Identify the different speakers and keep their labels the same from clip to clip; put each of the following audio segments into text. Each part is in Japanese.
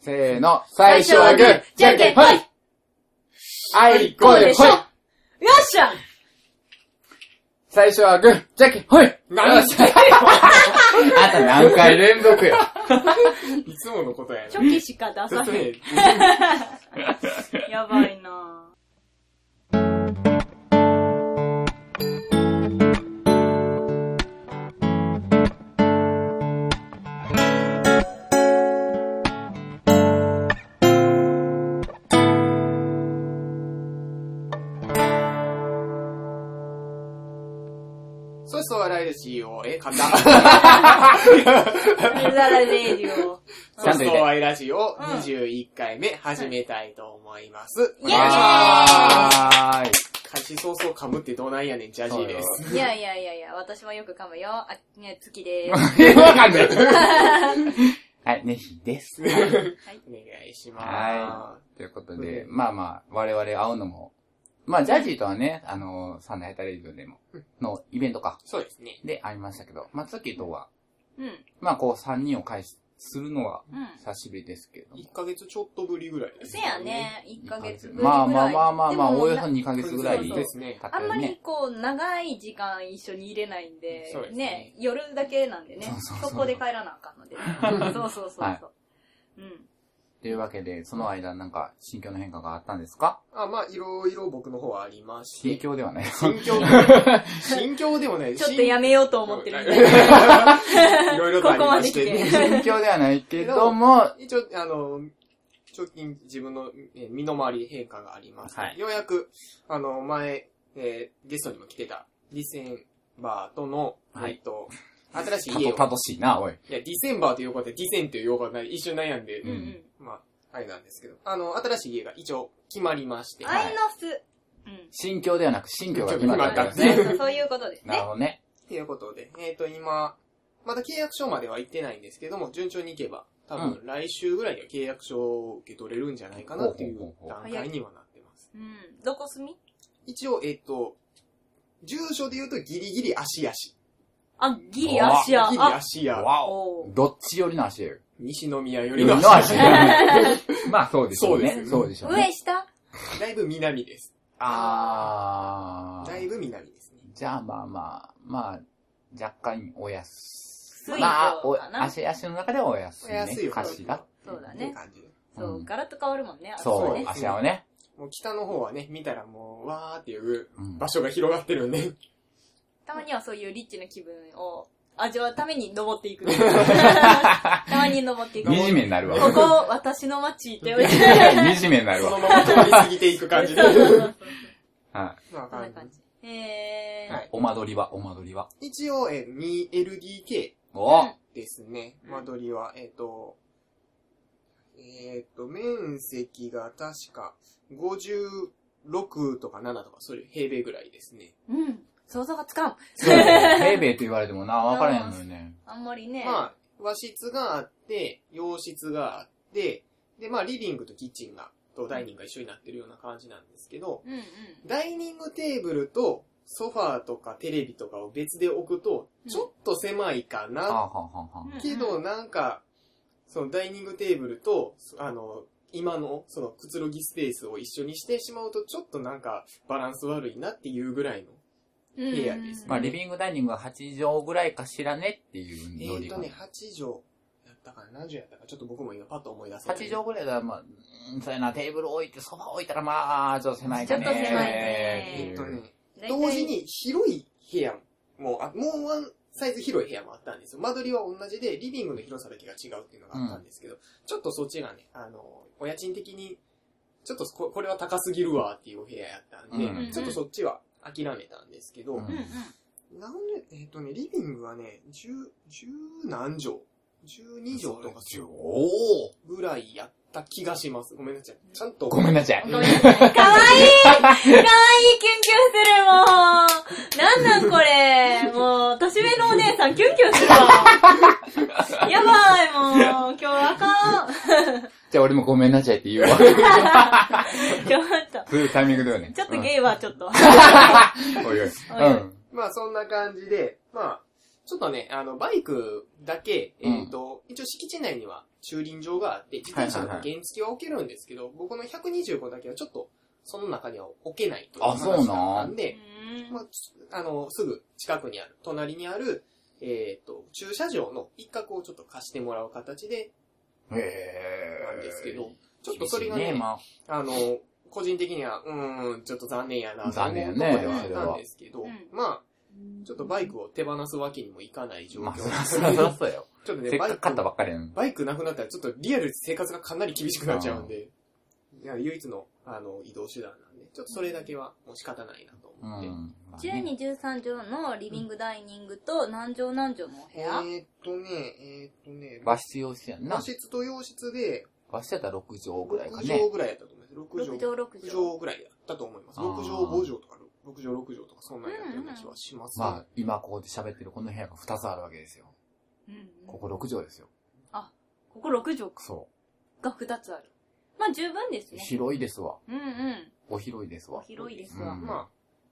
Speaker 1: せーの、最初はグー、じゃんけんぽいあいこでほい
Speaker 2: よっしゃ
Speaker 1: 最初はグー、じゃんけんぽい
Speaker 3: 何してん
Speaker 1: あと何回連続よ。
Speaker 3: のいつものことやね
Speaker 2: チョキしか出さ
Speaker 3: 説
Speaker 2: へん。
Speaker 3: 明、
Speaker 2: やばいな
Speaker 1: そうそう笑いですよ。え、簡
Speaker 2: ぁ。メダルレディオ。
Speaker 1: ちゃんと
Speaker 3: そ
Speaker 1: 言って
Speaker 3: うそう愛らしいを
Speaker 2: うん
Speaker 3: 21回目始めたいと思います。
Speaker 2: イエーイ
Speaker 1: はーい。
Speaker 3: 開始早々噛むってどうなんやねん、ジャジーです。
Speaker 2: いやいやいやいや、私もよく噛むよ。あ、ね、月でーす。
Speaker 1: わかんない。はい、ねひです。
Speaker 3: お願いしま
Speaker 1: はということで、まあまあ、我々会うのも、まあ、ジャージーとはね、あの、サンダイタレイドでも、のイベントか、
Speaker 3: す。そうですね。
Speaker 1: でありましたけど、まあ、ツッキーとは、
Speaker 2: うん、うん。
Speaker 1: まあ、こう、3人を開始するのは、久しぶりですけども
Speaker 3: 1。ヶ月ちょっとぶりぐらいです、
Speaker 2: せや。ね、1ヶ月ぶりぐらい。
Speaker 1: まあまあまあまあまあ、
Speaker 2: で
Speaker 1: お
Speaker 2: も
Speaker 1: およそ2ヶ月ぐらい
Speaker 2: そ
Speaker 1: 経
Speaker 2: うそう
Speaker 1: っ
Speaker 3: ですね。
Speaker 2: あ
Speaker 1: た
Speaker 2: んま
Speaker 1: よ
Speaker 2: り
Speaker 1: ね。
Speaker 2: こう、長い時間一緒に入れないんで
Speaker 3: そうで、すね
Speaker 2: ね、夜だけなんでね
Speaker 1: そうそう、そう
Speaker 2: そこで帰らなあかんので ね。そうそうそう
Speaker 1: はい
Speaker 2: そう。うん。
Speaker 1: というわけで、その間なんか、心境の変化があったんですか
Speaker 3: あ、まあ、いろいろ僕の方はありまし
Speaker 1: 心
Speaker 3: て。
Speaker 1: 境ではない。
Speaker 3: 心境。 心境でもない
Speaker 2: ちょっとやめようと思ってるみたいな。
Speaker 3: な。 いろいろとありまして、
Speaker 2: ここまで来て
Speaker 1: 心境ではないけども、
Speaker 3: 一応、あの、直近自分のえー身の回り変化があります、
Speaker 1: はい
Speaker 3: ようやく、あの、前、えーゲストにも来てた、ディセンバーとの、
Speaker 1: はい
Speaker 3: えっと、新したい家
Speaker 1: ど
Speaker 3: を、
Speaker 1: たどしいな、おい。
Speaker 3: いや、ディセンバーということで、ディセンという用語がない一緒に悩んで、
Speaker 2: うんうん。
Speaker 3: まあ、あれなんですけど、あの、新しい家が一応決まりまして、
Speaker 1: はい
Speaker 2: アイナス。うん。
Speaker 1: 心境ではなく、心境が決まったんです
Speaker 2: そう
Speaker 1: ね。
Speaker 2: そうそういうことです
Speaker 1: なる
Speaker 2: ね。
Speaker 1: ほどね。
Speaker 3: ということで、えっ、と、今、まだ契約書までは行ってないんですけども、順調に行けば、多
Speaker 1: う
Speaker 3: 分来週ぐらいには契約書を受け取れるんじゃないかなって
Speaker 1: ほう
Speaker 3: いう
Speaker 1: ほうほうほ
Speaker 3: 段
Speaker 1: う
Speaker 3: 階にはなってます。
Speaker 2: うん。どこ住み
Speaker 3: 一応、えっ、と、住所で言うとギリギリ足足。
Speaker 2: あ、ギリ足や。
Speaker 3: ギリ
Speaker 2: あ、
Speaker 3: 足や。
Speaker 1: わお。
Speaker 2: おう
Speaker 1: どっち寄りの足よ。
Speaker 3: 西宮よ
Speaker 1: 寄
Speaker 3: り
Speaker 1: り
Speaker 3: の
Speaker 1: の足
Speaker 3: 足。
Speaker 1: まあ、そうでしょう
Speaker 3: そう
Speaker 1: ね
Speaker 3: で。す
Speaker 1: そうでしょうね。
Speaker 2: 上下
Speaker 3: だいぶ南です。
Speaker 1: あ
Speaker 3: だい
Speaker 1: ー。
Speaker 3: ぶ南ですね。
Speaker 1: じゃあまあまあ、まあ、若干お安
Speaker 2: 水
Speaker 1: い。
Speaker 2: 道
Speaker 1: まあ、お
Speaker 2: かな
Speaker 1: 足、足の中ではお安い
Speaker 3: お
Speaker 1: ね。
Speaker 3: 安いよ。
Speaker 1: 足が。
Speaker 2: そうだ
Speaker 3: って
Speaker 2: ね。
Speaker 3: 感じで
Speaker 2: そうう、
Speaker 1: ん
Speaker 2: ガラッと変わるもんね。足
Speaker 1: そ
Speaker 2: は
Speaker 1: う
Speaker 2: ね、
Speaker 1: 足をね。
Speaker 3: もう北の方はね、見たらもう、わーっていう
Speaker 1: うん
Speaker 3: 場所が広がってるんで、
Speaker 2: たまにはそういうリッチな気分を味 わうために登っていく。たまに登っていく。
Speaker 1: 惨めになるわ。
Speaker 2: ここ、私の街って言われて。
Speaker 1: 惨めになる
Speaker 3: その
Speaker 1: わ。
Speaker 3: まま通り過ぎていく感じ で。
Speaker 2: そうそうそう
Speaker 1: は
Speaker 3: まあ
Speaker 2: そんな感じ。え
Speaker 1: い
Speaker 2: ー。
Speaker 3: はい
Speaker 1: お間取りは、お間取りは。
Speaker 3: 一応、えー、2LDK
Speaker 1: お
Speaker 2: うん
Speaker 3: ですね。
Speaker 2: うん
Speaker 3: 間取りは、えっ、と、えっ、と、面積が確か56とか7とか、そういう平米ぐらいですね。
Speaker 2: うん。想像がつかん。
Speaker 1: そう ヘイベイと言われてもな、わからへんのよね。
Speaker 2: あんまりね。
Speaker 3: まあ、和室があって、洋室があって、で、まあ、リビングとキッチンが、とダイニングが一緒になってるような感じなんですけど、
Speaker 2: うんうん。
Speaker 3: ダイニングテーブルとソファーとかテレビとかを別で置くと、
Speaker 2: うん
Speaker 3: ちょっと狭いか
Speaker 1: あー
Speaker 3: な。
Speaker 1: はんはんはん。
Speaker 2: うん
Speaker 3: けど、、なんか、そのダイニングテーブルと、あの、今の、その、くつろぎスペースを一緒にしてしまうと、ちょっとなんか、バランス悪いなっていうぐらいの。
Speaker 2: 部
Speaker 3: 部屋です
Speaker 1: まあ、
Speaker 3: うん
Speaker 1: リビングダイニングは8畳ぐらいかしらねっていう
Speaker 3: えっ、
Speaker 1: ので
Speaker 3: ー、とね、8畳やったかな、何畳やったか、ちょっと僕も今パッと思い出せな
Speaker 1: 8
Speaker 3: い。
Speaker 1: 畳ぐらいだら、まあ、うんそうやな、テーブル置いて、ソファ置いたら、まあ、ちょっと狭いかね。
Speaker 2: ちょっと狭い
Speaker 1: って
Speaker 2: ね
Speaker 1: い
Speaker 3: えっ、
Speaker 1: う
Speaker 3: とね、
Speaker 2: 大体
Speaker 3: 同時。に広い部屋も、あもうワンサイズ広い部屋もあったんですよ。間取りは同じで、リビングの広さだけが違うっていうのがあったんですけど、ちょっとそっちがね、あの、お家賃的に、ちょっとここれは高すぎるわっていうお部屋やったんで、
Speaker 1: うん
Speaker 3: ちょっとそっちは諦めたんですけ
Speaker 1: う
Speaker 3: ど、
Speaker 1: ん
Speaker 2: うんうん。
Speaker 3: なんで、えっ、とね、リビングはね、十、十何畳十二畳とか
Speaker 1: そう
Speaker 3: ぐらいやった気がします。ごめんなさい。ちゃんと。
Speaker 1: ごめんなさ
Speaker 2: か
Speaker 1: い。
Speaker 2: わいいか わいいキュンキュンするもうなんなんこれもう、年上のお姉さんキュンキュンするわやばいもう、今日あかん
Speaker 1: じゃあ、俺もごめんなさいって言う わ。
Speaker 2: ちょっと、
Speaker 1: そういうタイミングだよね。
Speaker 2: ちょっと
Speaker 1: うん
Speaker 2: ゲイはちょっと。
Speaker 1: おいおい。
Speaker 2: おいおい
Speaker 1: うん。
Speaker 3: まあそんな感じで、まあ、ちょっとね、あの、バイクだけ、
Speaker 1: うん
Speaker 3: えっ、と、一応敷地内には駐輪場があって、自転車の
Speaker 1: はい
Speaker 3: 原
Speaker 1: はい
Speaker 3: 付は置けるんですけど、僕の125だけはちょっと、その中には置けないという
Speaker 1: あ
Speaker 3: 話
Speaker 1: そうなん
Speaker 3: だったんで、
Speaker 2: うん
Speaker 3: まあ、つあの、すぐ近くにある、隣にある、えっ、と、駐車場の一角をちょっと貸してもらう形で、
Speaker 1: へえ。
Speaker 3: なんですけど、ちょっとそれが
Speaker 1: 厳し
Speaker 3: ね、
Speaker 1: いま
Speaker 3: あの、個人的には、うーん、ちょっと残念やな、
Speaker 1: 残念やね
Speaker 3: と思うとこではあったんですけど、
Speaker 2: それは
Speaker 3: まあ、ちょっとバイクを手放すわけにもいかない
Speaker 1: あ、
Speaker 3: 状況。
Speaker 1: まあ、そらそらそらそうよ。
Speaker 3: ちょっと
Speaker 1: せっ
Speaker 3: ね、
Speaker 1: か
Speaker 3: バイ
Speaker 1: く買った
Speaker 3: ク、
Speaker 1: ばっかりやのに。
Speaker 3: バイクなくなったらちょっとリアル生活がかなり厳しくなっちゃうんで、いや唯一の、あの、移動手段なんで、ちょっとそれだけはもう仕方ないなと
Speaker 1: う
Speaker 3: 思って。
Speaker 1: ん。まあね
Speaker 2: 12、13畳のリビングダイニングと何畳何畳のお部
Speaker 3: え
Speaker 2: 屋
Speaker 3: ーっとね、えーっとね、
Speaker 1: 和室用室やんな
Speaker 3: 和。室と洋室で、
Speaker 1: 和室やったら6畳ぐらい
Speaker 3: 6
Speaker 1: か
Speaker 3: 畳
Speaker 1: ね。
Speaker 3: ぐらいだったと思います。
Speaker 2: ?6
Speaker 3: 6
Speaker 2: 畳6
Speaker 3: 畳。6
Speaker 2: 畳。
Speaker 3: 畳ぐらいだったと思います。
Speaker 1: あー
Speaker 3: 6畳、5畳とか、6畳、6畳とか、そんなんやったような気はしますね。
Speaker 1: まあ、今ここで喋ってるこの部屋が2つあるわけですよ。
Speaker 2: うんうん
Speaker 1: ここ6畳ですよ。
Speaker 2: ここ6畳か
Speaker 1: そ
Speaker 2: が2つある。まあ十分です
Speaker 1: う。
Speaker 2: ね。
Speaker 1: 広いですわ。
Speaker 2: うんうん。
Speaker 1: お広いです
Speaker 2: お
Speaker 1: わ。
Speaker 2: 広いですわ。
Speaker 1: うん
Speaker 3: まあ、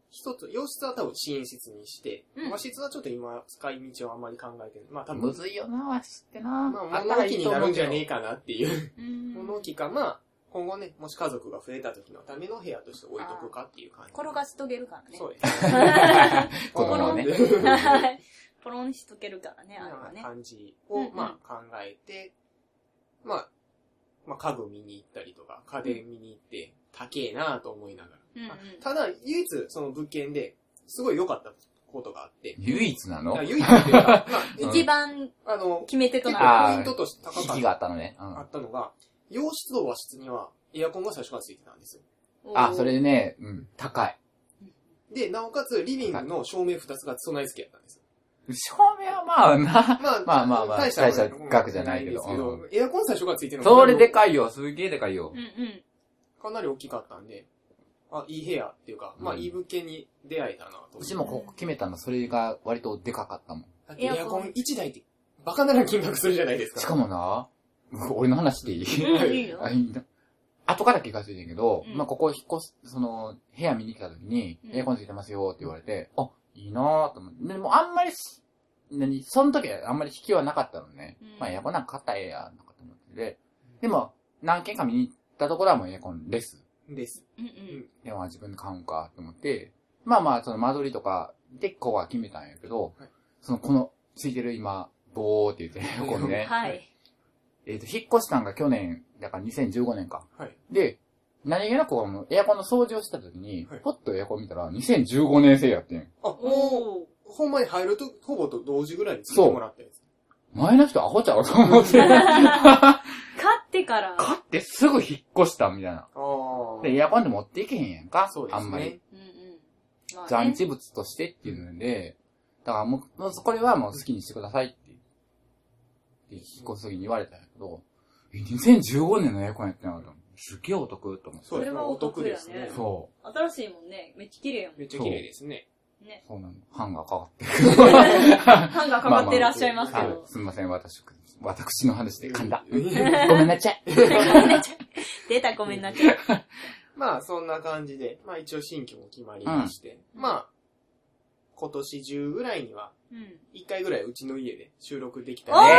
Speaker 3: 一つ、洋室は多分寝室にして、
Speaker 2: うん
Speaker 3: 和室はちょっと今、使い道をあんまり考えてない。まあ多分、
Speaker 1: むずいよな、和室ってな。
Speaker 3: ま
Speaker 1: あ
Speaker 3: あ、
Speaker 1: った
Speaker 3: 物
Speaker 1: ら
Speaker 3: 置
Speaker 1: いい
Speaker 3: に
Speaker 1: と
Speaker 3: な
Speaker 1: 思う
Speaker 3: る
Speaker 1: ん
Speaker 3: じ
Speaker 1: け
Speaker 3: ゃ
Speaker 1: ど
Speaker 3: ねえかなっていう。
Speaker 2: うん
Speaker 3: 物置か、まあ、今後ね、もし家族が増えた時のための部屋として置いとくかっていう感じ。
Speaker 2: 転がしとけるからね。
Speaker 3: そううですね。
Speaker 1: 子供をね。
Speaker 2: はい。ポロンしとけるからね、あれは
Speaker 3: ような
Speaker 2: ね。
Speaker 3: 感じ
Speaker 2: うんう
Speaker 3: を、
Speaker 2: ん
Speaker 3: まあ、考えて、まあ、まあ、家具見に行ったりとか、家電見に行って、高えなと思いながら。
Speaker 2: うんうん
Speaker 3: まあただ、唯一、その物件で、すごい良かったことがあって、
Speaker 1: 唯一なの
Speaker 3: あ唯一っていうか、 まあ、
Speaker 1: うん
Speaker 2: 一番
Speaker 3: あの、
Speaker 2: 決め手と
Speaker 3: 結
Speaker 2: なる。
Speaker 1: あー
Speaker 3: 構ポイントとして高
Speaker 1: 引
Speaker 3: かっ
Speaker 1: き
Speaker 3: た
Speaker 1: があったのね。う
Speaker 3: あ
Speaker 1: ん。
Speaker 3: ったのが、洋室と和室にはエアコンが最初からついてたんですよ。
Speaker 1: あ、それでね、うん、高い。
Speaker 3: で、なおかつリビングの照明二つが備え付けやったんですよ。
Speaker 1: 照明はまあな。
Speaker 3: まあ
Speaker 1: まあまあまあ
Speaker 3: 大した
Speaker 1: 大した額じゃないけど
Speaker 3: ですエアコン最初からついてるの
Speaker 1: それで
Speaker 3: い。
Speaker 1: かいよ、すげえでかいよ
Speaker 2: うん。うん。
Speaker 3: かなり大きかったんで、あ、いい部屋っていうか、まあ
Speaker 1: うん
Speaker 3: いい物件に出会えたなと。
Speaker 1: うちもここ決めたの、それが割とでかかったもん。
Speaker 3: だってエ
Speaker 2: エ
Speaker 3: ア
Speaker 2: ア
Speaker 3: コ
Speaker 2: コン
Speaker 3: ン一台って、バカなら金額するじゃないですか。
Speaker 1: しかもな、うん俺の話でいい
Speaker 2: うん、いいよ
Speaker 1: あ、。いいんだ。 後から気がついてんけど、
Speaker 2: うん
Speaker 1: まあ、ここ引っ越す、その、部屋見に来た時に
Speaker 2: う、ん
Speaker 1: エアコンついてますよって言われて、あ、いいなぁと思って。でも、あんまりし、何、その時はあんまり引きはなかったのね。
Speaker 2: うん
Speaker 1: まあ、エアコンなんか買ったらええや、なんかと思ってて。でも、何軒か見に行ったところはもうエアコンです。
Speaker 3: です。
Speaker 2: うんうん。
Speaker 1: でも、自分で買うんかと思って、まあまあ、その間取りとかで、ここは決めたんやけど、
Speaker 3: はい
Speaker 1: その、この、ついてる今、ボーって言って、 エアコンね。
Speaker 2: はい。
Speaker 1: えっ、と、引っ越したんが去年、だから2015年か。
Speaker 3: はい。
Speaker 1: で、何気なくあのエアコンの掃除をした時に
Speaker 3: はい、
Speaker 1: ポッとエアコン見たら2015年製やってん。
Speaker 3: あ、もう、
Speaker 2: おー。
Speaker 3: ほんまに入ると、ほぼと同時ぐらいについてもらったやつ。
Speaker 1: 前の人アホちゃうと思って。
Speaker 2: 買ってから。
Speaker 1: 買ってすぐ引っ越したみたいな。
Speaker 3: ああ。
Speaker 1: で、エアコンって持っていけへんやんか。
Speaker 3: そうですね。
Speaker 1: あんまり。
Speaker 2: うんうん。まあ
Speaker 1: 残
Speaker 2: ね
Speaker 1: 置物としてっていうので、だからもう、もうこれはもう好きにしてくださいって、で引っ越す時に言われたんやけど、え2015年のエアコンやってなかったのすげえお得と思って。
Speaker 3: そう
Speaker 2: そ
Speaker 3: ですね。
Speaker 2: れは
Speaker 3: お
Speaker 2: お
Speaker 3: 得
Speaker 2: 得だ
Speaker 3: で
Speaker 2: よね
Speaker 3: すね。
Speaker 1: そ
Speaker 2: 新しいもんね。めっちゃ綺麗やもん
Speaker 3: めっちゃ綺麗ですね。
Speaker 2: ね
Speaker 1: う。。そうなの。ハンガーかかって。
Speaker 2: ハンガーかかってらっしゃいますけ
Speaker 1: はい
Speaker 2: ど。
Speaker 1: すみません、私、私の話で噛んだ。
Speaker 3: うん
Speaker 1: ごめんなっちゃい。
Speaker 2: 出たごめんなっちゃう。
Speaker 3: まあ、そんな感じで、まあ一応新居も決まりまして、
Speaker 2: うん
Speaker 3: まあ、今年中ぐらいには、
Speaker 2: うん。
Speaker 3: 一回ぐらいうちの家で収録できた
Speaker 2: おー
Speaker 3: り、
Speaker 2: イ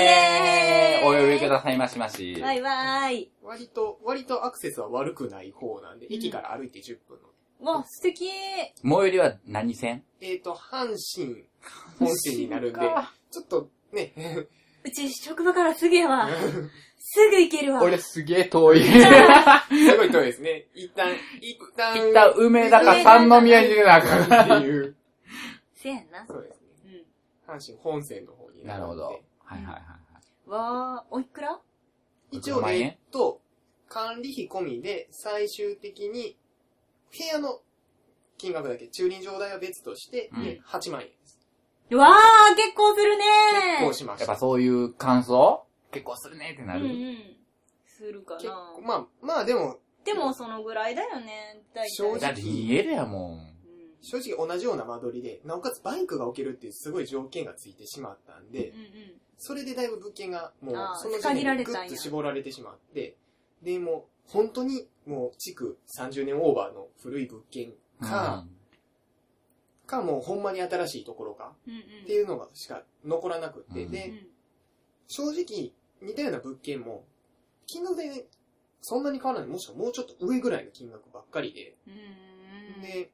Speaker 2: エーイ
Speaker 1: お呼びくださいましまし。
Speaker 2: わいわーい。
Speaker 3: 割と、割とアクセスは悪くない方なんで、
Speaker 2: うん
Speaker 3: 駅から歩いて10分の。
Speaker 2: わ、素敵
Speaker 1: 最寄りは何線
Speaker 3: えっ、と、阪神、本線になるんで、ちょっとね、
Speaker 2: うち職場からすぐやわ。すぐ行けるわ。
Speaker 1: 俺すげえ遠 い。
Speaker 3: すごい遠いですね。一旦、一旦、
Speaker 1: 一旦梅田か三宮に行かなあかん
Speaker 3: っていう。
Speaker 2: せやな。
Speaker 3: そうですね。
Speaker 2: う
Speaker 3: 阪神本線の方に
Speaker 1: な
Speaker 3: なる
Speaker 1: るほ
Speaker 3: ので。
Speaker 1: ど。はいはいはいはい。
Speaker 2: ん。わー、おいくら
Speaker 3: 一応
Speaker 1: 6万円
Speaker 3: ね、と、管理費込みで、最終的に、部屋の金額だけ、駐輪場代は別として、
Speaker 1: うん
Speaker 3: で8万円です。
Speaker 2: わー、結構するねー。
Speaker 3: こうしま
Speaker 1: や
Speaker 3: し
Speaker 1: っぱ
Speaker 3: た。
Speaker 1: そういう感想結構するねってな
Speaker 2: うんう
Speaker 1: る。
Speaker 2: ん。するか
Speaker 3: 結
Speaker 2: な
Speaker 3: 構、まあ、まあでも、
Speaker 2: でもそのぐらいだよね、大体。
Speaker 3: 正直
Speaker 1: だって家だよも
Speaker 2: うん
Speaker 3: 正直同じような間取りで、なおかつバイクが置けるっていうすごい条件がついてしまったんで
Speaker 2: う、んうん。
Speaker 3: それでだいぶ物件がもう
Speaker 2: あー
Speaker 3: その時
Speaker 2: 限られ
Speaker 3: 点でグ
Speaker 2: たんや
Speaker 3: ッと絞られてしまって、で、もう本当にもう築30年オーバーの古い物件
Speaker 1: う。
Speaker 3: か、
Speaker 1: うん
Speaker 3: か、もうほんまに新しいところか
Speaker 2: うんうん。
Speaker 3: っていうのがしか残らなくって、
Speaker 1: うん
Speaker 2: う
Speaker 3: で、
Speaker 2: ん
Speaker 3: 正直、似たような物件も、金額でそんなに変わらない。もしくはもうちょっと上ぐらいの金額ばっかりで。
Speaker 2: うんうん。
Speaker 3: で、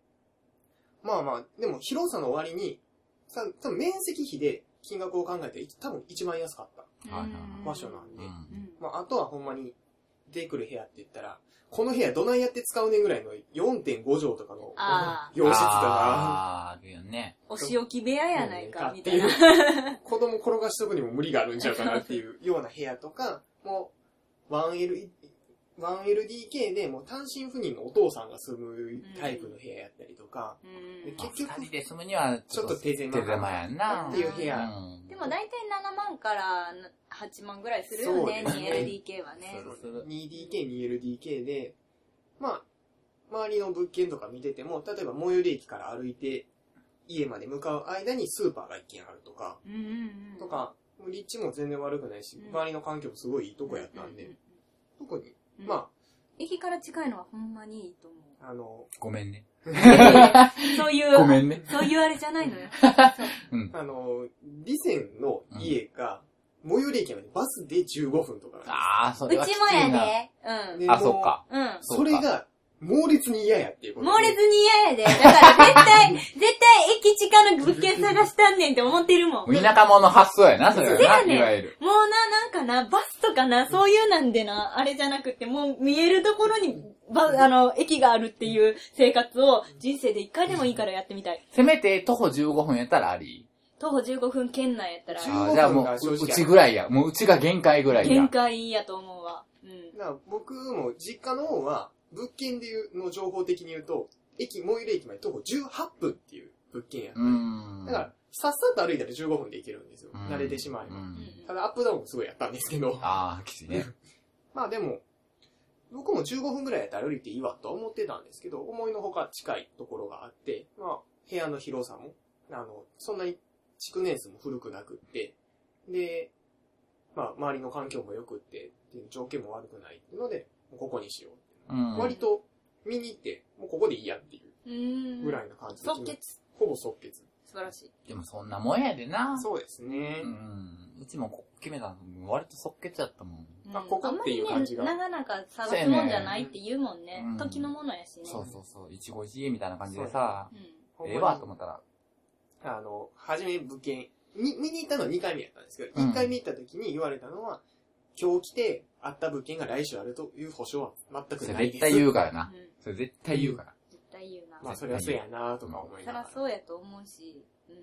Speaker 3: まあまあ、でも広さの割に、さ多分面積比で金額を考えたら多分一番安かった
Speaker 2: うん、
Speaker 1: はいはいはい
Speaker 3: 場所なんで。
Speaker 2: うんうん
Speaker 3: まあ、あとはほんまに出てくる部屋って言ったら、この部屋どないやって使うねんぐらいの4.5畳とかの
Speaker 2: あー
Speaker 3: 洋室と
Speaker 1: あ
Speaker 3: か、
Speaker 1: ー、あるよね。
Speaker 2: お仕置き部屋やないか、みたい
Speaker 3: っ
Speaker 2: な。
Speaker 3: ていう子供転がしとくにも無理があるんちゃうかなっていうような部屋と か、もう 1L、1LDK でもう単身赴任のお父さんが住むタイプの部屋やったりとか、
Speaker 2: う
Speaker 3: で
Speaker 2: ん
Speaker 1: まあ
Speaker 3: 結局
Speaker 1: 二人で住むには、
Speaker 3: ちょっと手狭
Speaker 1: 手狭やんな。
Speaker 3: っていう部屋
Speaker 1: うん
Speaker 2: でも大体7万から8万ぐらいするよね、
Speaker 3: そうですね
Speaker 2: 2LDK はね
Speaker 1: そ。うする
Speaker 3: 2DK、2LDK で、まあ、周りの物件とか見てても、例えば最寄り駅から歩いて家まで向かう間にスーパーが一軒あるとか、
Speaker 2: うんうんうん
Speaker 3: と、か、立地も全然悪くないし、
Speaker 2: うん
Speaker 3: 周りの環境もすごいいいとこやったんで、特に、
Speaker 2: うん。あ。
Speaker 3: ま
Speaker 2: 駅から近いのはほんまにいいと思う。
Speaker 3: あ、あの、
Speaker 1: ごめん ね。
Speaker 2: そういう、
Speaker 1: ごめんね。
Speaker 2: そういうあれじゃないのよ。
Speaker 1: うん。
Speaker 3: あの、備前の家が、最寄り駅までバスで15分とかなんです
Speaker 1: ああ、そうれ
Speaker 2: ち
Speaker 1: はきつい
Speaker 2: もや
Speaker 1: な。
Speaker 2: で。う
Speaker 3: ね
Speaker 2: ん。
Speaker 1: あ、そっか。
Speaker 2: うん。
Speaker 1: そう
Speaker 3: それが、猛烈に嫌やっていうことで
Speaker 2: 猛烈に嫌 やで。だから絶対、絶対駅近の物件探したんねんって思ってるもん。もう
Speaker 1: 田舎者発想やな、それ
Speaker 2: そう
Speaker 1: は
Speaker 2: や
Speaker 1: な、
Speaker 2: ねん
Speaker 1: いわゆる。
Speaker 2: な、なんかな、バスとかな、そういうなんでな、あれじゃなくて、もう見えるところに、ば、あの、駅があるっていう生活を人生で一回でもいいからやってみたい。
Speaker 1: せめて徒歩15分やったらあり。
Speaker 2: 徒歩15分圏内やった
Speaker 3: 15
Speaker 1: あ
Speaker 2: ら、
Speaker 1: ーじゃあも
Speaker 3: 分が正
Speaker 1: う、
Speaker 3: 直
Speaker 1: うちぐらいや。もううちが限界ぐらいや
Speaker 2: 限。界やと思うわ。うん。
Speaker 3: だから僕も実家の方は、物件でいう、の情報的に言うと、駅、最寄り駅まで徒歩18分っていう物件や。
Speaker 1: うーん。
Speaker 3: だから、さっさと歩いたら15分で行けるんですよ。
Speaker 1: うん、
Speaker 3: 慣れてしまえ
Speaker 1: う
Speaker 3: ば。
Speaker 1: ん
Speaker 3: ただ、アップダウンもすごいやったんですけど。
Speaker 1: ああ、きついね。
Speaker 3: まあでも、僕も15分ぐらいやったら歩いていいわとは思ってたんですけど、思いのほか近いところがあって、まあ、部屋の広さも、あの、そんなに築年数も古くなくって、で、まあ、周りの環境も良くって、っていう条件も悪くないっていうので、もうここにしよう。
Speaker 1: うん。
Speaker 3: 割と見に行って、もうここでいいやっていう
Speaker 2: ー。
Speaker 3: うんぐらいの感じで、
Speaker 2: 即決。
Speaker 3: ほぼ即決。
Speaker 2: 素晴らしい。
Speaker 1: でもそんなもんやでな。
Speaker 3: そうですね
Speaker 1: う。ん。うちもここ決めたの、割と即決やったもん。
Speaker 3: あここっていう感じが
Speaker 2: あんまりね、なかなか探すもんじゃないって言うもんね。
Speaker 1: うん
Speaker 2: 時のものやしね。
Speaker 1: そうそうそう。一期一会みたいな感じでさ、
Speaker 2: うん。
Speaker 3: ほんま
Speaker 1: ええ
Speaker 3: に
Speaker 1: わと思ったら。
Speaker 3: あの、初め物件、に見に行ったのは2回目やったんですけど、
Speaker 1: うん
Speaker 3: 1回目行った時に言われたのは、今日来て、あった物件が来週あるという保証は全
Speaker 1: そ
Speaker 3: く
Speaker 1: れ
Speaker 3: ないです。
Speaker 1: 絶対言うから
Speaker 2: う
Speaker 1: な。
Speaker 2: ん
Speaker 1: それ絶対言うから。
Speaker 2: 絶対言うな。
Speaker 3: まあ、それはそうやなとか思い
Speaker 2: そ
Speaker 3: なが
Speaker 2: ら
Speaker 3: ら。
Speaker 2: そうやと思うし、うん。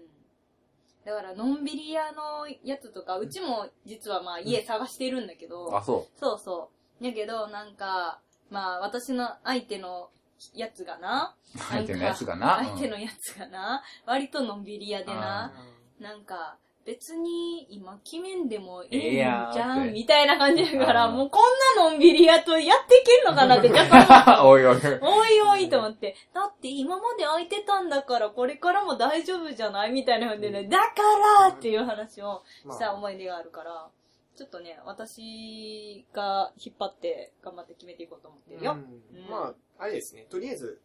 Speaker 2: だから、のんびり屋のやつとか、うちも実はまあ家探してるんだけど、
Speaker 1: あ、そ
Speaker 2: そうそう。やけど、なんか、まあ私の相手のやつがな、
Speaker 1: う。相手のやつがな。
Speaker 2: 相手
Speaker 1: う
Speaker 2: の
Speaker 1: ん
Speaker 2: やつがな、割とのんびり屋で
Speaker 1: あ
Speaker 2: な、なんか、別に今決めんでもええん
Speaker 1: ええ
Speaker 2: じ
Speaker 1: や
Speaker 2: ゃ
Speaker 1: んって
Speaker 2: ん、みたいな感じやから、
Speaker 1: あー
Speaker 2: もうこんなのんびり屋とやっていけんのかなって若干思った。
Speaker 1: おいおい。
Speaker 2: おいおいと思って、だって今まで空いてたんだからこれからも大丈夫じゃないみたいなのでね、だからっていう話を
Speaker 3: ま
Speaker 2: した
Speaker 3: あ、
Speaker 2: 思い出があるから、ちょっとね、私が引っ張って頑張って決めていこうと思ってる
Speaker 3: う
Speaker 2: よ。
Speaker 3: ん
Speaker 2: うん
Speaker 3: まあ、あれですね、とりあえず、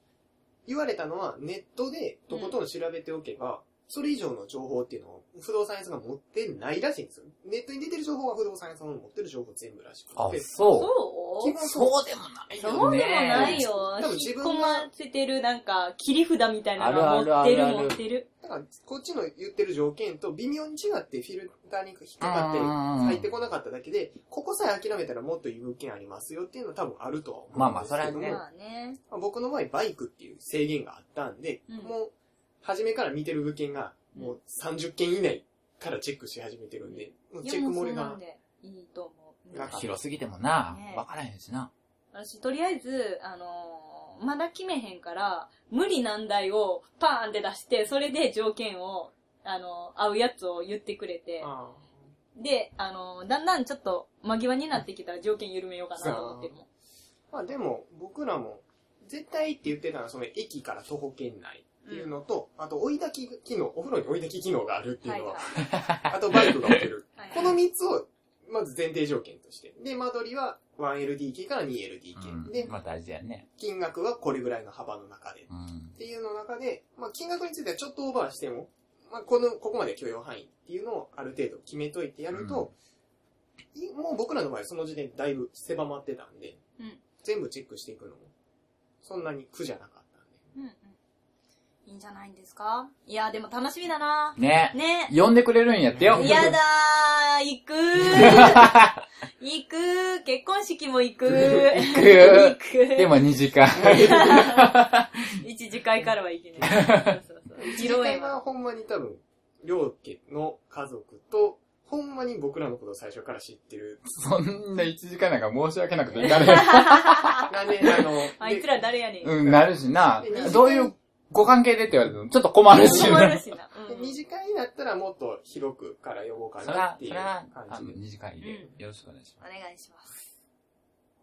Speaker 3: 言われたのはネットでとことん調べておけば、それ以上の情報っていうのを不動産屋さんが持ってないらしいんですよ。ネットに出てる情報は不動産屋さんの持ってる情報全部らしくて。
Speaker 1: あ、
Speaker 2: そ
Speaker 1: そう
Speaker 3: 基本
Speaker 1: そうでもないよね。
Speaker 2: そうでもないよ。
Speaker 3: 多分
Speaker 2: 引
Speaker 3: 自
Speaker 2: っ
Speaker 3: 分が
Speaker 2: 込ませてるなんか切り札みたいなの
Speaker 1: ある
Speaker 2: 持
Speaker 1: あ
Speaker 2: って
Speaker 1: る
Speaker 2: る
Speaker 1: あるある
Speaker 2: 持ってる。
Speaker 3: だから、こっちの言ってる条件と微妙に違ってフィルターに引っかかって
Speaker 1: うん
Speaker 3: 入ってこなかっただけで、ここさえ諦めたらもっといい物件ありますよっていうのは多分あるとは思うんですけども
Speaker 1: まあまあそれはね
Speaker 2: まあね。
Speaker 3: まあ僕の場合バイクっていう制限があったんで、
Speaker 2: うん
Speaker 3: もう、初めから見てる物件が、もう30件以内からチェックし始めてるんで、もう
Speaker 2: い
Speaker 3: チェ
Speaker 2: や
Speaker 3: ッ
Speaker 2: もうそ
Speaker 3: ク漏
Speaker 2: う
Speaker 3: れ
Speaker 2: なん
Speaker 3: が。
Speaker 2: で、いいと思う。
Speaker 3: なんか
Speaker 1: 広すぎてもな
Speaker 2: ね、え
Speaker 1: わからへんしな。
Speaker 2: 私、とりあえず、あのーまだ決めへんから、無理難題をパーンって出して、それで条件を、あのー合うやつを言ってくれて、
Speaker 3: あ
Speaker 2: で、あのーだんだんちょっと間際になってきたら条件緩めようかなと思ってるもん。
Speaker 3: ーまあでも、僕らも、絶対って言ってたのは、その駅から徒歩圏内っていうのと、あと追い炊き機能、お風呂に追い炊き機能があるってい
Speaker 2: は
Speaker 3: う
Speaker 2: い
Speaker 3: のは、
Speaker 2: はい。
Speaker 3: あとバイクが置ける。
Speaker 2: はいはい
Speaker 3: この3つを、まず前提条件として。で、間取りは、 1LDK から 2LDK、で、
Speaker 1: まあ大事だよね。
Speaker 3: 金額はこれぐらいの幅の中で。っ
Speaker 1: うん。
Speaker 3: ていうの中で、まあ、金額についてはちょっとオーバーしても、まあ、この、ここまで許容範囲っていうのをある程度決めといてやると、いもう僕らの場合その時点でだいぶ狭まってたんで、
Speaker 2: うん
Speaker 3: 全部チェックしていくのも、そんなに苦じゃなかった
Speaker 2: う
Speaker 3: んで。
Speaker 2: んうん。いいんじゃないんですかいや、でも楽しみだな
Speaker 1: ね。
Speaker 2: ね。
Speaker 1: 呼んでくれるんやってよ。
Speaker 2: やだー、行く ー。行くー。結婚式も行く ー。
Speaker 1: 行く
Speaker 2: 行く
Speaker 1: でも2時間。
Speaker 2: 一次会からは行けない。そうそうそう。
Speaker 3: 自
Speaker 2: 二郎園
Speaker 3: 分
Speaker 2: は
Speaker 3: はほんまに多分、両家の家族と、ほんまに僕らのことを最初から知ってる。
Speaker 1: そんな1時間なんか申し訳なくていられない。
Speaker 3: なんで、 あの、
Speaker 2: あいつら誰やねん。
Speaker 1: うん、なるしな
Speaker 3: で二次。会
Speaker 1: どういうご関係でって言われても、ちょっと困るし
Speaker 2: 困
Speaker 1: な。
Speaker 2: るしな。
Speaker 3: で
Speaker 2: うん
Speaker 3: 二次会になったらもっと広くから呼ぼうか
Speaker 1: そ
Speaker 3: な
Speaker 1: ら
Speaker 3: っ、ていう
Speaker 1: そら、あ
Speaker 3: 感
Speaker 1: の
Speaker 3: じで。
Speaker 1: 二次会でよろしくお願いし
Speaker 2: お願いします。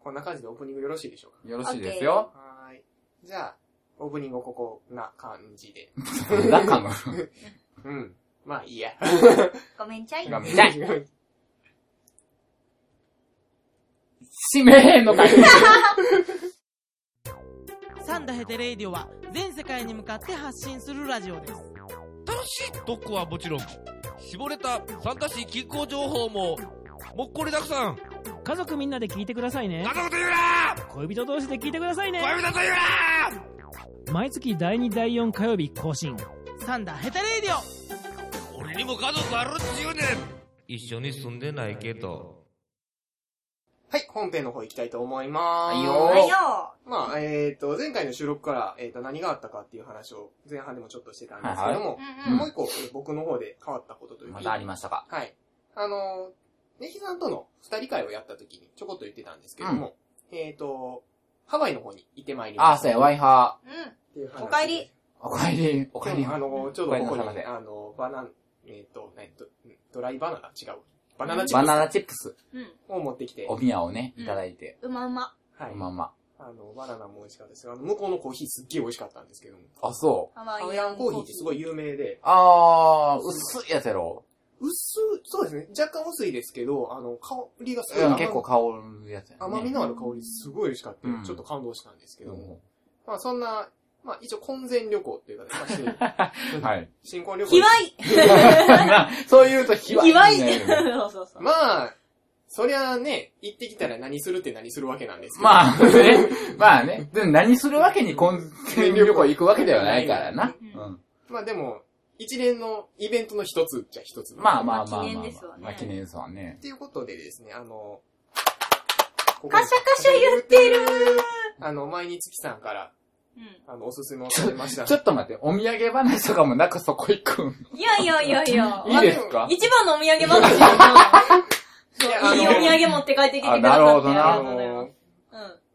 Speaker 3: こんな感じでオープニングよろしいでしょう
Speaker 1: ます。よろしいですよ。
Speaker 3: かはーい。じゃあ、オープニングをここな感じで。
Speaker 1: そん なかも。
Speaker 3: うん。まあいい や。
Speaker 2: ごめんちゃい。
Speaker 1: ごめんなさい。締めへんのかい。
Speaker 4: サンダヘテレイディオは全世界に向かって発信するラジオです。
Speaker 5: 楽しい特攻はもちろん、絞れたサンタシー気候情報も、もっこりたくさん。
Speaker 6: 家族みんなで聞いてくださいね
Speaker 5: な。んなこと言うな
Speaker 6: 恋人同士で聞いてくださいね。
Speaker 5: 恋人と言うな
Speaker 6: 毎月第2第4火曜日更新。
Speaker 4: サンダヘテレイディオ
Speaker 5: 俺にも家族あるっちゅうねん一緒に住んでないけど。
Speaker 3: はい、本編の方行きたいと思いまーす。
Speaker 1: はいよ
Speaker 2: はいよ
Speaker 3: まあ、えっ、と、前回の収録から、えっ、と、何があったかっていう話を前半でもちょっとしてたんですけども、
Speaker 2: ー。
Speaker 1: うん
Speaker 2: うん
Speaker 3: もう一個、えー僕の方で変わったことというか、
Speaker 1: まだありましたか。
Speaker 3: はい。あのー、ネヒさんとの二人会をやった時にちょこっと言ってたんですけども、えっ、と、ハワイの方に行ってまいりました。
Speaker 1: あ、そうや、ワイハ
Speaker 2: う
Speaker 3: っていう話
Speaker 2: お帰り。
Speaker 1: ー。おかえり、お
Speaker 3: お
Speaker 1: かえ
Speaker 3: 帰
Speaker 1: り
Speaker 3: り。。あのー、ちょうどここ
Speaker 1: お帰
Speaker 3: に
Speaker 1: りなさいませ、
Speaker 3: あのー、バナナ、えっ、と、ねド、ドライバナナ違う。バナナチッ
Speaker 1: バ
Speaker 3: プ
Speaker 1: ナナチップス、
Speaker 2: ん。うん。
Speaker 3: スを持ってきて、
Speaker 1: お
Speaker 3: は
Speaker 1: みやをね、いただいて、
Speaker 2: うまうま。
Speaker 1: こ
Speaker 3: い
Speaker 1: の。まんま。
Speaker 3: あの、バナナも美味しかったですけど、あの向こうのコーヒーすっげえ美味しかったんですけども、
Speaker 1: あ、そう。
Speaker 2: ハワ
Speaker 3: ハワ
Speaker 2: イ
Speaker 3: イア
Speaker 2: ア
Speaker 3: ン
Speaker 2: ン
Speaker 3: コーヒーってすご
Speaker 2: い。
Speaker 3: い有名で、
Speaker 1: あー、薄いやつやろ。
Speaker 3: 薄い、そうですね。若干薄いですけど、あの、香りがすごい
Speaker 1: うん、
Speaker 3: 甘
Speaker 1: 結構香るやつやね。
Speaker 3: 甘みのある香りすごい美味しかった、
Speaker 1: うん
Speaker 3: ちょっと感動したんですけども。
Speaker 1: う
Speaker 3: まあそんな、まあ一応婚前旅行っていうか、ね まあ、
Speaker 1: んはい。
Speaker 3: 新婚旅行
Speaker 2: ひわ。い
Speaker 1: まあそう言うと、ひわい
Speaker 2: ひわい
Speaker 1: になるよね
Speaker 2: そうそうそう。
Speaker 3: まあ、そりゃあね、行ってきたら何するって何するわけなんですけど。
Speaker 1: まあね、まあね。でも何するわけに婚前旅行行くわけではないからな。
Speaker 2: う
Speaker 1: うんん。
Speaker 3: まあでも、一連のイベントの一つじゃ一つ。
Speaker 1: まあまあまあまあ。
Speaker 2: まあ記念ですわね
Speaker 1: まあ記念ですわね
Speaker 3: っ。ていうことでですね、あの、
Speaker 2: カシャカシャ言ってる
Speaker 3: あの、前に月さんから、
Speaker 2: うん。
Speaker 3: あの、おすすめをされました。
Speaker 1: ちょっと待って、お土産話とかもなんかそこ行くん。
Speaker 2: いやいやいやいや。
Speaker 1: いいですか
Speaker 2: 一番のお土産話や
Speaker 3: いや
Speaker 2: ないいお土産持って帰ってきてくださって。
Speaker 1: あなるほどな
Speaker 2: あ
Speaker 3: あ
Speaker 2: りがとうございま
Speaker 3: の
Speaker 2: す。、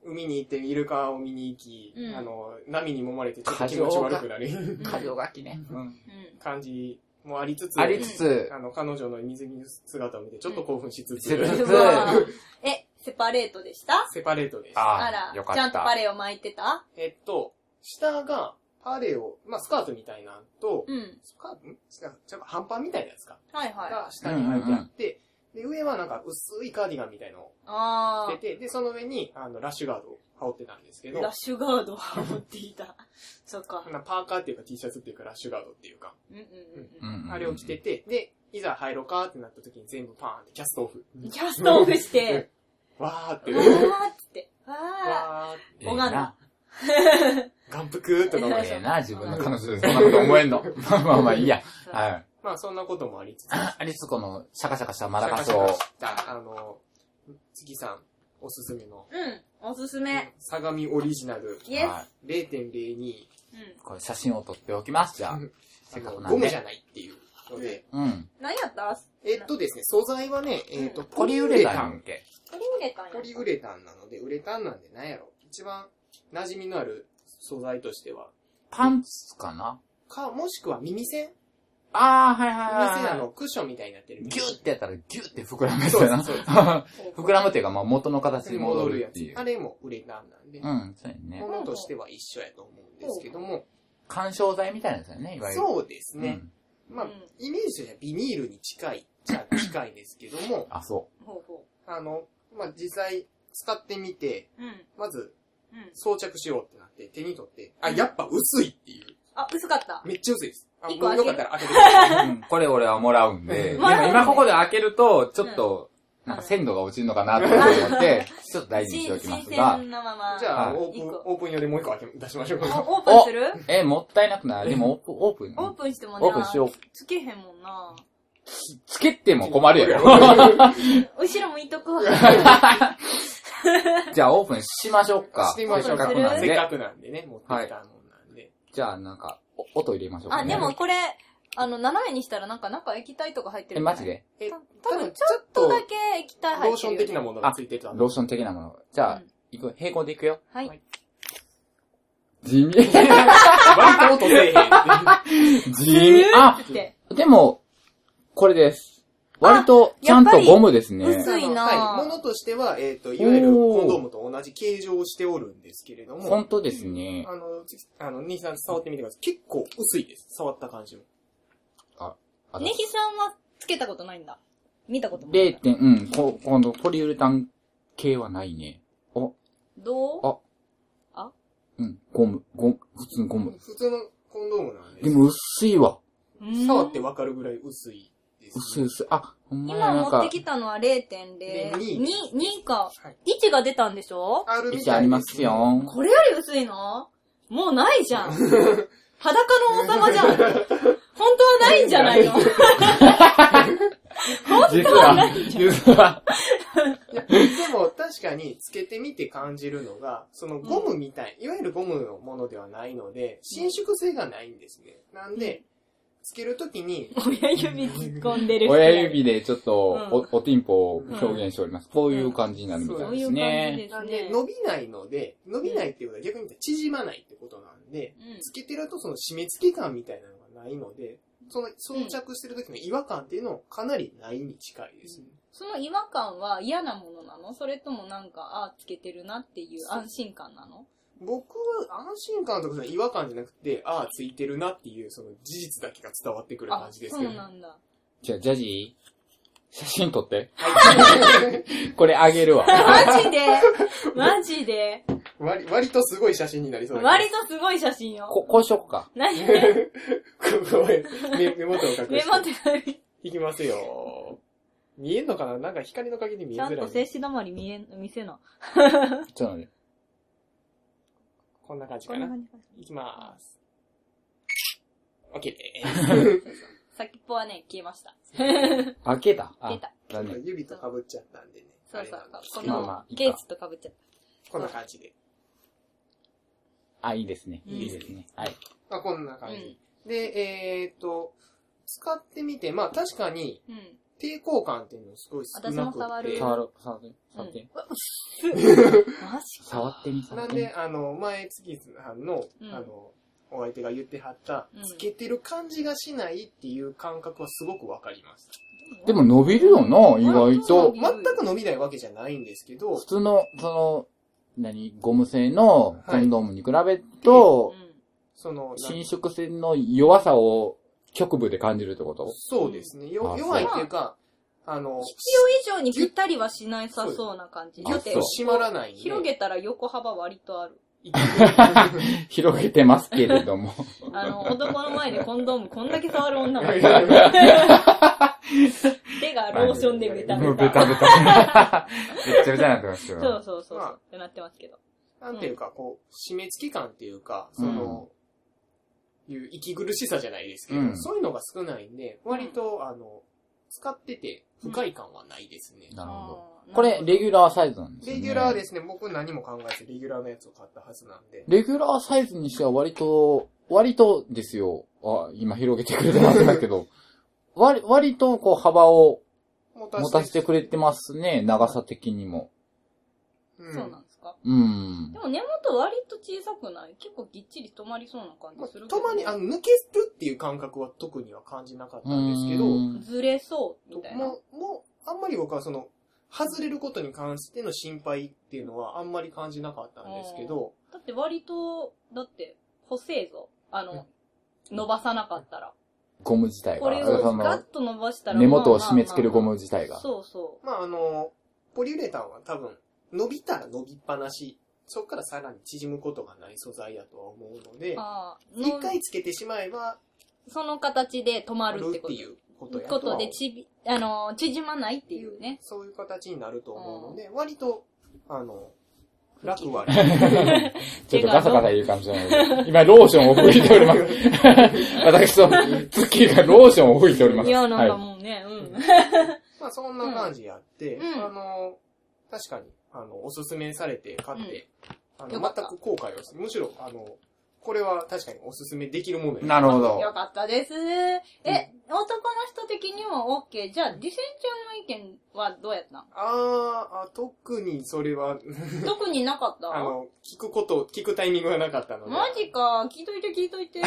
Speaker 2: うん。
Speaker 3: 海に行ってイルカを見に行き、
Speaker 2: うん
Speaker 3: あの、波に揉まれてちょっと気持ち悪 くなる
Speaker 2: 過
Speaker 1: 剰書きね。うん。
Speaker 2: うん。
Speaker 3: 感じもありつつ、
Speaker 1: ありつつ、
Speaker 3: あの、彼女の水着の姿を見てちょっと興奮しつ つ、
Speaker 1: うん
Speaker 2: うわーえ、セパレートでした
Speaker 3: セパレートです。
Speaker 2: あ
Speaker 1: あ
Speaker 2: ら
Speaker 1: あ、よか、っ
Speaker 2: ちゃんとパ
Speaker 1: た。
Speaker 2: レーを巻いてた
Speaker 3: えっと、下がパレオ、まあ、スカートみたいなのと、
Speaker 2: うん。
Speaker 3: スカートん違う、違う、半パンみたいなやつか。
Speaker 2: はいはい。あ
Speaker 3: が下に入ってあって、で、上はなんか薄いカーディガンみたいのを
Speaker 2: あ
Speaker 3: 着てて、で、その上に、あの、ラッシュガードを羽織ってたんですけ
Speaker 2: ー。
Speaker 3: ど、
Speaker 2: ラッシュガードを羽織っていた。 そっか。
Speaker 3: まあパーカーっていうか T シャツっていうかラッシュガードっていうか、
Speaker 2: うんうんう
Speaker 1: うんんうん
Speaker 3: あれを着てて、で、いざ入ろうかってなった時に全部パーンってキャストオフ。
Speaker 2: うん。キャストオフして、
Speaker 3: わーっ
Speaker 2: わ
Speaker 3: て。
Speaker 2: ー
Speaker 3: わ
Speaker 2: って、わ
Speaker 3: ー っ
Speaker 1: え
Speaker 3: て。
Speaker 1: えな。
Speaker 3: 眼福とか思いまし
Speaker 1: え
Speaker 3: た
Speaker 1: えな、自分の彼女でそんなこと思えんの。まあまあまあいいや。
Speaker 2: ー。
Speaker 1: はい。
Speaker 3: まあそんなこともありつつ、
Speaker 1: アリスコのシャカシャカしたマラカスを。
Speaker 3: あの、月さんおすすめの、
Speaker 2: うん、おすすめ。
Speaker 3: 相模オリジナル
Speaker 2: イエス。
Speaker 1: はい
Speaker 3: 0.02、
Speaker 2: うん。
Speaker 1: これ写真を撮っておきます、じゃ
Speaker 3: あ
Speaker 1: あ。
Speaker 3: の
Speaker 1: せっかくな
Speaker 3: ゴ
Speaker 1: ん
Speaker 3: ムじゃ
Speaker 1: で。
Speaker 3: ないっていうので、
Speaker 1: うん。
Speaker 2: 何やった
Speaker 3: えっとですね、素材はね、えっと、
Speaker 1: ポリウレタンやっけ
Speaker 2: 取り入れたんや。
Speaker 3: ポリウレタンなので、ウレタンなんでなんやろ。一番馴染みのある素材としては、
Speaker 1: パンツかな
Speaker 3: か、もしくは耳栓
Speaker 1: ああ、はいはい
Speaker 3: 耳栓あ
Speaker 1: はいは
Speaker 3: の、クッションみたいになってる。
Speaker 1: い。ギュッてやったらギュッて膨らむやつ
Speaker 3: そう
Speaker 1: や
Speaker 3: で
Speaker 1: な
Speaker 3: す。そうで
Speaker 1: 膨らむっていうか、まあ元の形
Speaker 3: す。
Speaker 1: に
Speaker 3: 戻
Speaker 1: 戻
Speaker 3: る
Speaker 1: る
Speaker 3: や
Speaker 1: って
Speaker 3: つ
Speaker 1: い。う
Speaker 3: あ。れもウレタンなんで、
Speaker 1: うん、そうやね。
Speaker 3: ものとしては一緒やと思うんですけども、
Speaker 1: 干渉剤みたいなやつだよね、いわゆる。
Speaker 3: そうです
Speaker 1: う
Speaker 3: ね。
Speaker 1: ん。
Speaker 3: まあ、イメージとしてはビ ニールに近い、じゃ近いんですけども、
Speaker 1: あ、そ
Speaker 2: ほうほ
Speaker 3: あの、まあ、実際、使ってみて、
Speaker 2: うん。
Speaker 3: まず
Speaker 2: うん。
Speaker 3: 装着しようってなって、手に取って、あ、やっぱ薄いっていう。
Speaker 2: あ、薄かった。
Speaker 3: めっちゃ薄いです。あ、
Speaker 2: 一個
Speaker 3: も
Speaker 2: 開
Speaker 3: うよ
Speaker 2: ける
Speaker 3: かったら開けてください。
Speaker 1: うんこれ俺はもらうんで、で
Speaker 3: うん
Speaker 1: も
Speaker 2: もらうのね
Speaker 1: 今ここで開けると、ちょっと、
Speaker 2: うん
Speaker 1: なんか鮮度が落ちるのかなと思って、 ちょっと大事にしてお
Speaker 2: 新
Speaker 1: きます
Speaker 2: 鮮
Speaker 1: が、
Speaker 2: なまま。
Speaker 3: じゃ
Speaker 1: は
Speaker 3: あ、
Speaker 1: い
Speaker 3: オープ
Speaker 2: 一
Speaker 3: ン
Speaker 2: 個、
Speaker 3: オープン用でもう一個開け、出しましょうか。
Speaker 2: おオープンする
Speaker 1: え、もったいなくないでもオープン、
Speaker 2: オー
Speaker 1: オープン
Speaker 2: プンしてもな、
Speaker 1: オープンしよう。
Speaker 2: つけへんもんな。
Speaker 1: つけても困るや ろ。
Speaker 2: 後ろ向いとくわ。
Speaker 1: じゃあオープンしましょうか。
Speaker 3: してみましょう
Speaker 1: せっ
Speaker 3: か。
Speaker 1: かくなん
Speaker 3: せっ
Speaker 1: で
Speaker 3: か。くなんでね、持ってきたもんなんで。
Speaker 1: じゃあなんか、お音入れましょうか、
Speaker 2: あ、
Speaker 1: ね。
Speaker 2: でもこれ、あの、斜めにしたらなんか中液体とか入って
Speaker 1: え、
Speaker 2: る。
Speaker 1: マジで
Speaker 3: え
Speaker 2: た
Speaker 3: 多
Speaker 2: 多
Speaker 3: 分
Speaker 2: 分
Speaker 3: ち
Speaker 2: ち
Speaker 3: ょ
Speaker 2: ょ
Speaker 3: っ
Speaker 2: っ
Speaker 3: と
Speaker 2: とだけ液体
Speaker 3: ロ
Speaker 2: 入
Speaker 3: ー
Speaker 2: って
Speaker 3: シ
Speaker 2: る。
Speaker 3: ョン的なものがついてたんで
Speaker 1: ローション的なもの。じゃあ、いく平行でいく よ。
Speaker 2: はい。
Speaker 1: 地 味。
Speaker 3: 割と音せえへんっていう。
Speaker 1: 地味。あ、
Speaker 2: って。
Speaker 1: でも、これです。割と、ちゃんとゴムですね。
Speaker 2: やっぱり薄いなぁ
Speaker 3: はい。ものとしては、えっ、と、いわゆるコンドームと同じ形状をしておるんですけれども、
Speaker 1: 本当ですね。
Speaker 3: あの、つあの、兄さん触ってみてください。結構薄いです。触った感じも。
Speaker 1: あ
Speaker 2: ネヒさんはつけたことないんだ。見たこともない
Speaker 1: 0。点、うん、こ、このポリウレタン系はないね。お、
Speaker 2: どう
Speaker 1: あうん、ゴム、ゴム、普通のゴム。
Speaker 3: 普通のコンドームなんで
Speaker 1: で、も薄いわ。
Speaker 3: 触ってわかるぐらい薄いです、
Speaker 1: 薄い薄い。あ、ほんまやな
Speaker 2: 今
Speaker 1: ん
Speaker 2: 持って
Speaker 1: か、
Speaker 2: きたのは0.02。
Speaker 3: 2
Speaker 2: 2か。
Speaker 3: はい。
Speaker 2: 1が出たんでしょ
Speaker 3: あるみ
Speaker 1: 息
Speaker 3: たい
Speaker 1: ありますよ。。
Speaker 2: これより薄いのもうないじゃん。裸の王様じゃん。本当はないんじゃないの
Speaker 1: 実は、実 は。
Speaker 3: いやでも確かにつけてみて感じるのが、そのゴムみたい、いわゆるゴムのものではないので、伸縮性がないんですね。なんで、つけるときに、
Speaker 2: 親指突っ込んでる。
Speaker 1: 親。指でちょっと、
Speaker 2: うん
Speaker 1: お、おティンポを表現しております。こういう感じになるみた
Speaker 2: そ
Speaker 1: いうで
Speaker 2: い
Speaker 1: す
Speaker 2: う感じ
Speaker 1: ね。
Speaker 2: です
Speaker 3: なんで
Speaker 2: ね。
Speaker 3: 伸びないので、伸びないっていうことは逆に言ったら縮まないってことなんで、
Speaker 2: うん
Speaker 3: つけてるとその締め付け感みたいなのがないので、その装着してる時の違和感っていうのをかなりないに近いですね。
Speaker 2: その違和感は嫌なものなのそれともなんか、ああ、つけてるなっていう安心感なの
Speaker 3: 僕は安心感とかその違和感じゃなくて、ああ、ついてるなっていうその事実だけが伝わってくる
Speaker 2: あ
Speaker 3: 感、じです
Speaker 2: そ
Speaker 3: けど。
Speaker 2: うなんだ。
Speaker 1: じゃあ、ジャジー写真撮って。
Speaker 3: はい
Speaker 1: これあげるわ。
Speaker 2: マジでマジで
Speaker 3: 割割とすごい写真になりそう
Speaker 2: 割とすごい写真よ。
Speaker 1: こ、こうしよっか。
Speaker 2: 何
Speaker 3: と。 ごめんメメモとを隠して。
Speaker 2: メモってない
Speaker 3: いきますよ。見えんのかななんか光の陰に見え
Speaker 2: ちゃ
Speaker 3: づ
Speaker 2: ん
Speaker 3: ら
Speaker 2: と
Speaker 3: い。
Speaker 2: 静止止まり見えん、見せな。
Speaker 1: ちょっと待って。
Speaker 3: こんな感じ
Speaker 2: こ
Speaker 3: か
Speaker 2: んな
Speaker 3: な。
Speaker 2: 感じか
Speaker 3: いきまーす。オッケー。
Speaker 2: 先っぽはね、消えました。
Speaker 1: 開けた。あ
Speaker 2: 出た。
Speaker 1: だね。
Speaker 3: 指とかぶっちゃったんでね。
Speaker 2: そうそ
Speaker 3: あれ
Speaker 2: う
Speaker 3: なんです
Speaker 2: そう。
Speaker 3: け
Speaker 2: こ
Speaker 3: ど
Speaker 1: まあまあ
Speaker 2: の
Speaker 1: いいか
Speaker 2: ケースとかぶっちゃっ
Speaker 3: こんな感じで。
Speaker 1: あ、いいですね。
Speaker 2: うん
Speaker 1: いいですね。はい。
Speaker 3: まあ、こんな
Speaker 2: た。う
Speaker 3: 感じ
Speaker 2: ん。。
Speaker 3: で、えーっと、使ってみて、まあ確かに
Speaker 2: うん。
Speaker 3: 抵抗感っていうのすごい少なくて。
Speaker 2: 私も触る
Speaker 1: 触ろう、触って、触って。
Speaker 2: マジか。
Speaker 1: 触ってみ、触
Speaker 3: な
Speaker 1: っ
Speaker 3: ん
Speaker 1: てみ
Speaker 3: で、。あの、前、月さんの、
Speaker 2: うん
Speaker 3: あの、お相手が言ってはった
Speaker 2: う、ん
Speaker 3: つけてる感じがしないっていう感覚はすごくわかります。
Speaker 1: でも伸びるよな、意外と。
Speaker 2: うん
Speaker 3: 全く伸びないわけじゃないんですけど
Speaker 1: 普、通の、その、何、ゴム製のコンドームに比べると、
Speaker 3: その、なん
Speaker 1: 伸縮性の弱さを局部で感じるってこと
Speaker 3: そうですね。
Speaker 1: あ
Speaker 3: よ弱いっていうか、あの、
Speaker 2: 必要以上にぴったりはしないさそうな感じ。
Speaker 1: そうで
Speaker 2: だ
Speaker 1: す
Speaker 2: って
Speaker 1: あそう、
Speaker 3: 閉まらないんで。
Speaker 2: 広げたら横幅割とある。
Speaker 1: 広げてますけれど も。
Speaker 2: あの、男の前でコンドームこんだけ触る女もいる 手がローションでベタ
Speaker 1: も
Speaker 2: ベ
Speaker 1: うベタ
Speaker 2: タ。
Speaker 1: ベタ。めっちゃベタになってますよ。
Speaker 2: そうそうそう。
Speaker 3: まあ
Speaker 2: ってなってますけど。
Speaker 3: なんていうか、こう、締め付け感っていうか、
Speaker 1: うん
Speaker 3: その、いう息苦しさじゃないですけど、
Speaker 1: うん
Speaker 3: そういうのが少ないんで、割と、あの、使ってて不快感はないですね。
Speaker 1: なるほど。
Speaker 2: あー
Speaker 1: これ、レギュラーサイズなんですね。
Speaker 3: レギュラーですね、僕何も考えずレギュラーのやつを買ったはずなんで。
Speaker 1: レギュラーサイズにしては割と、割とですよ。あ、今広げてくれてましたけど、 割、割とこう幅を
Speaker 3: 持
Speaker 1: 持たせてくれてますね。長さ的にも。
Speaker 3: うん
Speaker 2: そうなんですか。
Speaker 1: うん
Speaker 2: で。も根元割と小さくない結構ぎっちり止まりそうな感
Speaker 3: ま
Speaker 2: じす
Speaker 3: あ
Speaker 2: る
Speaker 3: たまに、あの、
Speaker 2: の、
Speaker 3: 抜けるっていう感覚は特には感じなかったんですけど、
Speaker 1: うん
Speaker 2: ずれそう、みたいな。
Speaker 3: もう、もう、あんまり僕はその、外れることに関しての心配っていうのはあんまり感じなかったんですけど、
Speaker 2: だって割と、だって、細いぞ。あの、伸ばさなかったら。
Speaker 1: ゴム自体
Speaker 2: こ
Speaker 1: が。
Speaker 2: れ
Speaker 1: そ
Speaker 2: をガ
Speaker 1: の
Speaker 2: ッ、と伸ばしたら。
Speaker 1: 根元を締め付けるゴム自体が。
Speaker 2: そうそ
Speaker 3: まああの、ポリウレタンは多分、伸びたら伸びっぱなし、そこからさらに縮むことがない素材やとは思うので、
Speaker 2: あーの
Speaker 3: 一回つけてしまえば、
Speaker 2: その形で止ま
Speaker 3: あ
Speaker 2: る
Speaker 3: る
Speaker 2: っ
Speaker 3: って
Speaker 2: こ
Speaker 3: て
Speaker 2: と。
Speaker 3: いうことやと
Speaker 2: こ
Speaker 3: は
Speaker 2: とで、ちび、あのー、縮まないっていうね。
Speaker 3: そういう形になると思うので、割と、あの、楽は
Speaker 1: ちょっとガサガサ言う感じじゃない今、ローションを吹いており ます。私と、ツッキーがローションを吹いております。
Speaker 2: いや、なんか
Speaker 1: は
Speaker 2: もうね、うん。
Speaker 3: まあそんな感じやって、
Speaker 2: うん
Speaker 3: あの、確かに、あの、おすすめされて買って、あ
Speaker 2: よ
Speaker 3: の
Speaker 2: かった
Speaker 3: 全く後悔はして、むしろ、あの、これは確かにおすすめできるもの
Speaker 1: い。
Speaker 3: や。
Speaker 1: なるほど。
Speaker 2: よかったです。え、男の人的にも OK。じゃあ、ディセンちゃんの意見はどうやったん
Speaker 3: あーあ、特にそれは、
Speaker 2: 特になかった
Speaker 3: あの、聞くこと、聞くタイミングがなかったので。
Speaker 2: マジか。聞いといて聞いといて。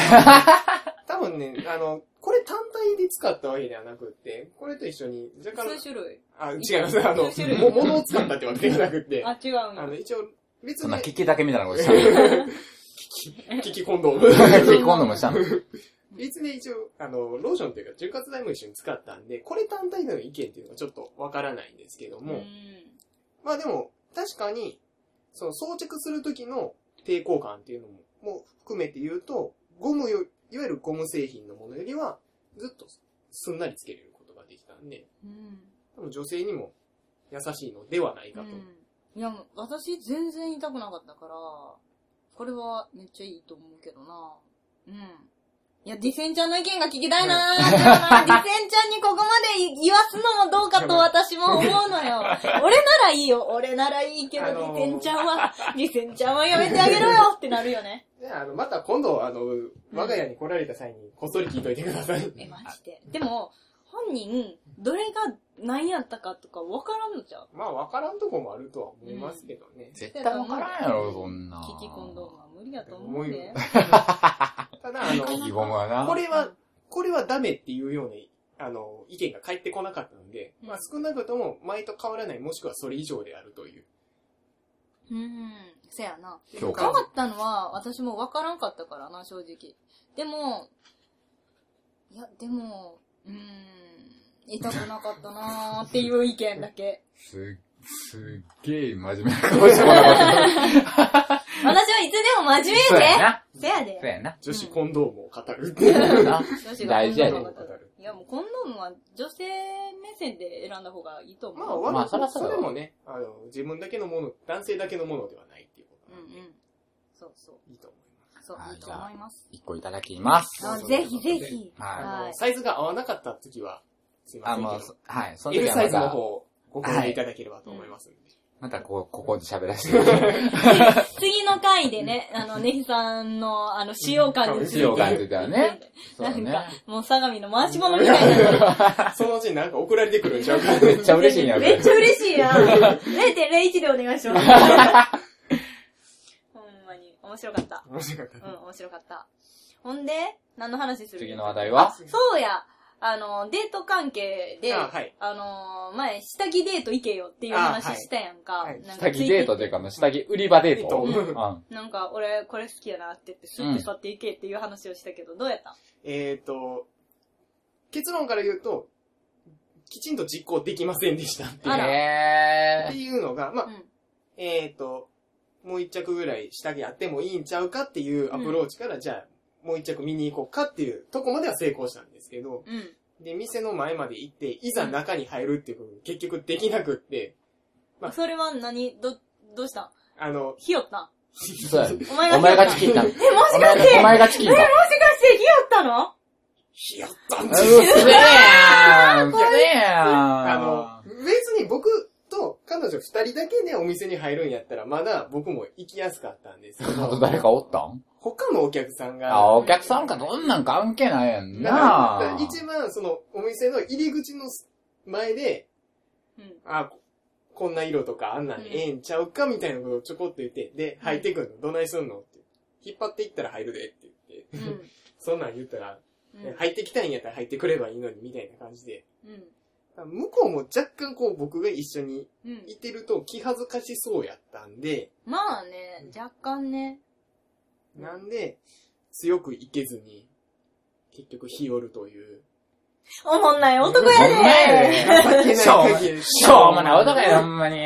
Speaker 3: 多分ね、あの、これ単体で使ったわけではなくって、これと一緒に、若干
Speaker 2: 数、種類。
Speaker 3: あ、違います。あの
Speaker 2: 数種類、
Speaker 3: も、物を使ったってわけではなくって、あ
Speaker 2: あ、違うんや。
Speaker 3: の、一応、別
Speaker 1: そん
Speaker 3: に
Speaker 1: な、聞きだけみたいなことした の。
Speaker 3: 聞き込んど
Speaker 1: 聞 き込んでもしたの。
Speaker 3: 別で一応、あの、ローションというか、潤滑剤も一緒に使ったんで、これ単体での意見っていうのはちょっとわからないんですけど
Speaker 2: う
Speaker 3: も、
Speaker 2: ん。
Speaker 3: まあでも、確かに、その装着する時の抵抗感っていうのも、も含めて言うと、ゴムよ、いわゆるゴム製品のものよりは、ずっとすんなりつけれることができたんで、
Speaker 2: うん。
Speaker 3: 多分女性にも優しいのではないかと。
Speaker 2: うん、いや、もう私全然痛くなかったから、これはめっちゃいいと思うけどな。うん。いや、ディセンちゃんの意見が聞きたいなー、でもなディセンちゃんにここまで言わすのもどうかと私も思うのよ。俺ならいいよ、俺ならいいけど、
Speaker 3: あのー
Speaker 2: ディセンちゃんは、ディセンちゃんはやめてあげろよってなるよ ね。
Speaker 3: じゃあ、あの、また今度、あの、我が家に来られた際に、こっそり聞いといてください。
Speaker 2: え、マジで。でも、本人、どれが何やったかとかわからんのちゃう
Speaker 3: まあ、わからんとこもあるとは思いますけどね。
Speaker 1: 絶対わからんやろ、そんな。
Speaker 2: 聞き込んどんは無理やと思う
Speaker 3: 思う
Speaker 2: ね
Speaker 3: よ。ただ、あの、
Speaker 1: 聞き込むわな。
Speaker 3: これは、これはダメっていうような、あの、意見が返ってこなかったので、
Speaker 2: うん
Speaker 3: まあ少なくとも前と変わらない、もしくはそれ以上であると いう。
Speaker 2: うん、せやな。
Speaker 1: 評
Speaker 2: 変
Speaker 1: 価
Speaker 2: わったのは、私も分からんかったからな、正直。でも、いや、でも、うーん、痛くなかったなーっていう意見だけ。
Speaker 1: す、すっげえ真面目な顔してこなかった。
Speaker 2: 私はいつでも真面
Speaker 1: そう
Speaker 2: 目
Speaker 1: や
Speaker 2: や
Speaker 1: な。
Speaker 2: でせやで
Speaker 1: そうやな。
Speaker 3: 女子コンドームを語る。
Speaker 1: そうやな。
Speaker 2: 女子が
Speaker 1: 大事やで
Speaker 2: コンドームを語るいや、もうコンドームは女性目線で選んだ方がいいと思
Speaker 3: ま
Speaker 2: う。
Speaker 3: あ、わ
Speaker 1: まあそらそ
Speaker 3: そうれもね、あの、自分だけのもの、男性だけのものではないっていうこと
Speaker 2: う
Speaker 3: なんで、
Speaker 2: んうん。そうそう。
Speaker 3: いいと思います。
Speaker 2: そう
Speaker 1: あ、
Speaker 2: いいと思います。
Speaker 1: 一個いただきます。
Speaker 2: あぜひぜひ。
Speaker 1: はい。
Speaker 3: あ
Speaker 2: は
Speaker 3: の、
Speaker 2: い
Speaker 3: サイズが合わなかった時は、すいま
Speaker 1: あ、
Speaker 3: せんけ
Speaker 1: もう
Speaker 3: ど、、
Speaker 1: はい。その時
Speaker 3: L
Speaker 1: は
Speaker 3: サ
Speaker 1: ま
Speaker 3: イズの
Speaker 1: た
Speaker 3: 方、ご購入いただければと思いますんで。
Speaker 1: またこう、ここで喋らせ て。
Speaker 2: 次の回でね、あの、ネヒさんの、あの、使用感について。
Speaker 1: 使用感についてはね。そう
Speaker 2: な
Speaker 1: だ
Speaker 2: ん
Speaker 1: ね
Speaker 2: か。、もう相模の回し物みたいな。
Speaker 3: そのうちになんか送られてくるんちゃうか
Speaker 1: めっちゃ嬉しいんやろ。
Speaker 2: めっちゃ嬉し いな。0.01でお願いします。ほんまに。面白かった。
Speaker 3: 面 白かった
Speaker 2: うん、。面白かった。ほんで、何の話する
Speaker 1: 次の話題は
Speaker 2: そうや。あの、デート関係で、
Speaker 3: あ
Speaker 2: あ,、
Speaker 3: はい
Speaker 2: の、前、下着デート行けよっていう話したやんか。
Speaker 3: あはいはい
Speaker 2: なんか
Speaker 1: 下着デートというか、下着売り場デート。
Speaker 3: デー
Speaker 1: うん。
Speaker 2: なんか、俺、これ好きやなって言って、スッて去っていけっていう話をしたけど、どうやったん
Speaker 3: えっ、と、結論から言うと、きちんと実行できませんでしたっていう
Speaker 2: あら
Speaker 3: っ
Speaker 1: へ
Speaker 3: ていうのが、まあ、
Speaker 2: うん
Speaker 3: えっ、と、もう一着ぐらい下着あってもいいんちゃうかっていうアプローチから、じゃあ、もう一着見に行こうかっていうとこまでは成功したんですけど、
Speaker 2: うん。
Speaker 3: で、店の前まで行って、いざ中に入るっていうこと結局できなくって、まあ
Speaker 2: それは何ど、どうしたん
Speaker 3: あの、
Speaker 2: ひよったん
Speaker 1: ぇー。 そう やね。
Speaker 2: お前が
Speaker 1: お前がチ
Speaker 2: ひ
Speaker 1: キ
Speaker 2: よ
Speaker 1: ン
Speaker 2: った
Speaker 1: だ。お
Speaker 2: んえ、もしか
Speaker 1: 前
Speaker 2: し
Speaker 1: が
Speaker 2: て、、
Speaker 1: お前がチキンだ。
Speaker 2: もしかして、ひよったの
Speaker 3: ひよったん
Speaker 1: う
Speaker 3: で
Speaker 1: ん、
Speaker 3: す
Speaker 1: す
Speaker 3: よ
Speaker 1: げえやん。すげえや
Speaker 3: あ
Speaker 1: ん。
Speaker 3: の、別に僕と彼女二人だけでお店に入るんやったら、まだ僕も行きやすかったんですけ
Speaker 1: あと
Speaker 3: ど、
Speaker 1: 誰かおったん
Speaker 3: 他のお客さんが、
Speaker 1: あ、お客さんかどんなん関係ないやん
Speaker 3: だから
Speaker 1: な
Speaker 3: だから一番そのお店の入り口の前で、
Speaker 2: うん。
Speaker 3: あ、ここんな色とかあんなんええんちゃうかみたいなことをちょこっと言って、で、入ってくんのどないすんのって。引っ張っていったら入るでって言っ
Speaker 2: う
Speaker 3: て。
Speaker 2: ん。
Speaker 3: そんなん言ったら、
Speaker 2: うん
Speaker 3: ね入ってきたいんやったら入ってくればいいのにみたいな感じで。
Speaker 2: うん。
Speaker 3: 向こうも若干こう僕が一緒に
Speaker 2: うん。
Speaker 3: いてると気恥ずかしそうやったんで、
Speaker 2: まあね、若干ね。
Speaker 3: なんで強くいけずに、結局日和るという。
Speaker 2: おもんない男や
Speaker 1: ほんまや
Speaker 2: で
Speaker 1: で
Speaker 3: しょうもない。
Speaker 1: しょうもない男やで、ほんま に。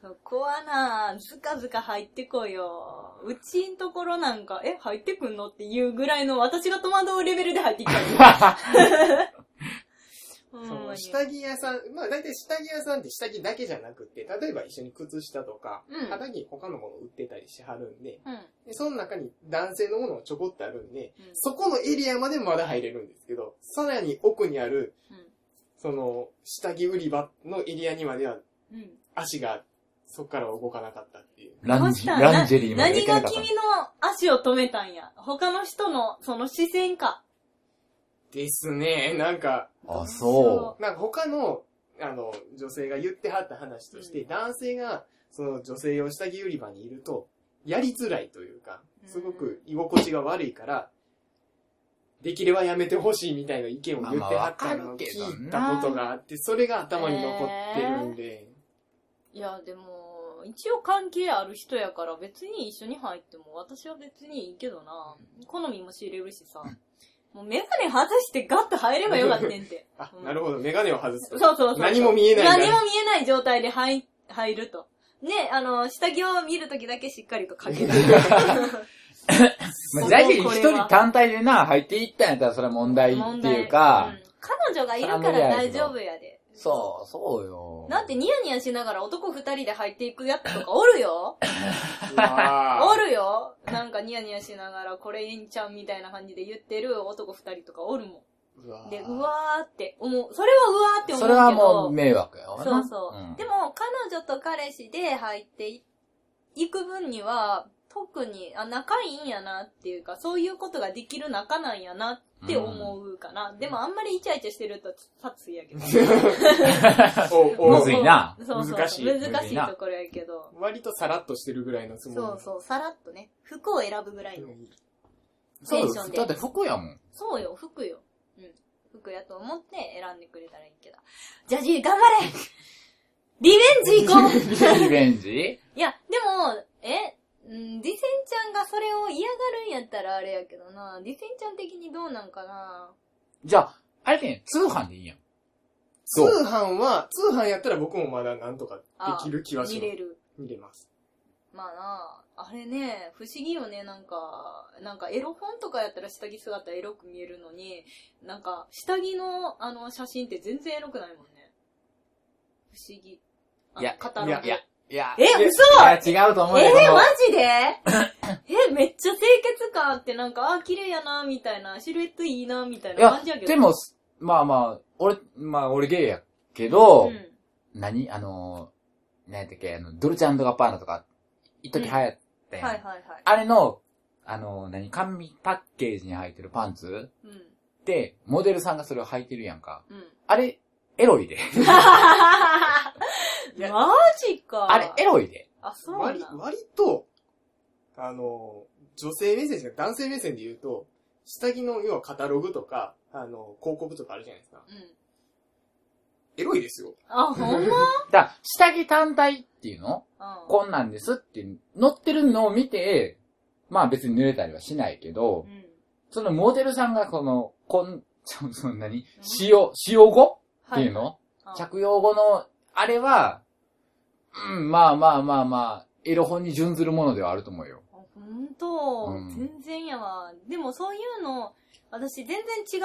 Speaker 2: そこはな、ずかずか入ってこいよ。うちんところなんか、え、入ってくんのっていうぐらいの私が戸惑うレベルで入ってきたよ。ほん
Speaker 3: そ
Speaker 2: ま
Speaker 3: の
Speaker 2: に
Speaker 3: 下着屋さん、まあ大体下着屋さんって下着だけじゃなくて、例えば一緒に靴下とか
Speaker 2: うん、
Speaker 3: 肌着他のもの売ってたりしはるんで、
Speaker 2: うん。
Speaker 3: でその中に男性のものもちょこっとあるんで、
Speaker 2: うん
Speaker 3: そこのエリアまでまだ入れるんですけど、さらに奥にある、その下着売り場のエリアにまでは
Speaker 2: うん。うん。
Speaker 3: 足がそこからは動かなかったっていう。
Speaker 1: ラン
Speaker 2: どうし
Speaker 1: ジ、
Speaker 2: た
Speaker 1: ランジェリーまでい
Speaker 2: 何
Speaker 1: けなか
Speaker 2: が
Speaker 1: った
Speaker 2: 君。の足を止めたんや。他の人の、その視線か。
Speaker 3: ですね、なんか、
Speaker 1: あ、そ
Speaker 3: なんか他の、あの、女性が言ってはった話として、
Speaker 2: う
Speaker 3: 男性が、その女性用下着売り場にいると、やりづらいというか、すごく居心地が悪いから、できればやめてほしいみたいな意見を言ってはったのを聞いたことがあって、それが頭に残ってるんで、
Speaker 2: いや、でも、一応関係ある人やから別に一緒に入っても私は別にいいけどな。好みも知れるしさ。もうメガネ外してガッと入ればよかったんて。
Speaker 3: あ、なるほど、メガネを外す
Speaker 2: そ
Speaker 3: と。
Speaker 2: うそうそう。
Speaker 3: 何も見えない
Speaker 2: 何も見えない状態で入、入ると。ね、あの、下着を見るときだけしっかりとか ける。
Speaker 1: う。まあ、大事に一人単体でな、入っていったんやったらそれは問題
Speaker 2: 問
Speaker 1: って
Speaker 2: 題
Speaker 1: いうか、
Speaker 2: うん彼女がいるから大丈夫やで。
Speaker 1: そう、そうよ。
Speaker 2: なんてニヤニヤしながら男二人で入っていくやつとかおるよ。
Speaker 3: うわー
Speaker 2: おるよ。なんかニヤニヤしながらこれええんちゃんみたいな感じで言ってる男二人とか おるも
Speaker 3: うわ
Speaker 2: ん。
Speaker 3: ー
Speaker 2: で、うわーって思う。それはうわーって思うけど。
Speaker 1: それはもう迷惑やわな。
Speaker 2: そうそう。
Speaker 1: ん
Speaker 2: でも、彼女と彼氏で入ってい行く分には、特に、あ、仲いいんやなっていうか、そういうことができる仲なんやなって思うかな。でも、あんまりイチャイチャしてると、殺意や けど。
Speaker 3: お
Speaker 1: む
Speaker 3: お
Speaker 1: ずいな
Speaker 2: そうそうそう
Speaker 3: 難しい
Speaker 2: 難しいところやけど。
Speaker 3: 割とさらっとしてるぐらいのつもり。
Speaker 2: そうそう、さらっとね、服を選ぶぐらいのテ
Speaker 1: そ
Speaker 2: ン
Speaker 1: う
Speaker 2: ションで
Speaker 1: だっ。て服やもん。
Speaker 2: そうよ、服よ。うん。服やと思って選んでくれたらいいけど。ジャジー、頑張れリベンジ行こう
Speaker 1: リベンジ
Speaker 2: いや、でも、え、うんディセンちゃんがそれを嫌がるんやったらあれやけどな、ディセンちゃん的にどうなんかな。
Speaker 1: じゃあ、あれってね、通販でいいやん。
Speaker 3: 通
Speaker 1: そう
Speaker 3: 販は、通販やったら僕もまだなんとかできる気はし
Speaker 2: 見
Speaker 3: ま
Speaker 2: れ
Speaker 3: す。
Speaker 2: る。
Speaker 3: 見れます。
Speaker 2: まあな、あれね、不思議よね、なんか、なんかエロ本とかやったら下着姿エロく見えるのに、なんか、下着のあの写真って全然エロくないもんね。不思議。あの
Speaker 1: いや
Speaker 2: カタログ。
Speaker 1: いやいや、
Speaker 2: え、
Speaker 1: い
Speaker 2: 嘘
Speaker 1: や違うと思うよ。
Speaker 2: え
Speaker 1: そ
Speaker 2: ー、
Speaker 1: の
Speaker 2: マジで え、めっちゃ清潔感あってなんか、あー、綺麗やな、みたいな、シルエットいいな、みたい
Speaker 1: い
Speaker 2: な
Speaker 1: や
Speaker 2: 感じやけ、ど。
Speaker 1: でも、まあまあ、俺、まあ俺ゲイやけど、
Speaker 2: うん、
Speaker 1: 何あのー、何やったっけ、あの、ドルチャンガッパーナとか、一時流行ったやん。
Speaker 2: はいはいはい。
Speaker 1: あれの、あのー、何紙パッケージに入ってるパンツ
Speaker 2: うん。
Speaker 1: で、モデルさんがそれを履いてるやんか。
Speaker 2: うん。
Speaker 1: あれ、エロいで。
Speaker 3: いや
Speaker 2: マジか。
Speaker 1: あれ、エロいで。
Speaker 2: あ、そうなん
Speaker 3: 割
Speaker 2: だ。
Speaker 3: 割と、あの、女性目線じゃなく男性目線で言うと、下着の、要はカタログとか、あの、広告とかあるじゃないですか。
Speaker 2: うん。
Speaker 3: エロいですよ。
Speaker 2: あ、ほん
Speaker 1: だから下着単体っていうの
Speaker 2: ま
Speaker 1: こんなんですっていう、乗ってるのを見て、まあ別に濡れたりはしないけど
Speaker 2: う、ん。
Speaker 1: そのモデルさんがこの、こん、 ちょ、そんなに、使用、使用後っ
Speaker 2: は
Speaker 1: て
Speaker 2: い
Speaker 1: いうの、
Speaker 2: あ
Speaker 1: 着用後の、あれは、うん、まあまあまあまあ、エロ本に準ずるものではあると思うよ。
Speaker 2: あほんと
Speaker 1: う、ん
Speaker 2: 全然やわ。でもそういうの、私全然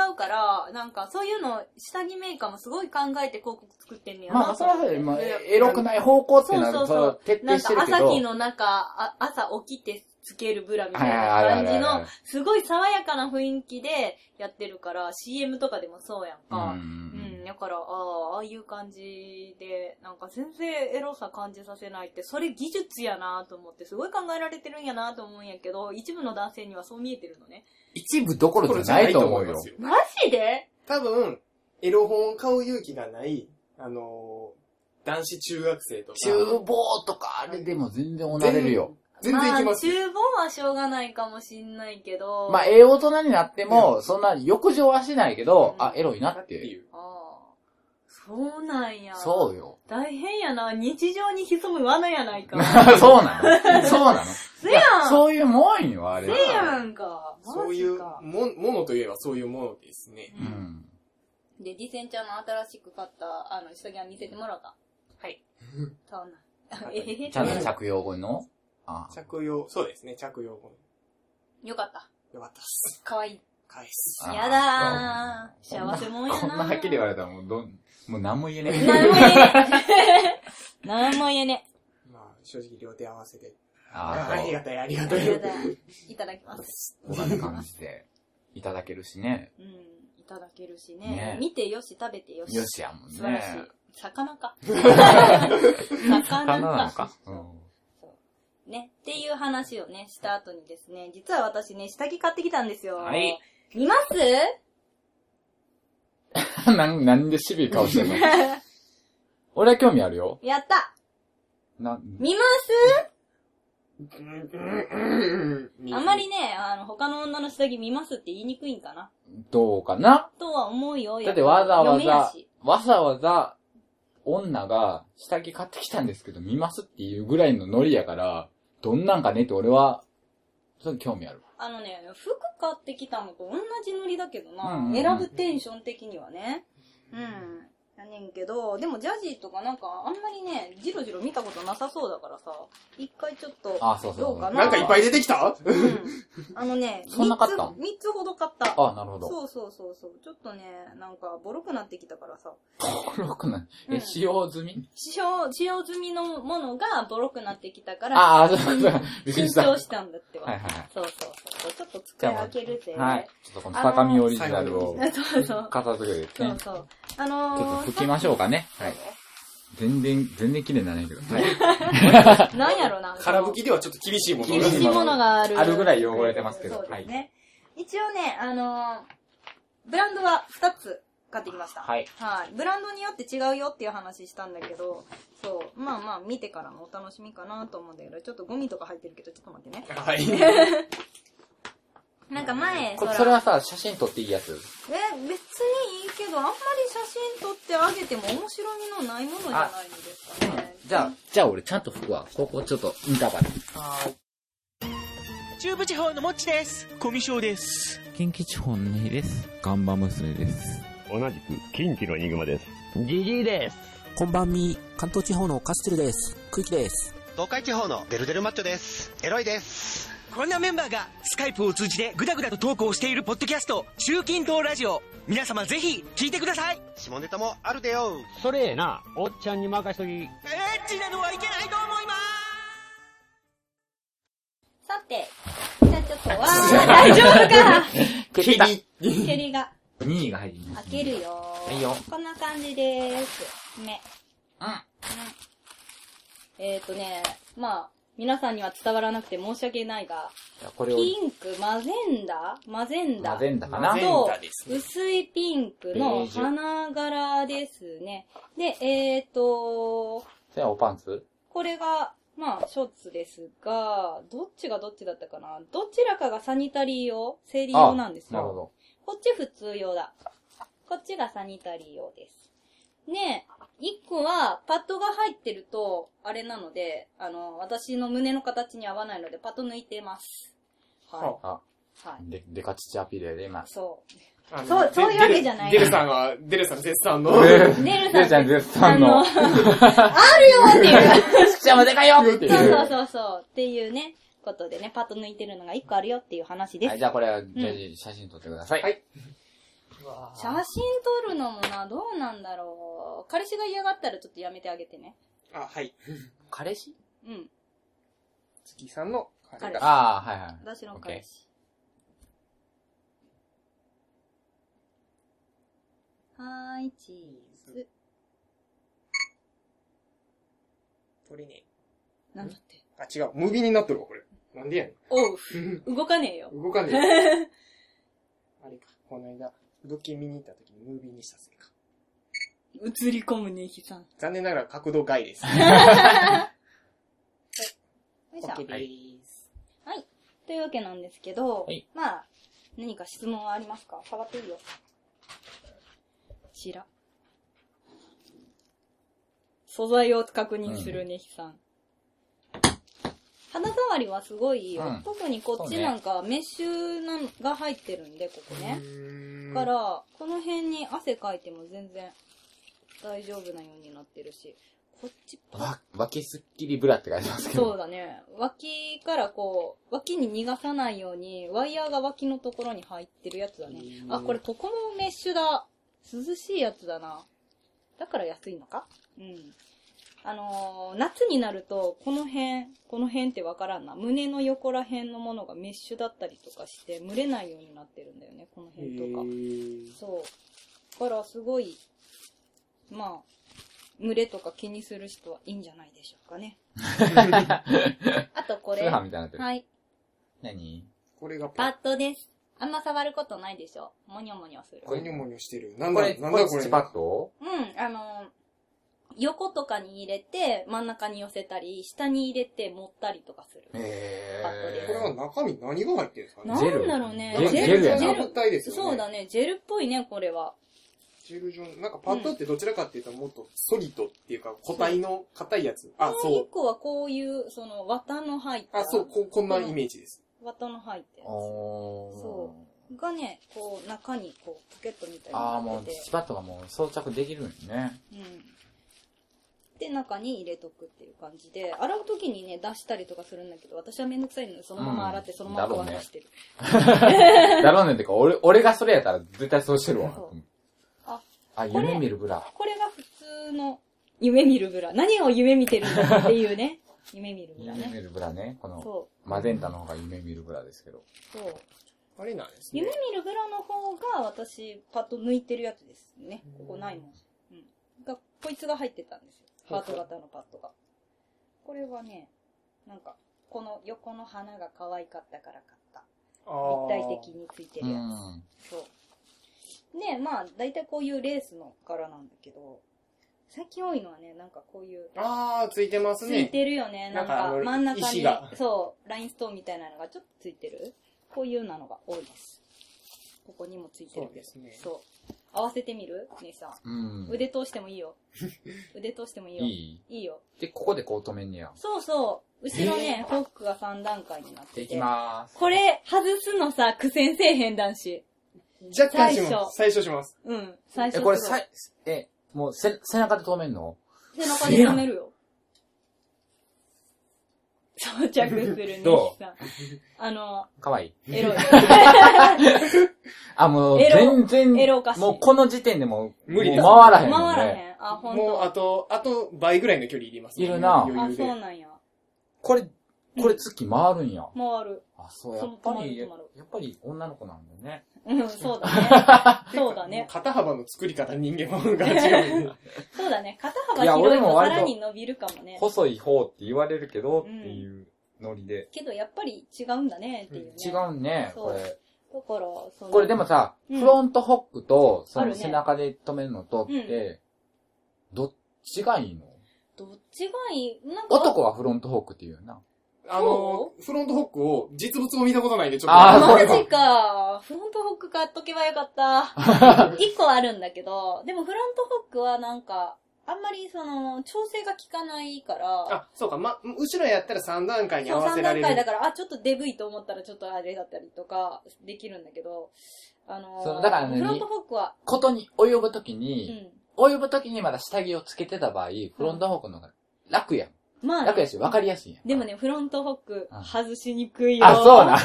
Speaker 2: 違うから、なんかそういうの、下着メーカーもすごい考えて広告作ってんねやな。
Speaker 1: まあ、それは、まあ、
Speaker 3: いや
Speaker 1: エロくない方向っていうの
Speaker 2: そう
Speaker 1: は、
Speaker 2: そ
Speaker 1: そうれ
Speaker 2: そう
Speaker 1: は徹底
Speaker 2: なん
Speaker 1: して
Speaker 2: か
Speaker 1: るけ
Speaker 2: 朝日
Speaker 1: ど、
Speaker 2: の中、あ朝起きてつけるブラみたい
Speaker 1: はいはいはいはい
Speaker 2: な
Speaker 1: はい
Speaker 2: 感じの、すごい爽やかな雰囲気でやってるから、CM とかでもそうやん
Speaker 1: うん
Speaker 2: か。うん、だから、ああ、ああいう感じで、なんか全然エロさ感じさせないって、それ技術やなと思って、すごい考えられてるんやなと思うんやけど、一部の男性にはそう見えてるのね。
Speaker 1: 一部どころじゃないと思う
Speaker 3: こ
Speaker 1: よ
Speaker 3: ろ。じゃな
Speaker 2: マジで
Speaker 3: いと思いますよ。多分、エロ本を買う勇気がない、あの、男子中学生とか。
Speaker 1: 厨房とか、あれでも全然おなれるよ。
Speaker 3: 全然いけますよ。
Speaker 2: あ、厨房はしょうがないかもしんないけど、
Speaker 1: まあ、ええ大人になっても、そんな浴場はしないけど、
Speaker 2: うん
Speaker 1: あ、エロいな
Speaker 3: っ
Speaker 1: ってていう。
Speaker 3: いう。
Speaker 2: ああそうなんや。
Speaker 1: そうよ。
Speaker 2: 大変やな。日常に潜む罠 やないか。
Speaker 1: そうなのそう なの
Speaker 2: せやん
Speaker 1: そういうもんよ、あれは。
Speaker 2: せやんか。
Speaker 3: そう
Speaker 2: マ
Speaker 3: い
Speaker 2: ジ
Speaker 3: う
Speaker 2: か。
Speaker 3: も、ものといえばそういうものですね。
Speaker 1: うん。
Speaker 2: で、ディセンちゃんの新しく買った、あの、下着は見せてもらった。はい。買うな。あ えへへ
Speaker 1: ち。ゃんと着用後のああ
Speaker 3: 着用、そうですね、着用後。
Speaker 2: よかった。
Speaker 3: よかったっす。
Speaker 2: かわいい。
Speaker 3: 返す。
Speaker 1: あ
Speaker 2: やだー。幸せもんやなー。
Speaker 1: こんなはっきり言われたらもうどん、もう何も言えね え。
Speaker 2: なんも言えね え。なんも言えね
Speaker 3: まあ、正直両手合わせて。
Speaker 1: あ
Speaker 3: あ
Speaker 1: あ、
Speaker 3: り
Speaker 1: そ
Speaker 3: がたい、ありが
Speaker 2: え。
Speaker 3: た
Speaker 2: あ
Speaker 3: い。
Speaker 2: りがたい。 いただきます。
Speaker 1: う。こんな感じでいただけるしね。
Speaker 2: うん。いただけるしね。
Speaker 1: ね
Speaker 2: 見てよし、食べてよし。
Speaker 1: よしやもんね。
Speaker 2: 素晴らしい。魚か。
Speaker 1: 魚
Speaker 2: 魚
Speaker 1: なの
Speaker 2: か
Speaker 1: か。。うん。
Speaker 2: ね。っていう話をね、した後にですね、実は私ね、下着買ってきたんですよ。
Speaker 1: はい。
Speaker 2: 見ます
Speaker 1: なん、 なんでシビ顔してんの俺は興味あるよ。
Speaker 2: やった
Speaker 1: な、
Speaker 2: 見ま
Speaker 3: うん
Speaker 2: すあんまり。ね、あの、他の女の下着見ますって言いにくいんかな。
Speaker 1: どうかな
Speaker 2: とは思うよ。
Speaker 1: だってわざわ
Speaker 2: 嫁や
Speaker 1: ざ
Speaker 2: し、
Speaker 1: わざわざ、女が下着買ってきたんですけど見ますっていうぐらいのノリやから、どんなんかねって俺は、ちょっと興味ある。
Speaker 2: あのね、服買ってきたのと同じノリだけどな、
Speaker 1: うんうんうん
Speaker 2: 選ぶテンション的にはね。うん。やねんけど、でもジャジーとかなんかあんまりね、ジロジロ見たことなさそうだからさ、一回ちょっと、
Speaker 1: あ、そうそうそう。
Speaker 2: どうか
Speaker 3: なんかいっぱい出てきた
Speaker 2: うん。あのね、
Speaker 1: そんな買ったん
Speaker 2: 三つ三つほど買った。
Speaker 1: あ、なるほど。
Speaker 2: そうそうそうそう。ちょっとね、なんか、ボロくなってきたからさ。
Speaker 1: ボロくない。
Speaker 2: う
Speaker 1: え、
Speaker 2: ん
Speaker 1: 使用済み
Speaker 2: 使用、使用済みのものがボロくなってきたから、
Speaker 1: ああ、そうそう。びっく
Speaker 2: 新
Speaker 1: りした。は
Speaker 2: 調
Speaker 1: い
Speaker 2: したんだって
Speaker 1: は
Speaker 2: ば。
Speaker 1: いは
Speaker 2: そうそうそう。ちょっと机開けるぜ。
Speaker 1: い。はい。ちょっとこの高見オリジナルを
Speaker 2: そうそう。
Speaker 1: 片付けて
Speaker 2: そ
Speaker 1: ね。
Speaker 2: う
Speaker 1: ち
Speaker 2: そう。あ
Speaker 1: ょ
Speaker 2: の
Speaker 1: っ
Speaker 2: ー、
Speaker 1: と拭きましょうかね。はい。全然、全然綺麗にならないけど。はい。
Speaker 2: なんやろな。
Speaker 3: 空拭きではちょっと厳しいもの
Speaker 2: 厳しいものがある。
Speaker 1: あるぐらい汚れてますけど
Speaker 2: そうですね。一応ね、あのー、ブランドは2つ買ってきました。
Speaker 1: はい。
Speaker 2: はい。ブランドによって違うよっていう話したんだけど、そう。まあまあ、見てからのお楽しみかなと思うんだけど、ちょっとゴミとか入ってるけど、ちょっと待ってね。
Speaker 3: はい。
Speaker 2: なんか前、
Speaker 1: これ
Speaker 2: ら
Speaker 1: それはさ、写真撮っていいやつ。
Speaker 2: え、別にいいけど、あんまり写真撮ってあげても面白みのないものじゃないのですかね。
Speaker 1: じゃあ、じゃあ俺ちゃんと服は、ここちょっとインターバル。
Speaker 4: 中部地方のもっちですコミショです
Speaker 7: 近畿地方のネヒです。ガンバ娘です。
Speaker 8: 同じく近畿のエニグマです。
Speaker 7: ジジイです。
Speaker 9: こんばんみ、関東地方のカステルです。空気です。
Speaker 10: 東海地方のデルデルマッチョです。エロいです。
Speaker 11: こんなメンバーがスカイプを通じてグダグダとトークをしているポッドキャスト中近東ラジオ皆様ぜひ聞いてください
Speaker 10: 下ネタもあるでよ。
Speaker 8: それえな、おっちゃんに任しとき。
Speaker 11: エッチなのはいけないと思います
Speaker 2: さて、じゃあちょっと、わー、大丈夫か
Speaker 1: 蹴り
Speaker 2: 蹴りが。
Speaker 1: !2 位が入ります
Speaker 2: 開けるよー。
Speaker 1: いいよ
Speaker 2: こんな感じでーす。目。うん。えっ、ー、とね、まあ、皆さんには伝わらなくて申し訳ないが、
Speaker 1: じゃあこれを、
Speaker 2: ピンク、マゼンダマゼンダ
Speaker 1: 混ぜんだかな
Speaker 3: 混ぜん
Speaker 2: と
Speaker 3: ダです、ね
Speaker 2: 薄いピンクの花柄ですね。で、えっ、ー、と、
Speaker 1: それはおパンツ
Speaker 2: これが、まあ、ショーツですが、どっちがどっちだったかなどちらかがサニタリー用、生理用なんですよ。
Speaker 1: なるほど。
Speaker 2: こっち普通用だ。こっちがサニタリー用です。ねえ、一個はパッドが入ってると、あれなので、あの、私の胸の形に合わないので、パッド抜いてます。は
Speaker 1: あ、
Speaker 2: い。はい。
Speaker 1: で、でかちちアピールで今。
Speaker 2: そう。
Speaker 3: あの
Speaker 2: そうそういうわけじゃない
Speaker 3: デルデルさんは、デルさん絶賛の。
Speaker 2: ネル
Speaker 1: でち
Speaker 2: さ
Speaker 1: ゃ
Speaker 2: ん
Speaker 1: ん、絶賛の。
Speaker 2: あのあるよっていう。
Speaker 1: ちゃもでかいよってい
Speaker 2: そう
Speaker 1: う。
Speaker 2: そう
Speaker 1: は
Speaker 2: そうそう。っていうね、ことでね、パッド抜いてるのが一個あるよっていう話です。
Speaker 1: い、じゃあこれは、じゃあ写真撮ってください。はい。
Speaker 2: 写真撮るのもな、どうなんだろう。彼氏が嫌がったらちょっとやめてあげてね。
Speaker 3: あ、はい。
Speaker 1: 彼氏
Speaker 2: うん。
Speaker 3: 月さんの彼が。
Speaker 1: ああ、はいはい。
Speaker 2: 私の彼氏。はーい、チーズ。
Speaker 3: 取れね
Speaker 2: なんだって。
Speaker 3: え。あ、違う。無ビになっとるわ、これ。なんでやね
Speaker 2: おう、動かねえよ。
Speaker 3: ん。動かね え。あれか。この間、物件見に行った時にムービーにしたせいか。
Speaker 2: 映り込むね、ひさん。よ
Speaker 3: 残念ながら角度外です。
Speaker 2: いしょ。
Speaker 3: OK で
Speaker 2: は
Speaker 3: ー
Speaker 2: い。
Speaker 3: す。
Speaker 2: というわけなんですけど、
Speaker 1: はい
Speaker 2: まあ、何か質問はありますか触っていいよ。知ら。素材を確認するね、ひさん。肌触りはすごいいいよ。
Speaker 1: うん
Speaker 2: 特にこっちなんか、メッシュなんが入ってるんで、ここね。
Speaker 3: うーん
Speaker 2: から、この辺に汗かいても全然大丈夫なようになってるし、こっち、
Speaker 1: わ、脇すっきりブラって書いてますけど。
Speaker 2: そうだね。脇からこう、脇に逃がさないように、ワイヤーが脇のところに入ってるやつだね。あ、これここもメッシュだ。涼しいやつだな。だから安いのかうん。あのー夏になると、この辺、この辺ってわからんな。胸の横ら辺のものがメッシュだったりとかして、蒸れないようになってるんだよね、この辺とか。そう。だから、すごい、まあ、群れとか気にする人はいいんじゃないでしょうか ね。あとこれ。
Speaker 1: 通販みたいになってる
Speaker 2: はい。
Speaker 1: 何
Speaker 3: これが
Speaker 2: パッドです。あんま触ることないでしょ。もにょもにょする。
Speaker 3: これにょもにょしてる。なんだ、なんだこれ。
Speaker 1: 土パッド
Speaker 2: うん、あの、横とかに入れて、真ん中に寄せたり、下に入れて持ったりとかする。
Speaker 1: え
Speaker 2: パッドです。
Speaker 3: これは中身何が入ってるんですか
Speaker 2: なんだろうね。
Speaker 3: ジェルジェル
Speaker 2: ジェル
Speaker 3: 状態ですよね
Speaker 2: そうだね。ジェルっぽいね、これは。
Speaker 3: ジェル状なんかパッドってどちらかっていうともっとソリッドっていうか固体の硬いやつ。あ、
Speaker 2: この
Speaker 3: そう
Speaker 2: 一。個はこういう、その、綿の入った。
Speaker 3: あ、そう、こ、こんなイメージです。
Speaker 2: 綿の入って。
Speaker 1: おー。
Speaker 2: そう。がね、こう、中に、こう、ポケットみたいに
Speaker 1: ああ、
Speaker 2: な
Speaker 1: も
Speaker 2: っ
Speaker 1: う
Speaker 2: てて。
Speaker 1: 土パッドがもう装着できるんですね。
Speaker 2: うん。で、中に入れとくっていう感じで、洗うときにね、出したりとかするんだけど、私はめんどくさいので、そのまま洗って、
Speaker 1: うん
Speaker 2: その
Speaker 1: だ
Speaker 2: まま
Speaker 1: ろうね
Speaker 2: 壊してる。
Speaker 1: だろうねってか、俺、俺がそれやったら絶対そうしてるわ。
Speaker 2: そうあ、
Speaker 1: あ、
Speaker 2: これ
Speaker 1: 夢見るブラ。
Speaker 2: これが普通の、夢見るブラ。何を夢見てるんだってい うね。夢見るブラ
Speaker 1: 夢
Speaker 2: ね。
Speaker 1: 見るブラね。この
Speaker 2: そ、
Speaker 1: マゼンタの方が夢見るブラですけど。
Speaker 2: そう。
Speaker 3: あれなんですね。
Speaker 2: 夢見るブラの方が、私、パッと抜いてるやつですね。ここないもん。うん。が、こいつが入ってたんですよ。ハート型のパッドが。これはね、なんか、この横の花が可愛かったから買った。立体的についてるや
Speaker 1: うん
Speaker 2: つ。そう。ねまあ、大体こういうレースの柄なんだけど、最近多いのはね、なんかこういう、
Speaker 3: あー、ついてます
Speaker 2: つ
Speaker 3: ね。
Speaker 2: いてるよね。なん
Speaker 3: なんかあ
Speaker 2: か
Speaker 3: の
Speaker 2: 真ん中
Speaker 3: 石
Speaker 2: に
Speaker 3: が、
Speaker 2: そう、ラインストーンみたいなのがちょっとついてる。こういうなのが多いです。ここにもついてるけど。
Speaker 3: そうですね
Speaker 2: そう合わせてみる姉さん。
Speaker 1: うん。
Speaker 2: 腕通してもいいよ。腕通してもいいよ。
Speaker 1: いい
Speaker 2: いいよ。
Speaker 1: で、ここでこう止めんねや。
Speaker 2: そうそう。後ろね、フォックが3段階になってて。
Speaker 1: できまーす。
Speaker 2: これ、外すのさ、苦戦せえへん男子。
Speaker 3: 若干し
Speaker 2: 最
Speaker 3: ま
Speaker 2: 初
Speaker 3: す。最初します。
Speaker 2: うん。最初
Speaker 1: え、
Speaker 2: す
Speaker 1: こ
Speaker 2: ごい
Speaker 1: れさい、え、もう背、背中で止めんの
Speaker 2: 背中に止めるよ。装着する姉
Speaker 1: ど
Speaker 2: さん。あの、
Speaker 1: かわいい。
Speaker 2: エロい。
Speaker 1: あ、もう、
Speaker 2: エロ
Speaker 1: 全然、
Speaker 2: エロおかしい
Speaker 1: もうこの時点でもう、
Speaker 3: 無理です
Speaker 1: もう回らへんもんね。
Speaker 2: 回らへん。あ、ほん
Speaker 3: もう、あ
Speaker 2: と。
Speaker 3: と、あと倍ぐらいの距離いりますね。
Speaker 1: いるな
Speaker 3: 余
Speaker 2: あ、
Speaker 3: 裕
Speaker 2: そ
Speaker 3: で。
Speaker 2: うなんや。
Speaker 1: これ、これ月回るんや。
Speaker 2: 回る。
Speaker 1: あ、そう、や
Speaker 2: そ
Speaker 1: っ
Speaker 2: の
Speaker 1: ぱり、
Speaker 2: 止
Speaker 1: や
Speaker 2: まる止まる
Speaker 1: っぱり女の子なんだよね。
Speaker 2: うん、そうだね。そうだ
Speaker 3: もう
Speaker 2: ね。
Speaker 3: 肩幅の作り方、人間もんが違うんで。
Speaker 2: そうだね。肩
Speaker 1: い
Speaker 2: 幅
Speaker 1: や
Speaker 2: 広
Speaker 1: 俺
Speaker 2: いと
Speaker 1: も
Speaker 2: さ
Speaker 1: 割と
Speaker 2: らに伸びるかもね。
Speaker 1: 細い方って言われるけど、っていうノリで。
Speaker 2: けどやっぱり違うんだねっていうね。
Speaker 1: 違
Speaker 2: だか
Speaker 1: うね、
Speaker 2: そ
Speaker 1: こ
Speaker 2: う
Speaker 1: れ。
Speaker 2: ら、その。
Speaker 1: これでもさ、
Speaker 2: うん
Speaker 1: フロントホックと、そ
Speaker 2: ある
Speaker 1: の
Speaker 2: ね
Speaker 1: 背中で止めるのとって、どっちがいいの
Speaker 2: どっちがいいなんか。
Speaker 1: 男はフロントホックって言うよな。
Speaker 3: あの
Speaker 2: そ、
Speaker 3: フロントホックを実物も見たことないんで、ちょっと。
Speaker 1: あーそう
Speaker 2: マ
Speaker 1: か
Speaker 2: ジ か。フロントホック買っとけばよかった。一個あるんだけど、でもフロントホックはなんか、あんまりその、調整が効かないから、
Speaker 3: あ、そうか、ま、後ろやったら3段階に合
Speaker 2: そう
Speaker 3: わせ
Speaker 2: 3
Speaker 3: られ
Speaker 2: 段階だ
Speaker 3: る。
Speaker 2: から、あ、ちょっとデブいと思ったらちょっとあれだったりとか、できるんだけど、あのー
Speaker 1: そうだからね
Speaker 2: フロントホックは、
Speaker 1: ことに泳ぐとき
Speaker 2: う
Speaker 1: に、
Speaker 2: ん。
Speaker 1: 泳ぐときにまだ下着をつけてた場合、フロントホックの方が楽やん。
Speaker 2: まあ
Speaker 1: 楽
Speaker 2: ね、
Speaker 1: やし、わかりやすいやん。
Speaker 2: でもね、フロントホック
Speaker 1: うん
Speaker 2: 外しにくいよ。
Speaker 1: あ、そうな。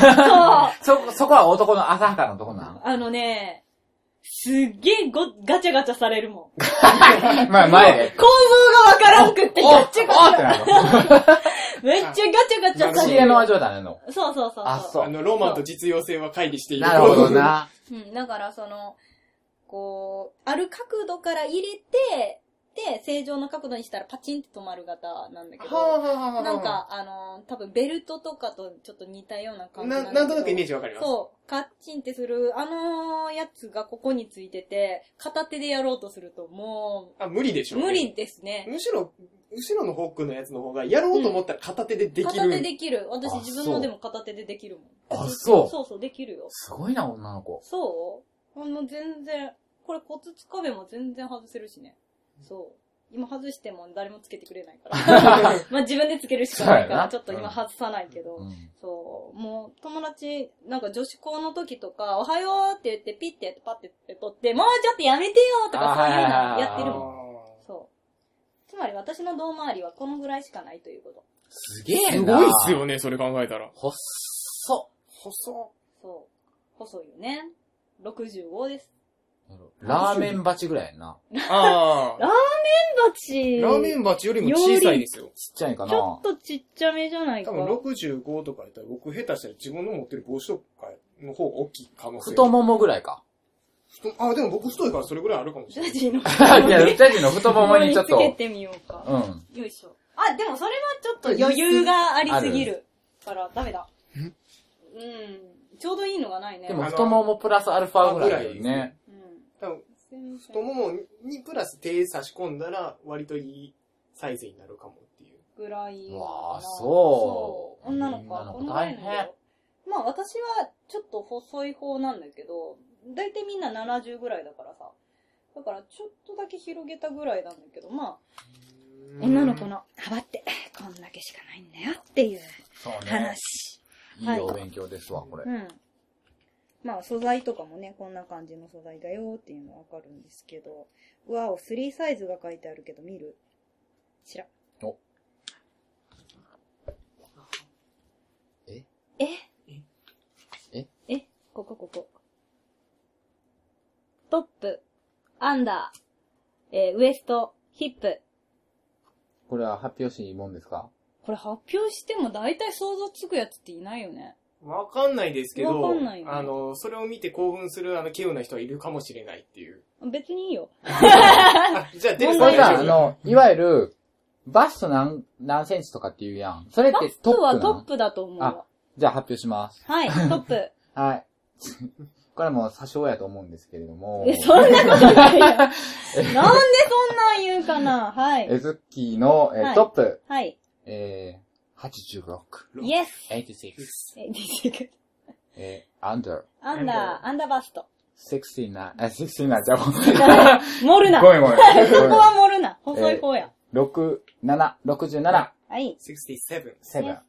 Speaker 2: そう。
Speaker 1: そこ、そこは男の浅はかなとこなん。
Speaker 2: あのね、すっげえご、ガチャガチャされるもん。
Speaker 1: まあ、前で。
Speaker 2: 構造がわからんくって、
Speaker 1: おお
Speaker 2: ガ
Speaker 1: っ
Speaker 2: チャガチ
Speaker 1: て
Speaker 2: ャ。
Speaker 1: なる
Speaker 2: めっちゃガチャガチャ
Speaker 1: の。
Speaker 2: さ
Speaker 1: 知
Speaker 2: れ
Speaker 1: り合い
Speaker 2: る。
Speaker 1: の味はだねの。
Speaker 2: そうそうそう。
Speaker 1: あ、そう
Speaker 3: あ。の、ロマンと実用性は乖離している。
Speaker 1: なるほど。な。
Speaker 2: うん、だからその、こう、ある角度から入れて、で、正常な角度にしたらパチンって止まる型なんだけど、なんか、あのー多分ベルトとかとちょっと似たような感じ
Speaker 3: な
Speaker 2: だけど
Speaker 3: なんとなくイメージわかります。
Speaker 2: そう、カッチンってする、あのーやつがここについてて、片手でやろうとするとも
Speaker 3: あ、無理でし
Speaker 2: う、
Speaker 3: ょうね
Speaker 2: 無理ですね。
Speaker 3: むしろ、後ろのホックのやつの方が、やろうと思ったら片手でできる。
Speaker 2: 片手できる。私
Speaker 1: あ
Speaker 2: 自分
Speaker 1: そ
Speaker 2: の
Speaker 1: う
Speaker 2: でも片手でできるもん。
Speaker 1: あそう
Speaker 2: そうそう、できるよ。
Speaker 1: すごいな、女の子。
Speaker 2: そうあの、全然、これコツつかめも全然外せるしね。そ今外しても誰もつけてくれない から。まあ自分でつけるしかない
Speaker 12: そ
Speaker 2: か
Speaker 12: うや
Speaker 2: ら、
Speaker 12: な
Speaker 2: ちょっと今外さないけど、
Speaker 12: うん
Speaker 2: そう、もう友達、なんか女子校の時とか、おはようって言ってピッてやってパッて取って、もうちょっとやめてよとか
Speaker 12: あー
Speaker 2: そういう
Speaker 12: はいはい
Speaker 2: の
Speaker 12: はい
Speaker 2: やってるもん。そう。つまり私の胴回りはこのぐらいしかないということ。
Speaker 1: す
Speaker 3: げえな。すごいっすよね、それ考えたら。
Speaker 1: ほっそ。
Speaker 3: 細。
Speaker 2: そう。細いよね。65です。
Speaker 1: ラーメン鉢ぐらいやな。
Speaker 3: あ
Speaker 2: ラーメン鉢
Speaker 3: ラーメン鉢よりも小さいですよ。
Speaker 1: ちっちゃいか
Speaker 2: ちょっとちっちゃめじゃないか。
Speaker 3: 多分65とかやったら、僕下手したら自分の持ってる帽子とかの方が大きい可能性。
Speaker 1: 太ももぐらいか。
Speaker 3: 太あ、でも僕太いからそれぐらいあるかもしれない。
Speaker 2: ジャジーの
Speaker 1: いやジャジーの太ももにちょっと
Speaker 2: つけてみようか。
Speaker 1: うん。
Speaker 2: よいしょ。あ、でもそれはちょっと余裕がありすぎるから、ダメだ。うん。ちょうどいいのがないね。
Speaker 1: でも太ももプラスアルファぐらいだよね。
Speaker 3: 多分太ももにプラス手差し込んだら、割といいサイズになるかもっていう。
Speaker 2: ぐらい。
Speaker 1: わあ、
Speaker 2: そ。
Speaker 1: そう
Speaker 2: 女の子はこのぐらいなんだよ。まあ私はちょっと細い方なんだけど、だいたいみんな70ぐらいだからさ。だからちょっとだけ広げたぐらいなんだけど、まあ、女の子の幅ってこんだけしかないんだよっていう
Speaker 1: そうね
Speaker 2: 話。
Speaker 1: いいお勉強ですわ、これ。
Speaker 2: うん。まあ、素材とかもね、こんな感じの素材だよっていうのわかるんですけど。うわお、3サイズが書いてあるけど、見る知らん。
Speaker 1: お。え
Speaker 2: え
Speaker 1: え
Speaker 2: えここここ。トップ、アンダー、えーウエスト、ヒップ。
Speaker 1: これは発表しいいもんですか
Speaker 2: これ発表しても大体想像つくやつっていないよね。
Speaker 3: わかんないですけど、
Speaker 2: わかんないね
Speaker 3: あの、それを見て興奮する、あの、稀有な人はいるかもしれないっていう。
Speaker 2: 別にいいよ。
Speaker 3: じゃあ、
Speaker 1: こ
Speaker 3: デル
Speaker 1: れ
Speaker 3: さん
Speaker 1: さ、あ
Speaker 3: 大丈夫
Speaker 1: の、いわゆる、バスト何、何センチとかって言うやん。それってトップ
Speaker 2: 今
Speaker 1: な
Speaker 2: 日は
Speaker 1: の
Speaker 2: トップだと思うわ
Speaker 1: あ。、じゃあ発表します。
Speaker 2: はい、トップ。
Speaker 1: はい。 これはもう詐称やと思うんですけれども。
Speaker 2: え、そんなこ とないよ。なんでそん
Speaker 1: え
Speaker 2: なん言うかなはい。
Speaker 1: えずっきーの、えー
Speaker 2: はい
Speaker 1: トップ、
Speaker 2: はい。
Speaker 1: えー、86。
Speaker 2: Yes
Speaker 1: 86。
Speaker 2: え、26
Speaker 1: えー、アンダー。
Speaker 2: アンダー、アンダーバスト。
Speaker 1: 69、あ、69じゃごめん。
Speaker 2: 盛るな。
Speaker 1: ごめんごめん
Speaker 2: そこは盛るな。細い方や。
Speaker 1: 6、7、67、
Speaker 2: はい。
Speaker 3: 67。
Speaker 1: 7。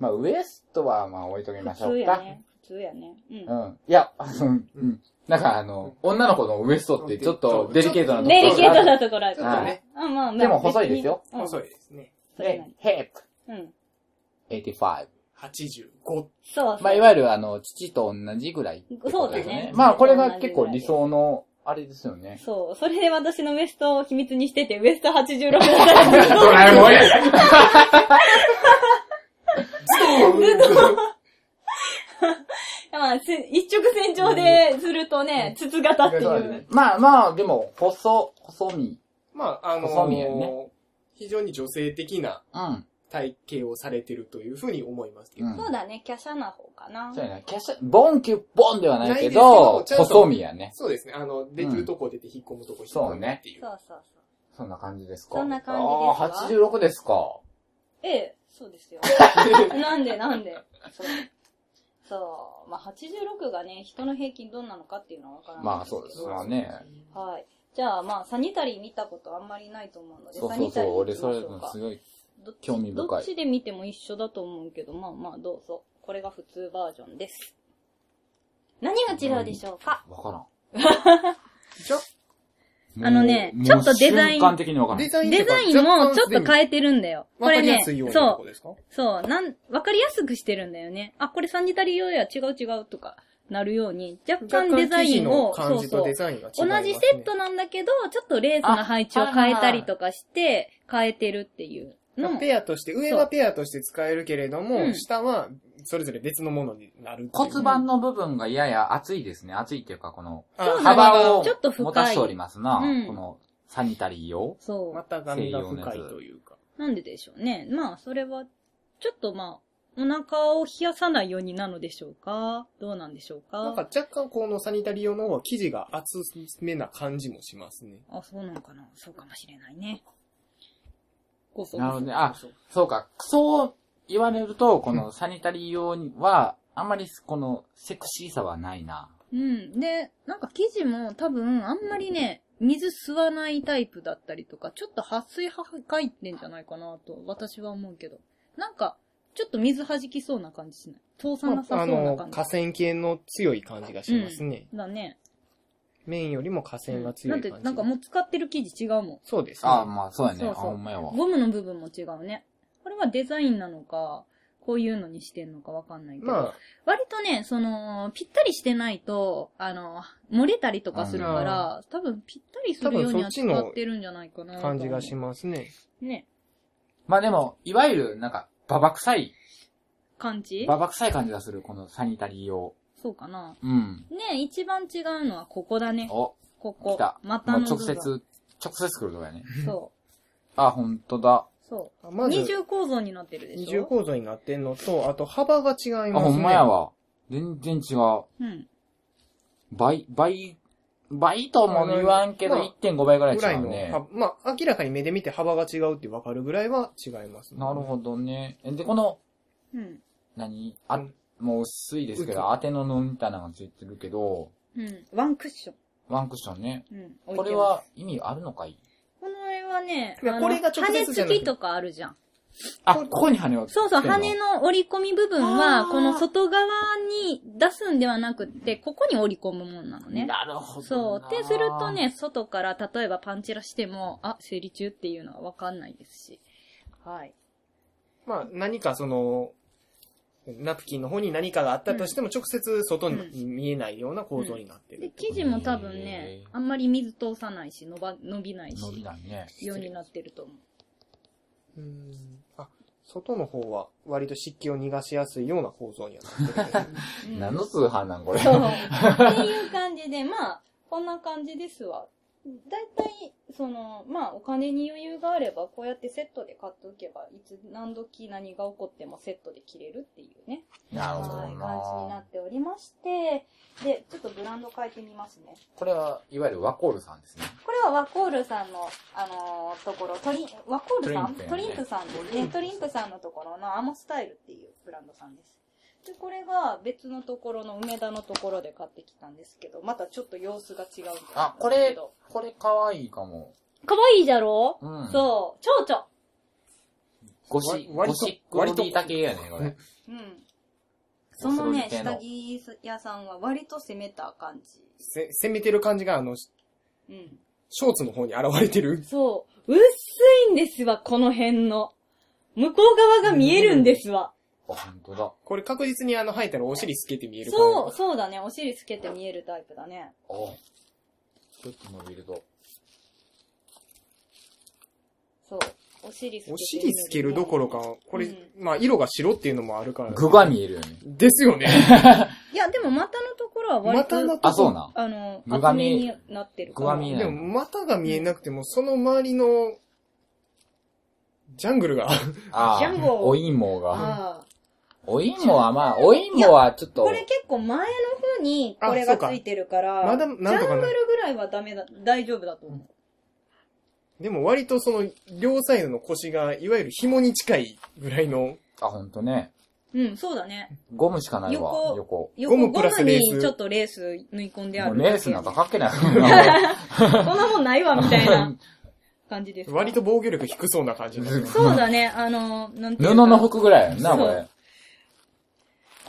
Speaker 1: まあ、ウエストはまあ置いときまし
Speaker 2: 普
Speaker 1: ょ
Speaker 2: 通
Speaker 1: う
Speaker 2: や
Speaker 1: か。
Speaker 2: ね。普通やね。う。
Speaker 1: うんん。いや、あのうん。なんかあの、女の子のウエストってちょっとデリケートなところ
Speaker 2: デ
Speaker 1: があ
Speaker 2: リ
Speaker 1: る
Speaker 2: ケートなところあるから
Speaker 1: は
Speaker 2: ね。あ、まあまあ。
Speaker 1: でも細いですよ
Speaker 2: 別に
Speaker 3: 細いですね。
Speaker 2: で、
Speaker 1: ヘップ。
Speaker 2: うん。
Speaker 1: 85。
Speaker 3: 85。
Speaker 2: そう
Speaker 1: まあ、いわゆるあの、父と同じぐらいってこと。
Speaker 2: そうだね。
Speaker 1: まあ、これが結構理想の、あれですよね。
Speaker 2: そう。それで私のウエストを秘密にしてて、ウエスト86だっ たら、
Speaker 1: ドラえもんや
Speaker 2: まあ、す一直線上でするとね、筒型っていう。
Speaker 1: まあまあ、でも、細、細身。
Speaker 3: まあ、あの
Speaker 1: 細身やね
Speaker 3: 非常に女性的な
Speaker 1: うん。
Speaker 3: 体型をされてるというふうに思いますけど。
Speaker 2: そうだね、華奢な方かな。
Speaker 1: そうやな。キャシャ、ボンキュッボンではないけ
Speaker 3: な
Speaker 1: ど、
Speaker 3: いですけどちゃんと
Speaker 1: 細身やね。
Speaker 3: そうですね。あの、出てるとこ出て引っ込むとこ引っ込むっていう。
Speaker 2: そうそうそう。
Speaker 1: そんな感じですか。
Speaker 2: そんな感じ
Speaker 1: ああ
Speaker 2: ですわ
Speaker 1: ー、86ですか。
Speaker 2: ええ、そうで すよ。なんでなんで。そう。そう。まあ、86がね、人の平均どんなのかっていうのはわからない。
Speaker 1: まあ、そうですわね。
Speaker 2: はい。じゃあ、まあ、サニタリー見たことあんまりないと思うので、
Speaker 1: そう
Speaker 2: サ
Speaker 1: そ
Speaker 2: ニ
Speaker 1: うそ
Speaker 2: タリ
Speaker 1: う。
Speaker 2: ー見
Speaker 1: 俺、そ
Speaker 2: てみまし
Speaker 1: れ
Speaker 2: ょう、か。
Speaker 1: すごい、興味
Speaker 2: ど
Speaker 1: 深
Speaker 2: っち
Speaker 1: い。
Speaker 2: で見ても一緒だと思うけど、まあまあ、どうぞ。これが普通バージョンです。何が違うでしょうか、
Speaker 1: わからん。
Speaker 2: あのね
Speaker 1: もう、
Speaker 2: ちょっとデザイ
Speaker 1: 瞬
Speaker 2: ン。
Speaker 1: 間的にわからん。
Speaker 2: デザインもちょっと変えてるんだよ。こ
Speaker 1: わか
Speaker 2: れ
Speaker 1: り
Speaker 2: ね
Speaker 1: やすいよ、うにって
Speaker 2: そ
Speaker 1: ことですか
Speaker 2: う。そう、なん、わかりやすくしてるんだよね。あ、これサニタリー用や違う違うとか、なるように、若干デザインを、
Speaker 3: 若干
Speaker 2: そう
Speaker 3: 生地の感じと
Speaker 2: そう。
Speaker 3: デザインが違いますね
Speaker 2: 同じセットなんだけど、ちょっとレースの配置を変えたりとかして、変えてるっていうのも。
Speaker 3: ペアとして、上はペアとして使えるけれども、
Speaker 2: うん
Speaker 3: 下はそれぞれ別のものになるっていう
Speaker 1: 骨盤の部分がやや厚いですね。厚いっていうか、この、
Speaker 3: そう
Speaker 2: なの
Speaker 1: 幅を
Speaker 2: ちょっと深い
Speaker 1: 持たしておりますな。
Speaker 2: うん
Speaker 1: この、サニタリー用。
Speaker 2: そう。
Speaker 3: また
Speaker 1: 西洋のやつ
Speaker 3: いうか。
Speaker 2: なんででしょうね。まあ、それは、ちょっとまあ、お腹を冷やさないようになのでしょうかどうなんでしょうか
Speaker 3: なんか若干このサニタリー用の方は生地が厚めな感じもしますね。
Speaker 2: あ、そうなのかなそうかもしれないね。ごそ
Speaker 1: なるほどね。あ、そうか。そう言われると、このサニタリー用には、あんまりこのセクシーさはないな。
Speaker 2: うん。で、なんか生地も多分あんまりね、水吸わないタイプだったりとか、ちょっと撥水派入ってんじゃないかなと、私は思うけど。なんか、ちょっと水弾きそうな感じしない。倒産なさそうな感じ。
Speaker 3: 河川系の強い感じがしますね。
Speaker 2: だね。
Speaker 3: 麺よりも河川が
Speaker 2: だ
Speaker 3: 強
Speaker 2: っ
Speaker 3: い
Speaker 2: て
Speaker 3: 感、じ。
Speaker 2: なんかもう使ってる生地違うもん。
Speaker 3: そうです
Speaker 1: ああ、まあそうやね。
Speaker 2: そうそう
Speaker 1: あほんまやわ。
Speaker 2: ゴムの部分も違うね。これはデザインなのか、こういうのにしてんのかわかんないけど、
Speaker 3: まあ
Speaker 2: 割とね、その、ぴったりしてないと、あの、漏れたりとかするから、多分ぴったりするようには使ってるんじゃないかなと思う。
Speaker 3: 感じがしますね。
Speaker 2: ね、
Speaker 1: まあでも、いわゆる、なんか、ババ臭い、
Speaker 2: 感じ
Speaker 1: ババ臭い感じがする、このサニタリー用。
Speaker 2: そうかな。
Speaker 1: うん。
Speaker 2: ね、一番違うのはここだね。
Speaker 1: お、
Speaker 2: こ
Speaker 1: 来
Speaker 2: こ。
Speaker 1: た。
Speaker 2: 股の
Speaker 1: もう
Speaker 2: 部分
Speaker 1: 直接、直接来るとかやね。
Speaker 2: そ
Speaker 1: あ、ほんとだ。
Speaker 2: う。そう。
Speaker 3: まず
Speaker 2: 二重構造になってるで
Speaker 3: 二
Speaker 2: し
Speaker 3: 重
Speaker 2: ょ。
Speaker 3: 構造になってんのと、あと幅が違いますね。
Speaker 1: あ、ほんまや。わ。全然違う。
Speaker 2: うん。
Speaker 1: 倍、倍、倍とも言わんけど、
Speaker 3: まあ
Speaker 1: 1.5倍ぐらい
Speaker 3: ぐら
Speaker 1: 違
Speaker 3: いうの
Speaker 1: ね。
Speaker 3: 幅。まあ、明らかに目で見て幅が違うってわかるぐらいは違いますね。
Speaker 1: なるほどね。えで、この、
Speaker 2: うん。
Speaker 1: 何あ、もう薄いですけど、当ての布みたいなのがついてるけど、
Speaker 2: うん。ワンクッション。
Speaker 1: ワンクッションね。
Speaker 2: うん。
Speaker 1: これは意味あるのかい
Speaker 2: これはね、
Speaker 1: いやこれが
Speaker 2: あの
Speaker 1: 直接じゃな
Speaker 2: 羽
Speaker 1: くて
Speaker 2: 付きとかあるじゃん。
Speaker 1: あ、ここに羽をつけ
Speaker 2: そ
Speaker 1: る
Speaker 2: う
Speaker 1: の。
Speaker 2: そう、羽の折り込み部分
Speaker 1: あ
Speaker 2: は、
Speaker 1: ー
Speaker 2: この外側に出すんではなくって、ここに折り込むもんなのね。
Speaker 1: なるほどな。
Speaker 2: そう。ってするとね、外から例えばパンチラしても、あ、生理中っていうのはわかんないですし。はい。
Speaker 3: まあ、何かその、ナプキンの方に何かがあったとしても、直接外に見えないような構造になってる。
Speaker 2: で、生地も多分ね、あんまり水通さないし、伸ば、伸びないし。
Speaker 3: 伸びないね
Speaker 2: ようになってると思う。
Speaker 3: うんあ、外の方は割と湿気を逃がしやすいような構造にはな ってるんですね
Speaker 1: 何の通販なんこれ。
Speaker 2: そう。っていう感じで、まあ、こんな感じですわ。だいたい、その、まあ、お金に余裕があれば、こうやってセットで買っておけば、いつ何時何が起こってもセットで着れるっていうね。
Speaker 1: なるほど
Speaker 2: はい
Speaker 1: な
Speaker 2: 感じになっておりまして、で、ちょっとブランド変えてみますね。
Speaker 1: これは、いわゆるワコールさんですね。
Speaker 2: これはワコールさんの、あのーところ、トリン、ワコールさんト
Speaker 1: ト
Speaker 2: リ
Speaker 1: リ
Speaker 2: ン
Speaker 1: ン
Speaker 2: プ
Speaker 1: プ
Speaker 2: さ
Speaker 1: さ
Speaker 2: ん
Speaker 1: ん
Speaker 2: で
Speaker 1: ね
Speaker 2: すね。トリンプさんのところのアモスタイルっていうブランドさんです。で、これが別のところの梅田のところで買ってきたんですけど、またちょっと様子が違うんですけど。
Speaker 1: あ、これ、これ可愛いかも。
Speaker 2: かわいいじゃろ、
Speaker 1: うん
Speaker 2: そう、蝶々。
Speaker 1: ゴシ、
Speaker 3: 割
Speaker 1: ゴ
Speaker 3: と
Speaker 1: シックロリータ系やね、これ。
Speaker 2: うん。そのね、
Speaker 3: ゴスロリ系の
Speaker 2: 下着屋さんは割と攻めた感じ。
Speaker 3: せ攻めてる感じが、あの、シ
Speaker 2: うん。
Speaker 3: ョーツの方に現れてる。
Speaker 2: そう。薄いんですわ、この辺の。向こう側が見えるんですわ。
Speaker 1: あ、本当だ。
Speaker 3: これ確実にあの、履いたらお尻透けて見えるから。
Speaker 2: そう、そうだね。お尻つけて見えるタイプだね。
Speaker 1: あ、ちょっと伸びると。
Speaker 2: そう。お尻つけて見える、
Speaker 3: お尻透けるどころか、これ、まあ、色が白っていうのもあるから。
Speaker 1: 具が見えるよね。
Speaker 3: ですよ ね。
Speaker 2: いや、でも股のところは割と、
Speaker 3: 股のとこ
Speaker 1: あそうなん
Speaker 2: あの、
Speaker 3: 具が
Speaker 2: 厚
Speaker 3: 見
Speaker 2: め
Speaker 3: え
Speaker 2: になってるから。
Speaker 3: でも、股が見えなくても、その周りの、ジャングルが。
Speaker 1: あ
Speaker 2: ジャン
Speaker 1: あ、
Speaker 2: ボ
Speaker 1: おいもが。
Speaker 2: ああ
Speaker 1: おいもはまあ、おいもはちょっと
Speaker 2: こ、れ結構前の方にこれがついてるから、
Speaker 3: あそうかまだ
Speaker 2: ジャン
Speaker 3: なんとかな
Speaker 2: グルぐらいはダメだ、大丈夫だと思う。
Speaker 3: でも割とその、両サイドの腰が、いわゆる紐に近いぐらいの。
Speaker 1: あ、ほんとね。
Speaker 2: うん、そうだね。
Speaker 1: ゴムしかないわ、
Speaker 2: 横
Speaker 1: 横。、
Speaker 2: 横
Speaker 3: ゴムプラスレース
Speaker 2: ゴムにちょっとレース縫い込んであ
Speaker 1: もう
Speaker 2: る。
Speaker 1: レースなんかかけ ない。
Speaker 2: こんなもんないわ、みたいな感じですか。
Speaker 3: 割と防御力低そうな感じですね。
Speaker 2: そうだね、あの、なんていう
Speaker 1: 布
Speaker 2: か
Speaker 1: の服ぐらいやんな、
Speaker 2: そう
Speaker 1: これ。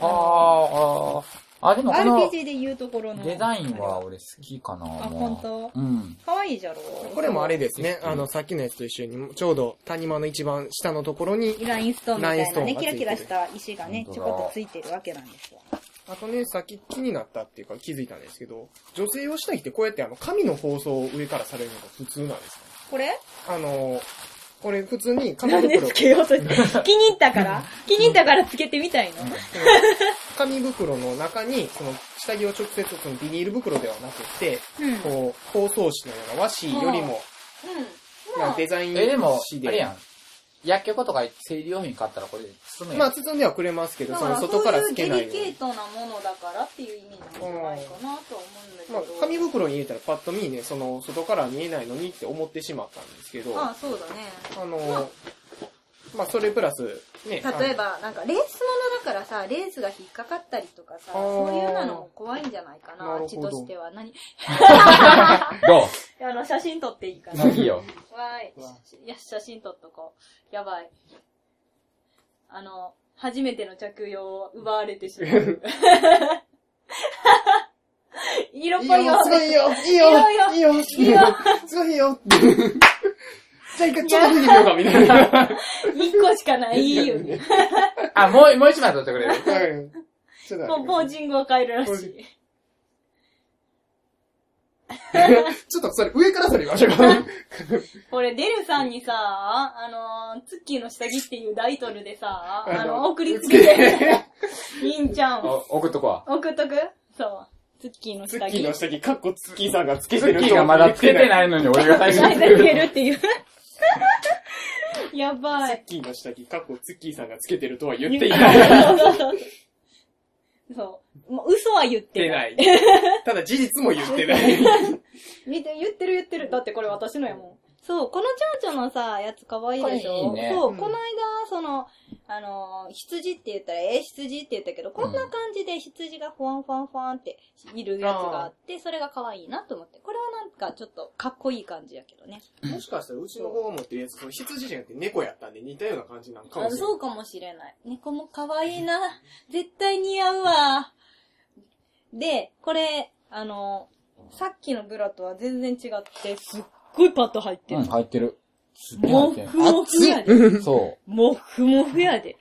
Speaker 1: あー、あー。あ、でもこの
Speaker 2: RPG で言うところの。
Speaker 1: デザインは俺好きかな、
Speaker 2: あ、
Speaker 1: も
Speaker 2: 本当
Speaker 1: う。うん。
Speaker 2: かわいいじゃろ。
Speaker 3: これもあれですね。あの、さっきのやつと一緒に、ちょうど谷間の一番下のところに、
Speaker 2: ラインストーンみた
Speaker 3: ライン
Speaker 2: い
Speaker 3: スト
Speaker 2: な
Speaker 3: ーンが
Speaker 2: ね、キ
Speaker 3: ついて
Speaker 2: ラ
Speaker 3: る
Speaker 2: キラした石がね、
Speaker 3: 本
Speaker 2: ち
Speaker 3: 当
Speaker 2: ょ
Speaker 3: だ
Speaker 2: こっとついてるわけなんですわ。
Speaker 3: あとね、さっき気になったっていうか気づいたんですけど、女性用下着ってこうやってあの、紙の包装を上からされるのが普通なんです
Speaker 2: これ
Speaker 3: かあの、これ普通に紙
Speaker 2: なんで
Speaker 3: 袋
Speaker 2: つ、けようと して、気に入ったから気に入ったからつけてみたいの
Speaker 3: 紙袋の中に、その下着を直接そのビニール袋ではなくって、
Speaker 2: うん
Speaker 3: こう、包装紙のような和紙よりも、
Speaker 2: うん。ま
Speaker 3: まあ
Speaker 2: あ
Speaker 3: デザイン
Speaker 1: え、でも
Speaker 3: 紙、
Speaker 1: あれやん。薬局とか生理用品買ったらこれ包め
Speaker 3: まあ包んではくれますけど、
Speaker 2: だ
Speaker 3: そ
Speaker 2: か
Speaker 3: の
Speaker 2: ら
Speaker 3: 外から
Speaker 2: そうい
Speaker 3: 透
Speaker 2: う
Speaker 3: け
Speaker 2: デ
Speaker 3: ない
Speaker 2: リ
Speaker 3: よ
Speaker 2: ケ
Speaker 3: う
Speaker 2: ー
Speaker 3: に。
Speaker 2: トなものだからっていう意味なんじゃないかなとは
Speaker 3: まあ
Speaker 2: 思うんだ、
Speaker 3: 紙
Speaker 2: けど。
Speaker 3: 袋に入れたらパッと見ね、その、外から見えないのにって思ってしまったんですけど、
Speaker 2: ああ、そうだね。
Speaker 3: あの、
Speaker 13: まあ、それプラス、ね。
Speaker 2: 例えば、なんかレースものだからさ、レースが引っかかったりとかさ、
Speaker 13: あー
Speaker 2: そういうなのも怖いんじゃないか
Speaker 13: な
Speaker 2: な、
Speaker 13: るほど
Speaker 2: うちとしては。何
Speaker 1: ど
Speaker 2: うあの、写真撮っていいかな。
Speaker 1: いいよ
Speaker 2: わーい。いや、写真撮っとこう。やばい。あの、初めての着用を奪われてしま う。色っぽいよ。
Speaker 3: すごいよ、いいよ、いいよ、
Speaker 2: いいよ。
Speaker 3: すごいよ。じゃあ一回ちょっと見てみようか、みたいな。
Speaker 2: 一個しかない。いいよ。
Speaker 1: あ、もう、もう一枚撮ってくれる
Speaker 3: ちょっ
Speaker 2: もうポージングを変えるらしい。
Speaker 3: ちょっとそれ、上からそれ言わせて
Speaker 2: これ、デルさんにさ、あのー、ツッキーの下着っていうタイトルでさ、あの、送りつけて、いいんちゃうん。
Speaker 1: お送っとこわ。
Speaker 2: 送っとくそう。ツッキーの下着。
Speaker 13: 月の下着、かっこ月さんがつけ
Speaker 1: ツ
Speaker 13: てる
Speaker 1: ッキーがまだつけてないのに俺が最初
Speaker 2: 書
Speaker 1: に
Speaker 2: いてあげるっていう。やばい。
Speaker 13: ツッキーの下着、かっこツッキーさんがつけてるとは言っていない。
Speaker 2: そう。もう嘘は言ってない。
Speaker 13: 言ってないただ事実も言ってない。
Speaker 2: 見て、言ってる言ってる。だってこれ私のやもん。そう、この蝶々のさ、やつ可愛いでしょ
Speaker 14: これいいね
Speaker 2: そう、
Speaker 14: うん
Speaker 2: この間、その、あのー、羊って言ったら、えー、羊って言ったけど、こんな感じで羊がふわんふわんふわんっているやつがあって、それが可愛いなと思って。これはなんかちょっとかっこいい感じやけどね。
Speaker 3: もしかしたら、うちの子が持ってるやつ、その羊じゃなくて猫やったんで似たような感じなのかも
Speaker 2: あ
Speaker 3: しれ
Speaker 2: そうかもしれない。猫も可愛いな。絶対似合うわ。で、これ、あのー、さっきのブラとは全然違って、すっごいパッと入って
Speaker 1: う
Speaker 2: る
Speaker 1: ん、。入ってる。すっげえ入
Speaker 2: も
Speaker 1: ってる
Speaker 2: ふもふや
Speaker 1: 熱
Speaker 2: で
Speaker 1: っ。そ
Speaker 2: もふもふやで。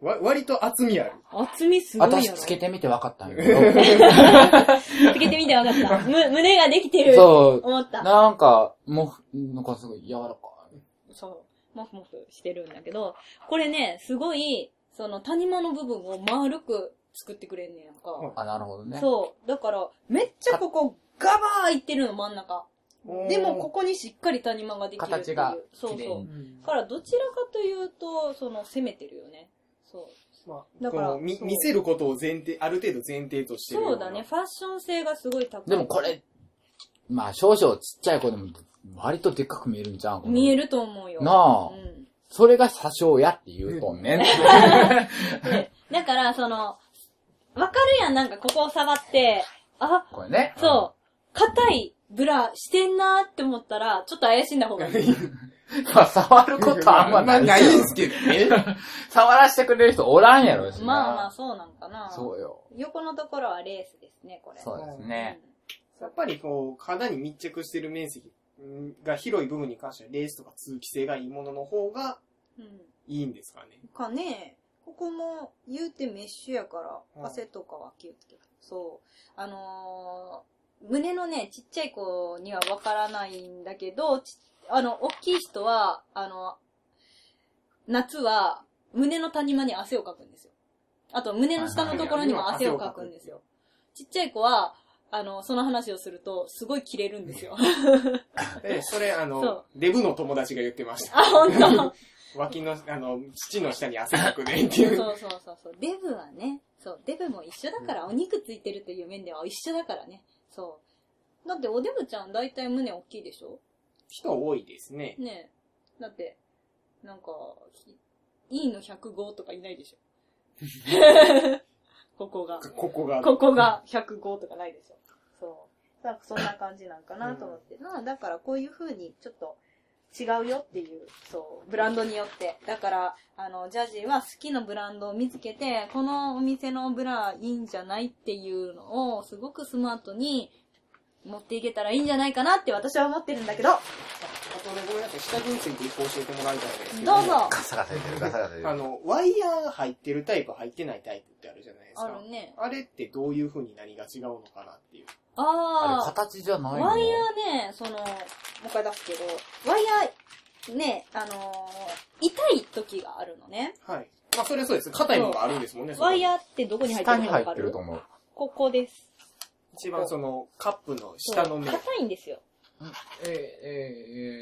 Speaker 1: う。わ、割と厚みある。
Speaker 2: 厚みすごいやろ。
Speaker 1: 私つけてみて分かったんやけ
Speaker 2: つけてみて分 かった。む、胸ができてる。
Speaker 1: ど。そ う。
Speaker 2: 思った。
Speaker 1: なんか、もう、なんかすごい柔らか
Speaker 2: そう。もふもふしてるんだけど、これね、すごい、その谷間の部分を丸く作ってくれんねやんか。
Speaker 1: い。あ、なるほどね。
Speaker 2: そう。だから、めっちゃここ、ガバーいってるの、真ん中。でも、ここにしっかり谷間ができるってい
Speaker 1: 形
Speaker 2: う。
Speaker 1: が
Speaker 2: そう
Speaker 1: 綺麗
Speaker 2: そ
Speaker 1: に
Speaker 2: う。だから、どちらかというと、その、攻めてるよね。そう。だ
Speaker 13: こ
Speaker 2: から
Speaker 13: のみ
Speaker 2: そう
Speaker 13: 見せることを前提、ある程度前提としてるよ
Speaker 2: そう
Speaker 13: な
Speaker 2: だね、。ファッション性がすごい高い。
Speaker 1: でもこれ、まあ少々ちっちゃい子でも、割とでっかく見えるんじゃん。この
Speaker 2: 見えると思うよ。
Speaker 1: なあ。それが詐称やって言うとんねん。
Speaker 2: だから、その、わかるやん、なんかここを触って、あ、
Speaker 1: これね。
Speaker 2: そう、硬いブラしてんなーって思ったら、ちょっと怪しんだ方が いい。
Speaker 1: まあ触ることはあんまない。ないんすけどね。 触らせてくれる人おらんやろしな。
Speaker 2: まあまあ、そうなんかな。
Speaker 1: そうよ。
Speaker 2: 横のところはレースですね、これ。
Speaker 1: そうですね。
Speaker 13: やっぱりこう、肌に密着してる面積うんが広い部分に関しては、レースとか通気性がいいものの方が
Speaker 2: うん。
Speaker 13: いいんですかね。
Speaker 2: かね、ここも言うてメッシュやから、
Speaker 13: はい
Speaker 2: 汗とかは気をつけて。そう。あのー胸のね、ちっちゃい子にはわからないんだけど、ちあの、大きい人は、あの、夏は胸の谷間に汗をかくんですよ。あと、胸の下のところにも汗をかくんですよ。ちっちゃい子は、あの、その話をすると、すごい切れるんで すよ。
Speaker 13: で、それあ
Speaker 2: そ
Speaker 13: の
Speaker 2: う、
Speaker 13: デブの友達が言ってました。
Speaker 2: あ、本当
Speaker 13: 脇の、あの、父の下に汗かくねっていう。
Speaker 2: そうそうそうそう。デブはね、そう、デブも一緒だから、お肉ついてるという面では一緒だからね。そう。だって、おデブちゃん大体胸大きいでしょ
Speaker 13: 人多いですね。
Speaker 2: ねえ。だって、なんか、ひ E の105とかいないでしょ ここが。
Speaker 13: ここが。
Speaker 2: ここが105とかないでしょそう。なんかそんな感じなんかなと思って。なあ、だからこういう風にちょっと違うよっていう、そう、ブランドによって。だから、あの、ジャジーは好きなブランドを見つけて、このお店のブラいいんじゃないっていうのを、すごくスマートに持っていけたらいいんじゃないかなって私は思ってるんだけど、
Speaker 13: あとね、ごめんなさい、下着について一個教えてもらいたいんですけ
Speaker 2: どうぞ
Speaker 10: ガサガサ言ってる、ガサガサ言ってる。
Speaker 13: あの、ワイヤー入ってるタイプ、入ってないタイプってあるじゃないですか。
Speaker 2: あるね。
Speaker 13: あれってどういう風に何が違うのかなっていう。
Speaker 2: ああ。
Speaker 13: あれ形じゃないの
Speaker 2: ワイヤーね、その、もう一回出すけど、ワイヤー、ね、あのー痛い時があるのね。
Speaker 13: はい。まあ、それはそうです。硬いものがあるんですもんね。
Speaker 2: ワイ
Speaker 13: ー。
Speaker 2: ヤーってどこに入ってるかわかる
Speaker 13: 思う。
Speaker 2: ここです。
Speaker 13: 一番その、カップの下の
Speaker 2: そう
Speaker 13: 面。
Speaker 2: 硬いんですよ。
Speaker 13: え、え、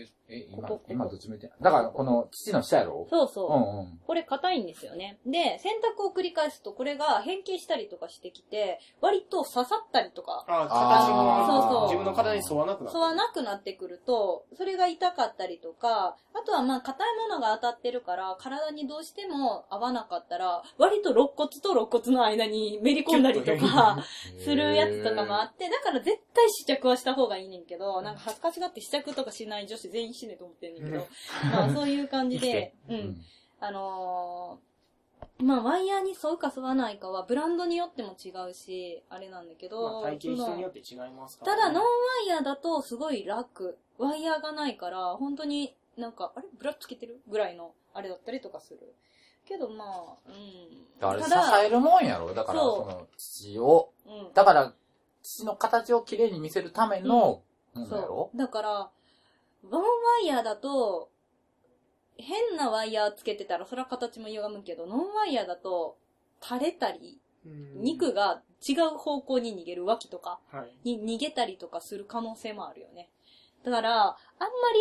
Speaker 13: え、
Speaker 1: え、
Speaker 2: こ
Speaker 1: 今
Speaker 2: こ、
Speaker 1: 今どっち向いてんだから、この、父の下やろ
Speaker 2: そうそ
Speaker 1: う
Speaker 2: う。
Speaker 1: んうん。
Speaker 2: これ硬いんですよね。で、洗濯を繰り返すとこれが変形したりとかしてきて、割と刺さったりとか、
Speaker 3: あ
Speaker 2: あ
Speaker 3: 形
Speaker 2: そう
Speaker 3: が
Speaker 2: そう
Speaker 3: 自分の体に沿わなくなる
Speaker 2: そうはなくなってくると、それが痛かったりとか、あとはまあ硬いものが当たってるから、体にどうしても合わなかったら、割と肋骨と肋骨の間にめり込んだりと か、するやつとかもあって、だから絶対試着はした方がいいねんけど、なんか恥ずかしがって試着とかしない女子全員死ねと思ってんねんけど、まあそういう感じで、うん。あのー、まあ、ワイヤーに沿うか沿わないかは、ブランドによっても違うし、あれなんだけど、
Speaker 15: まあ体型人によって違いますからね
Speaker 2: ただ、ノンワイヤーだとすごい楽。ワイヤーがないから、本当になんか、あれブラつけてるぐらいの、あれだったりとかする。けど、まあ、うん。
Speaker 1: あれ、支
Speaker 2: ただ
Speaker 1: えるもんやろだから、
Speaker 2: そう
Speaker 1: その、父を
Speaker 2: うん、
Speaker 1: だから、父の形をきれいに見せるための、なんだろ
Speaker 2: そう。だから、ワンワイヤーだと、変なワイヤーつけてたら、それは形も歪むけど、ノンワイヤーだと、垂れたり、肉が違う方向に逃げる脇とか、
Speaker 3: はい。
Speaker 2: に逃げたりとかする可能性もあるよね。だから、あんま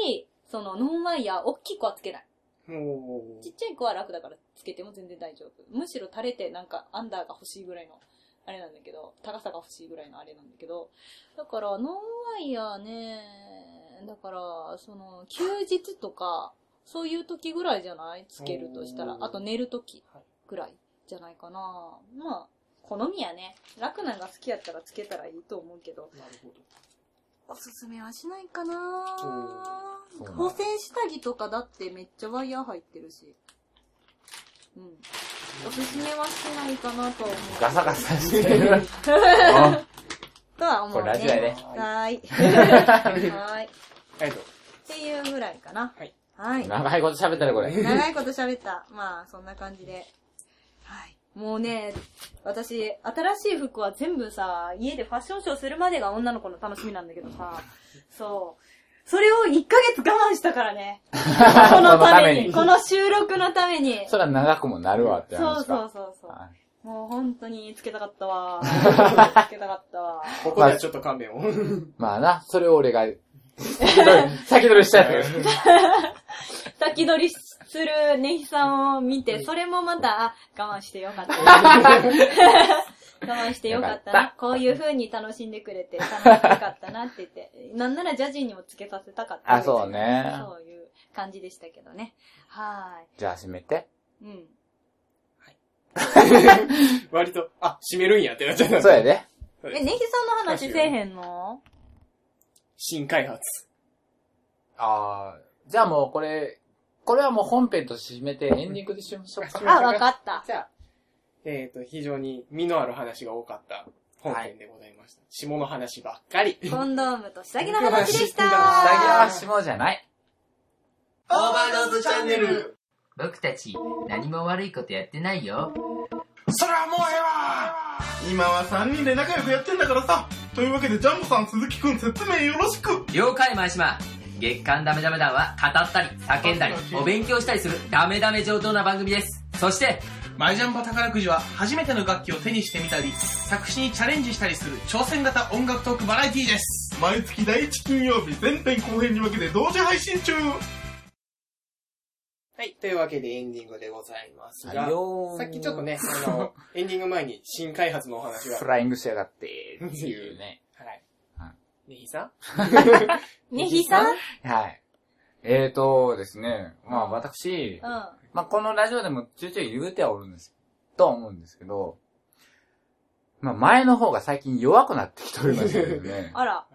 Speaker 2: り、その、ノンワイヤー、大きい子はつけない。
Speaker 3: もう
Speaker 2: ちっちゃい子は楽だからつけても全然大丈夫。むしろ垂れてなんかアンダーが欲しいぐらいの、あれなんだけど、高さが欲しいぐらいのあれなんだけど、だから、ノンワイヤーね、だから、その、休日とか、そういう時ぐらいじゃないつけるとしたら
Speaker 16: お。ー
Speaker 2: あと寝る時ぐらいじゃないかな。まあ、好みやね。楽なのが好きやったらつけたらいいと思うけど。
Speaker 3: なるほど。
Speaker 2: おすすめはしないかな
Speaker 1: そうなんだ
Speaker 2: 補正下着とかだってめっちゃワイヤー入ってるし。うん。おすすめはしないかなとは思う。
Speaker 1: ガサガサしてるあ
Speaker 2: とは思う、ね。
Speaker 1: これラジオやね
Speaker 2: は ーい。はーい。っ
Speaker 1: ありがと
Speaker 2: ていうぐらいかな。はい。
Speaker 1: う。 長いこと喋ったね、これ。
Speaker 2: 長いこと喋った。まあ、そんな感じで。はい。もうね、私、新しい服は全部さ、家でファッションショーするまでが女の子の楽しみなんだけどさ、そう。それを1ヶ月我慢したから ね。このために。この収録のために。
Speaker 1: それは長くもなるわって話
Speaker 2: そ
Speaker 1: か。
Speaker 2: うそうそうそう。もう本当につけたかった わ。つけたかったわ。
Speaker 3: ここではちょっと勘弁を。
Speaker 1: まあな、それを俺が、先取り 先取りしたやつ。
Speaker 2: 先取りするネヒさんを見て、それもまた、あ我慢してよかったな。我慢してよかった
Speaker 16: よか
Speaker 2: な
Speaker 16: っ。
Speaker 2: こういう風に楽しんでくれて、楽しかったなって言って、なんならジャジーにもつけさせたかった。
Speaker 1: あそうね
Speaker 2: そういう感じでしたけどね。は
Speaker 1: じゃあ閉めて。
Speaker 2: ーい。うん。
Speaker 3: 割と、あ、閉めるんやってなっちゃった。
Speaker 1: そうやで。
Speaker 2: え、ネヒさんの話せえへんの
Speaker 3: 新開発。
Speaker 1: ああ、じゃあもうこれ、これはもう本編と締めてエンディングでしましょうか。
Speaker 2: あ、わかった。
Speaker 3: じゃあ。えっ、と、非常に身のある話が多かった本編でございました。下の話ばっかり。
Speaker 2: コンドームと下着の話でした。
Speaker 1: 下は下じゃない。
Speaker 17: オーバーロードチャンネル僕たち、何も悪いことやってないよ。
Speaker 18: それはもうええわ今は3人で仲良くやってんだからさというわけでジャンボさん鈴木くん説明よろしく
Speaker 17: 了解、前島。月刊ダメダメ団は語ったり、叫んだり、お勉強したりするダメダメ上等な番組です。そして、
Speaker 18: マイジャンボ宝くじは初めての楽器を手にしてみたり作詞にチャレンジしたりする挑戦型音楽トークバラエティーです毎月第1金曜日前編後編に分けて同時配信中
Speaker 15: はい。というわけでエンディングでございますが、
Speaker 1: はいよー
Speaker 15: さっきちょっとね、あ の、エンディング前に新開発のお話が。
Speaker 1: フライングしやがって、っていうね。
Speaker 15: はい。
Speaker 1: は
Speaker 15: ねひさん
Speaker 2: ねひさん。
Speaker 1: はい。えーとですね、まあ私、まあこのラジオでもちょいちょい言うてはおるんです。とは思うんですけど、まあ前の方が最近弱くなってきておりましたけどね
Speaker 2: あら、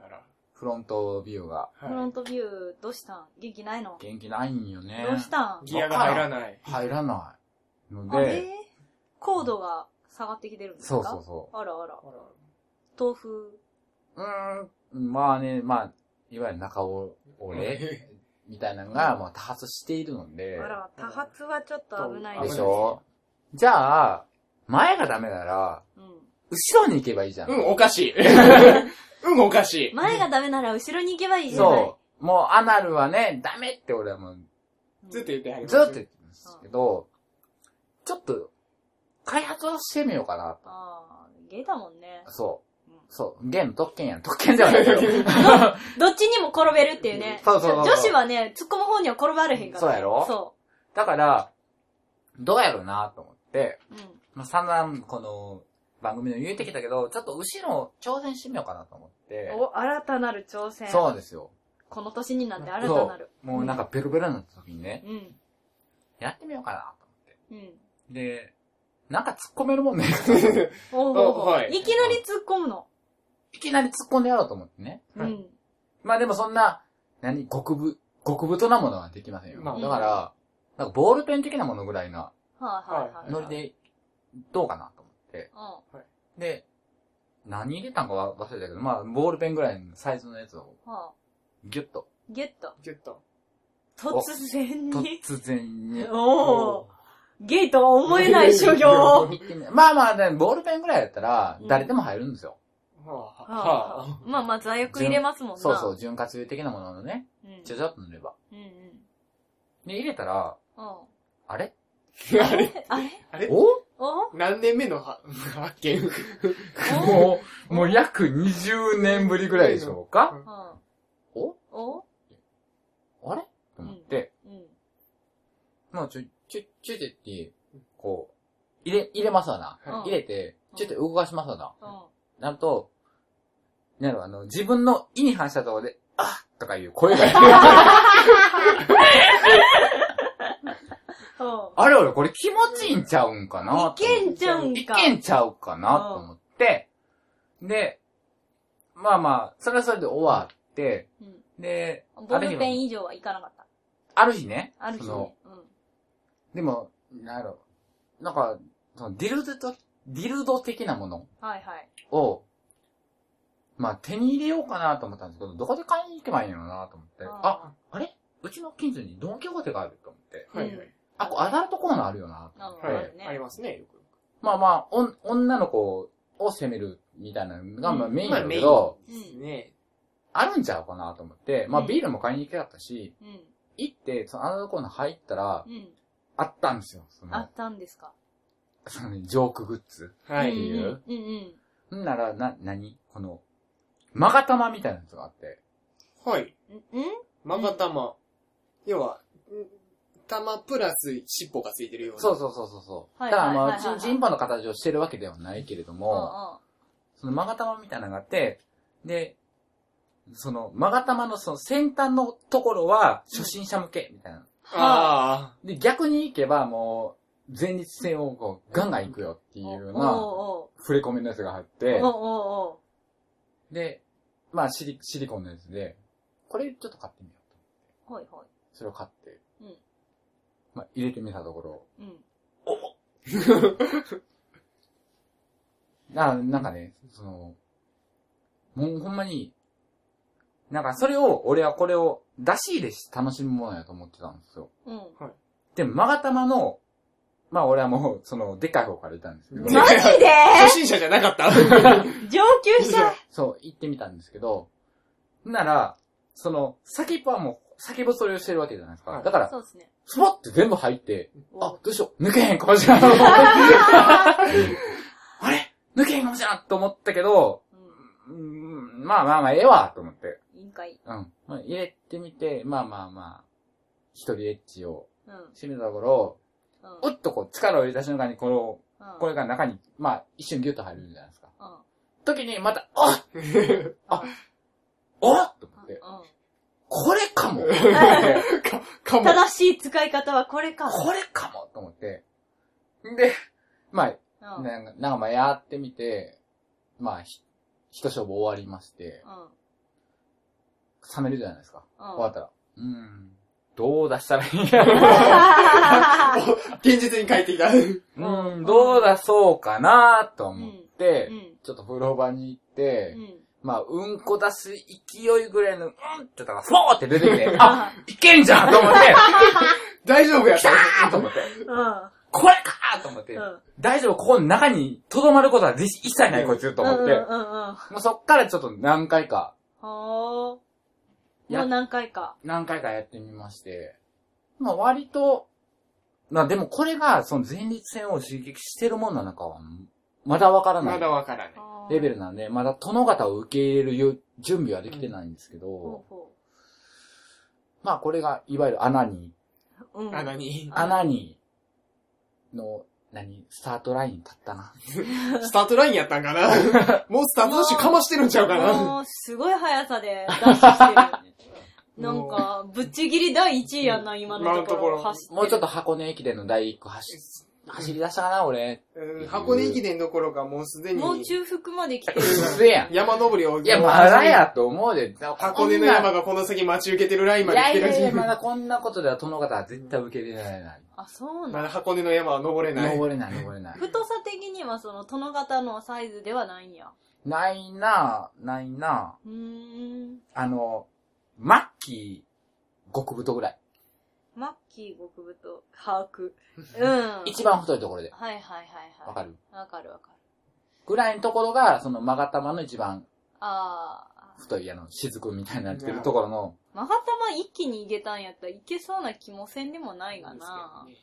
Speaker 1: フロントビューが。
Speaker 2: フロントビュー、どうしたん元気ないの
Speaker 1: 元気ないんよね。
Speaker 2: どうしたんギア
Speaker 3: が入ら
Speaker 1: ない。入らない。の
Speaker 2: あれ
Speaker 1: で、
Speaker 2: 高度が下がってきてるんですか。
Speaker 1: そうそうそう
Speaker 2: あらあら。豆腐。
Speaker 1: うーん。まあね、まあ、いわゆる中お 俺みたいなのが、まあ多発しているの
Speaker 2: あ
Speaker 1: で、
Speaker 2: ら、多発はちょっと危ない
Speaker 1: でしょじゃあ、前がダメなら、後ろに行けばいいじゃん。
Speaker 3: うん、おかしい。 うん、おかしい。
Speaker 2: 前がダメなら後ろに行けばいいじゃない
Speaker 1: そう。もうアナルはね、ダメって俺はもう、
Speaker 3: ずっと言ってはり
Speaker 1: ずっと言ってますけど、ちょっと、開発をしてみようかなと。
Speaker 2: ああ、ゲイだもんね。
Speaker 1: そう。そう。ゲーム特権やん。特権ではないよ。
Speaker 2: どっちにも転べるっていうね。
Speaker 1: そうそうそうそう
Speaker 2: 女子はね、突っ込む方には転ばれへんから、ね。
Speaker 1: そうやろ
Speaker 2: そ
Speaker 1: だから、どうやろうなと思って、まあ散々この番組の言うてきたけど、ちょっと後ろ挑戦してみようかなと思っ
Speaker 2: う
Speaker 1: て。。
Speaker 2: お、新たなる挑戦。
Speaker 1: そうですよ。
Speaker 2: この年になって新た
Speaker 1: そ
Speaker 2: なる
Speaker 1: う。。もうなんかベロベロになった時にね、
Speaker 2: うん。
Speaker 1: やってみようかなと思って。
Speaker 2: うん。
Speaker 1: で、なんか突っ込める もんね。
Speaker 2: おうおうおう
Speaker 1: はい
Speaker 2: いきなり突っ込むの。
Speaker 1: いきなり突っ込んでやろうと思ってね。
Speaker 2: うん。
Speaker 1: まあでもそんな、何、極部、極太なものはできませんよ。
Speaker 2: まあ
Speaker 1: だから、なんかボールペン的なものぐらいな
Speaker 2: はいはいはい。
Speaker 1: ノリでどうかなと思って。
Speaker 2: うん。は
Speaker 1: で、何入れたんかは忘れたけど、まあボールペンぐらいのサイズのやつを
Speaker 2: あ。
Speaker 1: ギュッと。
Speaker 2: ギュッと。
Speaker 3: ギュッと。
Speaker 2: 突然に。
Speaker 1: 突然 に。
Speaker 2: おお。ゲイとは思えない修行を。
Speaker 1: まあまあ、ね、ボールペンぐらいだったら、誰でも入るんですよ。
Speaker 2: はあまあまあ、座薬入れますもんな。
Speaker 1: そうそう、潤滑油的なもののね
Speaker 2: うん、
Speaker 1: ちょちょっと塗れば。
Speaker 2: うんうん。
Speaker 1: で、入れたら、
Speaker 2: う
Speaker 1: あれ
Speaker 2: ん。あれあれ
Speaker 1: あれお
Speaker 2: お
Speaker 3: 何年目のは発見
Speaker 1: もう、もう約20年ぶりぐらいでしょうかお
Speaker 2: お
Speaker 1: あれと思って、
Speaker 2: うん。
Speaker 1: もうちょ、ちょ、ちょいちょいって、こう、入れ、入れますわな。
Speaker 2: はい
Speaker 1: 入れて、ちょっと動かしますわな。
Speaker 2: うん。
Speaker 1: なると、なるほどあの、自分の意に反したところで、あとかいう声が。 あれ俺これ気持ちいいんちゃうんかなと思って
Speaker 2: いけんちゃうんか
Speaker 1: いけんちゃうかなと思って、で、まあまあ、それはそれで終わって、で、
Speaker 2: ボ
Speaker 1: あ
Speaker 2: ールペン
Speaker 1: る日は
Speaker 2: 以上はいかなかった。
Speaker 1: ある日ね、
Speaker 2: ある日
Speaker 1: その
Speaker 2: ね。う
Speaker 1: でも、なんやろ、なんか、そのディルドと、ディルド的なもの
Speaker 2: ん。はいはい。
Speaker 1: を、まあ手に入れようかなと思ったんですけど、どこで買いに行けばいいのかなと思って、あ、あれうちの近所にドンキホーテがあると思って、
Speaker 3: はいはい
Speaker 1: あ、こうアダルトコーナーあるよなと思って、
Speaker 3: はいありますね、よく。
Speaker 1: まあまあ、おん女の子を責めるみたいなのが、まあメインだけ
Speaker 3: ま
Speaker 1: ど、
Speaker 3: あメインですね。
Speaker 1: あるんちゃうかなと思って、ま
Speaker 3: う
Speaker 1: あ
Speaker 3: ん
Speaker 1: ビールも買いに行けなかったし、
Speaker 2: うん。
Speaker 1: 行って、そのアナログコーナー入ったら
Speaker 2: う、ん。
Speaker 1: あったんですよ。そ
Speaker 2: あ
Speaker 1: の、
Speaker 2: ったんですか。
Speaker 1: そのジョークグッズ
Speaker 2: は
Speaker 1: っていう。
Speaker 2: うんうん。
Speaker 1: んなら、な、なにこの、マガタマみたいなやつがあって。
Speaker 3: はい。
Speaker 2: うん
Speaker 3: まがたま。要は、玉プラス尻尾がついてるような。
Speaker 1: そうそうそうそうそう。
Speaker 3: はい
Speaker 1: ただ
Speaker 3: はい
Speaker 1: ま
Speaker 3: は
Speaker 1: あ、
Speaker 3: い
Speaker 1: チ
Speaker 3: はい
Speaker 1: ンチンポの形をしてるわけではないけれども、そのマガタマみたいなのがあって、で、その、マガタマのその先端のところは初心者向け、みたいな。
Speaker 3: あ
Speaker 1: で、逆に行けばもう、前立腺をこう、ガンガン行くよっていうような、
Speaker 2: おうおう。
Speaker 1: 触れ込みのやつが入っ
Speaker 2: おう
Speaker 1: て、
Speaker 2: おうお
Speaker 1: で、まあシリ、シリコンのやつで、これちょっと買ってみようと。
Speaker 2: う。はいは
Speaker 1: それを買って、
Speaker 2: い。
Speaker 1: まあ、入れてみたところ、
Speaker 2: うん。うん。
Speaker 1: な、なんかね、その、もうほんまに、なんかそれを、俺はこれを出し入れして楽しむものやと思ってたんですよ。
Speaker 2: うん。
Speaker 1: でも、まがたまの、まあ俺はもう、その、でかい方から入れたんですけど。
Speaker 2: マジで
Speaker 3: 初心者じゃなかった
Speaker 2: 上級者
Speaker 1: そう、行ってみたんですけど、なら、その、先っぽはもう、先細りをしてるわけじゃないですか。だから
Speaker 2: そ、うですね。
Speaker 1: スポって全部入って、あ、どうしよう、抜けへんかもしれん。 あれ抜けへんかもしれんと思ったけど、うんまあまあまあ、ええわと思って。
Speaker 2: 委員会。
Speaker 1: うん。まあ、入れてみて、まあまあまあ、一人エッチを
Speaker 2: うん。
Speaker 1: 締めたところ、
Speaker 2: う
Speaker 1: うっとこう力を入れた瞬間に、この
Speaker 2: うん、
Speaker 1: これが中に、まあ一瞬ギュッと入るじゃないですか。
Speaker 2: うん。
Speaker 1: 時にまた、ああ、おと思って、これかもと思っても
Speaker 2: 正しい使い方はこれか。
Speaker 1: これかもと思って。で、まあ、
Speaker 2: うん
Speaker 1: なんか、なんかまあやってみて、まあ、ひ、一勝負終わりまして、冷めるじゃないですか。
Speaker 2: うん
Speaker 1: 終わったら。うーん。どう出したらいいんやろ
Speaker 3: 現実に帰ってきた。う
Speaker 1: ーん、どう出そうかなと思って、
Speaker 2: うんう
Speaker 1: ちょっと風呂場に行って、
Speaker 2: うん
Speaker 1: まあ、うんこ出す勢いぐらいの、うんってだから、フォーって出てきて、あ、いけんじゃんと思って、 大丈夫やったと思って、
Speaker 2: うん。
Speaker 1: これかと思って、
Speaker 2: うん
Speaker 1: 大丈夫、ここの中に留まることは一切ないこいつと思って、
Speaker 2: うんうんうんうん。
Speaker 1: もうそっからちょっと何回か、
Speaker 2: ほー。
Speaker 1: や
Speaker 2: もう何回か。
Speaker 1: 何回かやってみまして、まあ割と、まあでもこれがその前立腺を刺激してるもんなのかは、まだわからない。
Speaker 3: まだわからない。
Speaker 1: レベルなんで、まだ殿方を受け入れるゆ準備はできてないんですけど、まあこれが、いわゆるアナニ
Speaker 19: うん。
Speaker 1: ー。
Speaker 3: ニ
Speaker 1: アナニーの、何、スタートラインに立ったな。
Speaker 3: スタートラインやったんか なもうスタートダッシュかましてるんちゃうかな
Speaker 2: もう、すごい速さでダッシュしてる。なんか、ぶっちぎり第1位やんな、今のところ。走って
Speaker 1: もうちょっと箱根駅伝の第一区走、走り出したかな、 俺。
Speaker 3: うん箱根駅伝どころかもうすでに。
Speaker 2: もう中腹まで 来てる。
Speaker 1: 嘘やん。い
Speaker 3: 山登りを。い
Speaker 1: や、まだやと思うで。
Speaker 3: 箱根の山がこの先待ち受けてるラインま
Speaker 1: い
Speaker 3: で
Speaker 1: や
Speaker 3: 来
Speaker 1: い
Speaker 3: てる
Speaker 1: やいや、まだこんなことでは殿方は絶対受け入れられない。
Speaker 2: あ、そうな
Speaker 3: ま
Speaker 2: ん
Speaker 3: だ
Speaker 2: だ。
Speaker 3: 箱根の山は登れない。
Speaker 1: 登れない、登れない。
Speaker 2: 太さ的には、その、殿方のサイズではないんや。
Speaker 1: ないなぁ、ないな
Speaker 2: うーん。
Speaker 1: ぁ。あの、末期、極太ぐらい。
Speaker 2: マッキー極太、把握。うん。
Speaker 1: 一番太いところで。
Speaker 2: はいはいはいはい。
Speaker 1: わかる
Speaker 2: わかるわかる。
Speaker 1: ぐらいのところが、その、マガタマの一番
Speaker 2: あー。
Speaker 1: 太い、あの、雫みたいになってるところの、
Speaker 2: マガタマ一気にいけたんやったらいけそうな気もせんでもないがな。
Speaker 1: い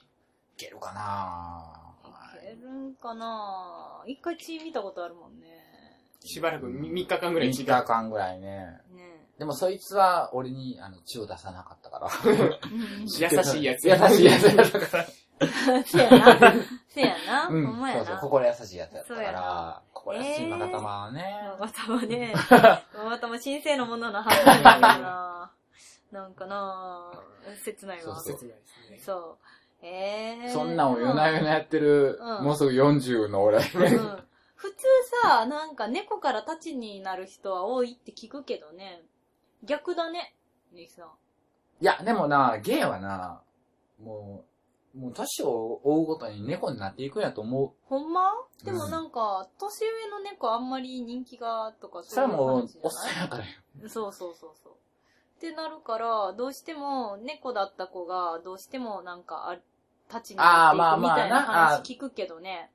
Speaker 1: けるかなぁ。
Speaker 2: いけるんかな一回血見たことあるもんね。
Speaker 3: しばらく3日間ぐらい違う。
Speaker 1: 3日間ぐらいね。
Speaker 2: ね
Speaker 1: でもそいつは、俺に、あの、血を出さなかったから。
Speaker 3: 優しいやつ
Speaker 1: 優しいやつやったから。
Speaker 2: せや な。せやな。
Speaker 1: うん
Speaker 2: ほんまやな。
Speaker 1: そうそう心優しいやつやった
Speaker 2: そう
Speaker 1: から
Speaker 2: やな。
Speaker 1: 心優しいマガタマはね。
Speaker 2: マガタマ ね。マガタマ神聖のものの反対だからな。なんかな切ないわ。
Speaker 1: そうそう切
Speaker 3: ないです
Speaker 2: ね。そう。えー。
Speaker 1: そんなんを夜な夜なやってる、
Speaker 2: うん
Speaker 1: もうすぐ40の俺。
Speaker 2: うん普通さ、なんか猫から立ちになる人は多いって聞くけどね。逆だね、ネイさん。
Speaker 1: いや、でもな、ゲイはな、もう、もう年を追うごとに猫になっていくんやと思
Speaker 2: ほんまでもなんか、年上の猫あんまり人気がとか
Speaker 1: う。それはも
Speaker 2: 話
Speaker 1: う
Speaker 2: じ、
Speaker 1: お
Speaker 2: ゃ
Speaker 1: っさんやからよ。
Speaker 2: ないそうそうそうそう。ってなるから、どうしても猫だった子が、どうしてもなんかあ、立ちになっていくみたいな
Speaker 1: あーまあまあなあー
Speaker 2: 話聞くけどね。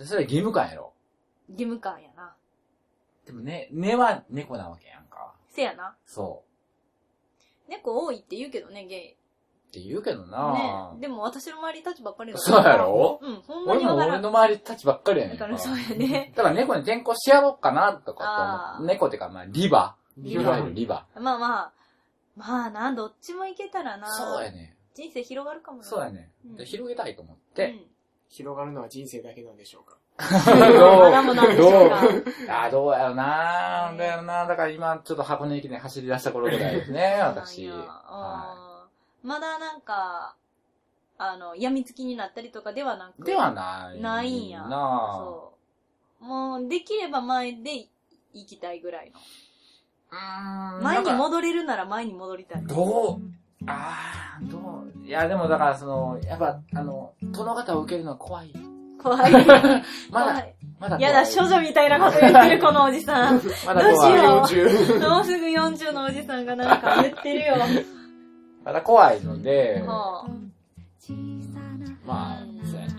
Speaker 1: それは義務感やろ。
Speaker 2: 義務感やな。
Speaker 1: でもね、根は猫なわけやんか。
Speaker 2: せやな。
Speaker 1: そ
Speaker 2: 猫多いって言うけどね、ゲイ。
Speaker 1: う。って言うけどな、
Speaker 2: ねでも私の周りたちばっかりだ
Speaker 1: そうやろ
Speaker 2: うん、ほんま
Speaker 1: 俺
Speaker 2: にわ
Speaker 1: も
Speaker 2: から
Speaker 1: 俺
Speaker 2: ん。
Speaker 1: の周りたちばっかりやねん
Speaker 2: だから
Speaker 1: か。
Speaker 2: そうや ね。
Speaker 1: だから猫に転校しやろうかな、とか
Speaker 2: あ
Speaker 1: と思う。猫ってか、まあ、リバ。
Speaker 2: リ
Speaker 1: い
Speaker 2: バ
Speaker 1: わゆるリバ。
Speaker 2: まあまあ、まあな、どっちもいけたらな。
Speaker 1: そうや。ね。
Speaker 2: 人生広がるかも
Speaker 1: そうやね。
Speaker 2: うん
Speaker 1: で広げたいと思って。
Speaker 3: 広がるのは人生だけなんでしょうか。
Speaker 1: どう
Speaker 3: 花もなんでしょうか
Speaker 1: どうあどうやろなだよなだから今、ちょっと箱根駅伝走り出した頃ぐらい ですね、私。
Speaker 2: まだなんか、あの、病みつきになったりとかではなく。
Speaker 1: ではない。
Speaker 2: ないんや。
Speaker 1: なあ
Speaker 2: そう。もう、できれば前で行きたいぐらいの。
Speaker 1: うん
Speaker 2: 前に
Speaker 1: なんか
Speaker 2: 戻れるなら前に戻りたい。
Speaker 1: どうああ、どういや、でもだからその、やっぱ、あの、殿方を受けるのは怖 い。
Speaker 2: 怖い。
Speaker 1: ま
Speaker 2: 怖
Speaker 1: だ
Speaker 2: い、
Speaker 1: まだ怖い。
Speaker 2: やだ、少女みたいなこと言ってるこのおじさん。どうし
Speaker 1: まだ怖い
Speaker 2: よ
Speaker 1: 40
Speaker 2: う。もうすぐ40のおじさんがなんか言ってる よ。
Speaker 1: まだ怖いので、
Speaker 2: はあ
Speaker 1: まあ、そうやね。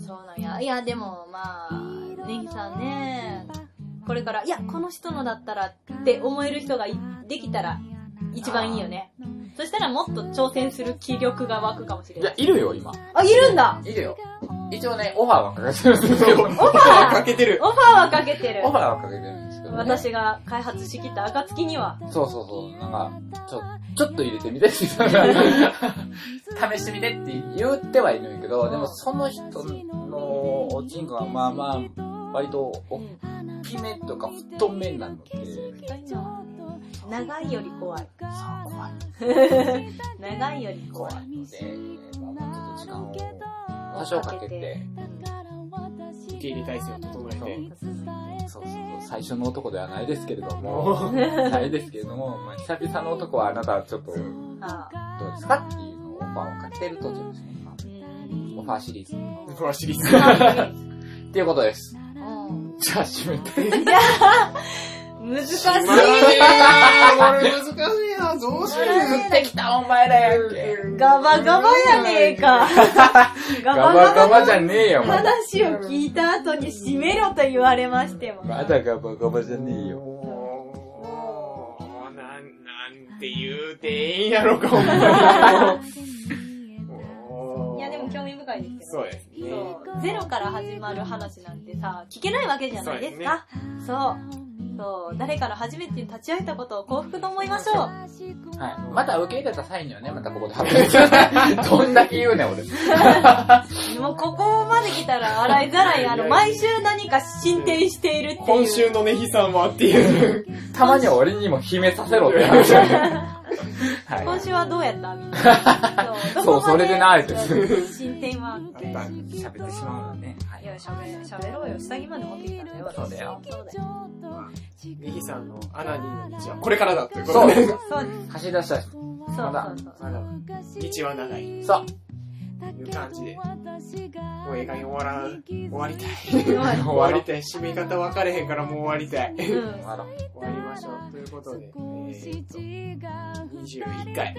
Speaker 2: そうなんや。いや、でも、まあ、ネギさんね、これから、いや、この人のだったらって思える人がいできたら、一番いいよね。そしたらもっと挑戦する気力が湧くかもしれ
Speaker 1: い
Speaker 2: な
Speaker 1: や
Speaker 2: い。、
Speaker 1: いるよ、今。
Speaker 2: あ、いるんだ
Speaker 1: いるよ。一応ね、オファーはかけてるんですけど。オフ ァー
Speaker 3: かけてる。
Speaker 2: オファーはかけてる
Speaker 1: オ。ファーはかけてるんですけど、ね。
Speaker 2: 私が開発しきった暁には。
Speaker 1: そうそうそう。なんか、ちょ、ちょっと入れてみてって言ったら試してみてって言ってはいるんやけど、でもその人のおちんこがまあまあ、割と大きめとか太めなので、
Speaker 2: 長いより怖い。
Speaker 1: 怖い。
Speaker 2: 長いより怖い。
Speaker 1: 時間を多少かけて、
Speaker 3: 受け入れ体制を整えて。
Speaker 1: そうそうそう、最初の男ではないですけれど も、ないですけれども、まあ、久々の男はあなたはちょっと、どう
Speaker 2: あ
Speaker 1: ですかっていうのをオファーをかけてる途中ですね。今オファーシリーズ。
Speaker 3: オファーシリ ー
Speaker 1: ズ。っていうことです。じゃあ、締 めて。
Speaker 2: 難しい
Speaker 3: まあねこれ難しいな、どうしよう。
Speaker 1: ってきたお前らやんけ。
Speaker 2: ガバガバやねえか。ガ
Speaker 1: ガバガバじゃねえよ、お前。
Speaker 2: 話を聞いた後に締めろと言われましても。
Speaker 1: まだガバガバじゃねえよ。
Speaker 3: もうなん、な んて言うてええんやろか、ほんまにもう。
Speaker 2: いや、でも興味深深いですよね。
Speaker 3: そうですね。
Speaker 2: そうゼロから始まる話なんてさ、聞けないわけじゃないですか。そう,、そう。誰から初めて立ち会えたことを幸福と思いましょう。
Speaker 1: はい。また受け入れた際にはね、またここで発表する。 どんだけ言うねん、俺。
Speaker 2: もうここまで来たら洗いざらい、あの、毎週何か進展しているっていう。
Speaker 3: 今週のねひさんはっていう。
Speaker 1: たまには俺にも秘めさせろって 話。
Speaker 2: 今週はどうやったみたいな。そう
Speaker 1: そう、それでないです。
Speaker 2: 進展はあって。
Speaker 1: 喋ってしまうのね。
Speaker 2: いや、喋喋ろうよ。下着まで持ってきたんだよ。
Speaker 1: そうだよ。
Speaker 2: そうだよ。
Speaker 3: ネヒさんのアナニーの道はこれからだというこ
Speaker 1: そ
Speaker 3: と
Speaker 1: う
Speaker 3: で。。
Speaker 1: 走り出した人。
Speaker 2: そう
Speaker 1: まだ
Speaker 2: そう、
Speaker 1: まだ。
Speaker 3: 道は長い。
Speaker 1: そう。
Speaker 3: いう感じで。もう映画に終わら、 終わりたい。
Speaker 2: 終わり
Speaker 3: 終わりたい。締め方分かれへんからもう終わりたい。終
Speaker 2: うん。
Speaker 1: まだ。
Speaker 3: わりましょう。ということで、えーっと、21回、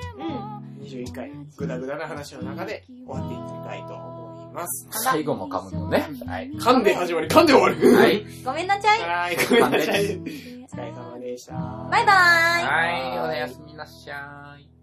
Speaker 3: 21回、ぐだぐだな話の中で終わっていきたいと思います。
Speaker 1: 最後も噛むのね。はい。
Speaker 3: 噛んで始まり、噛んで終わる
Speaker 1: はい。
Speaker 2: ごめんなちゃい。
Speaker 3: はい、ごめんなさい。お疲れ様でした。
Speaker 2: バイバーイ。
Speaker 1: はい、おやすみなさい。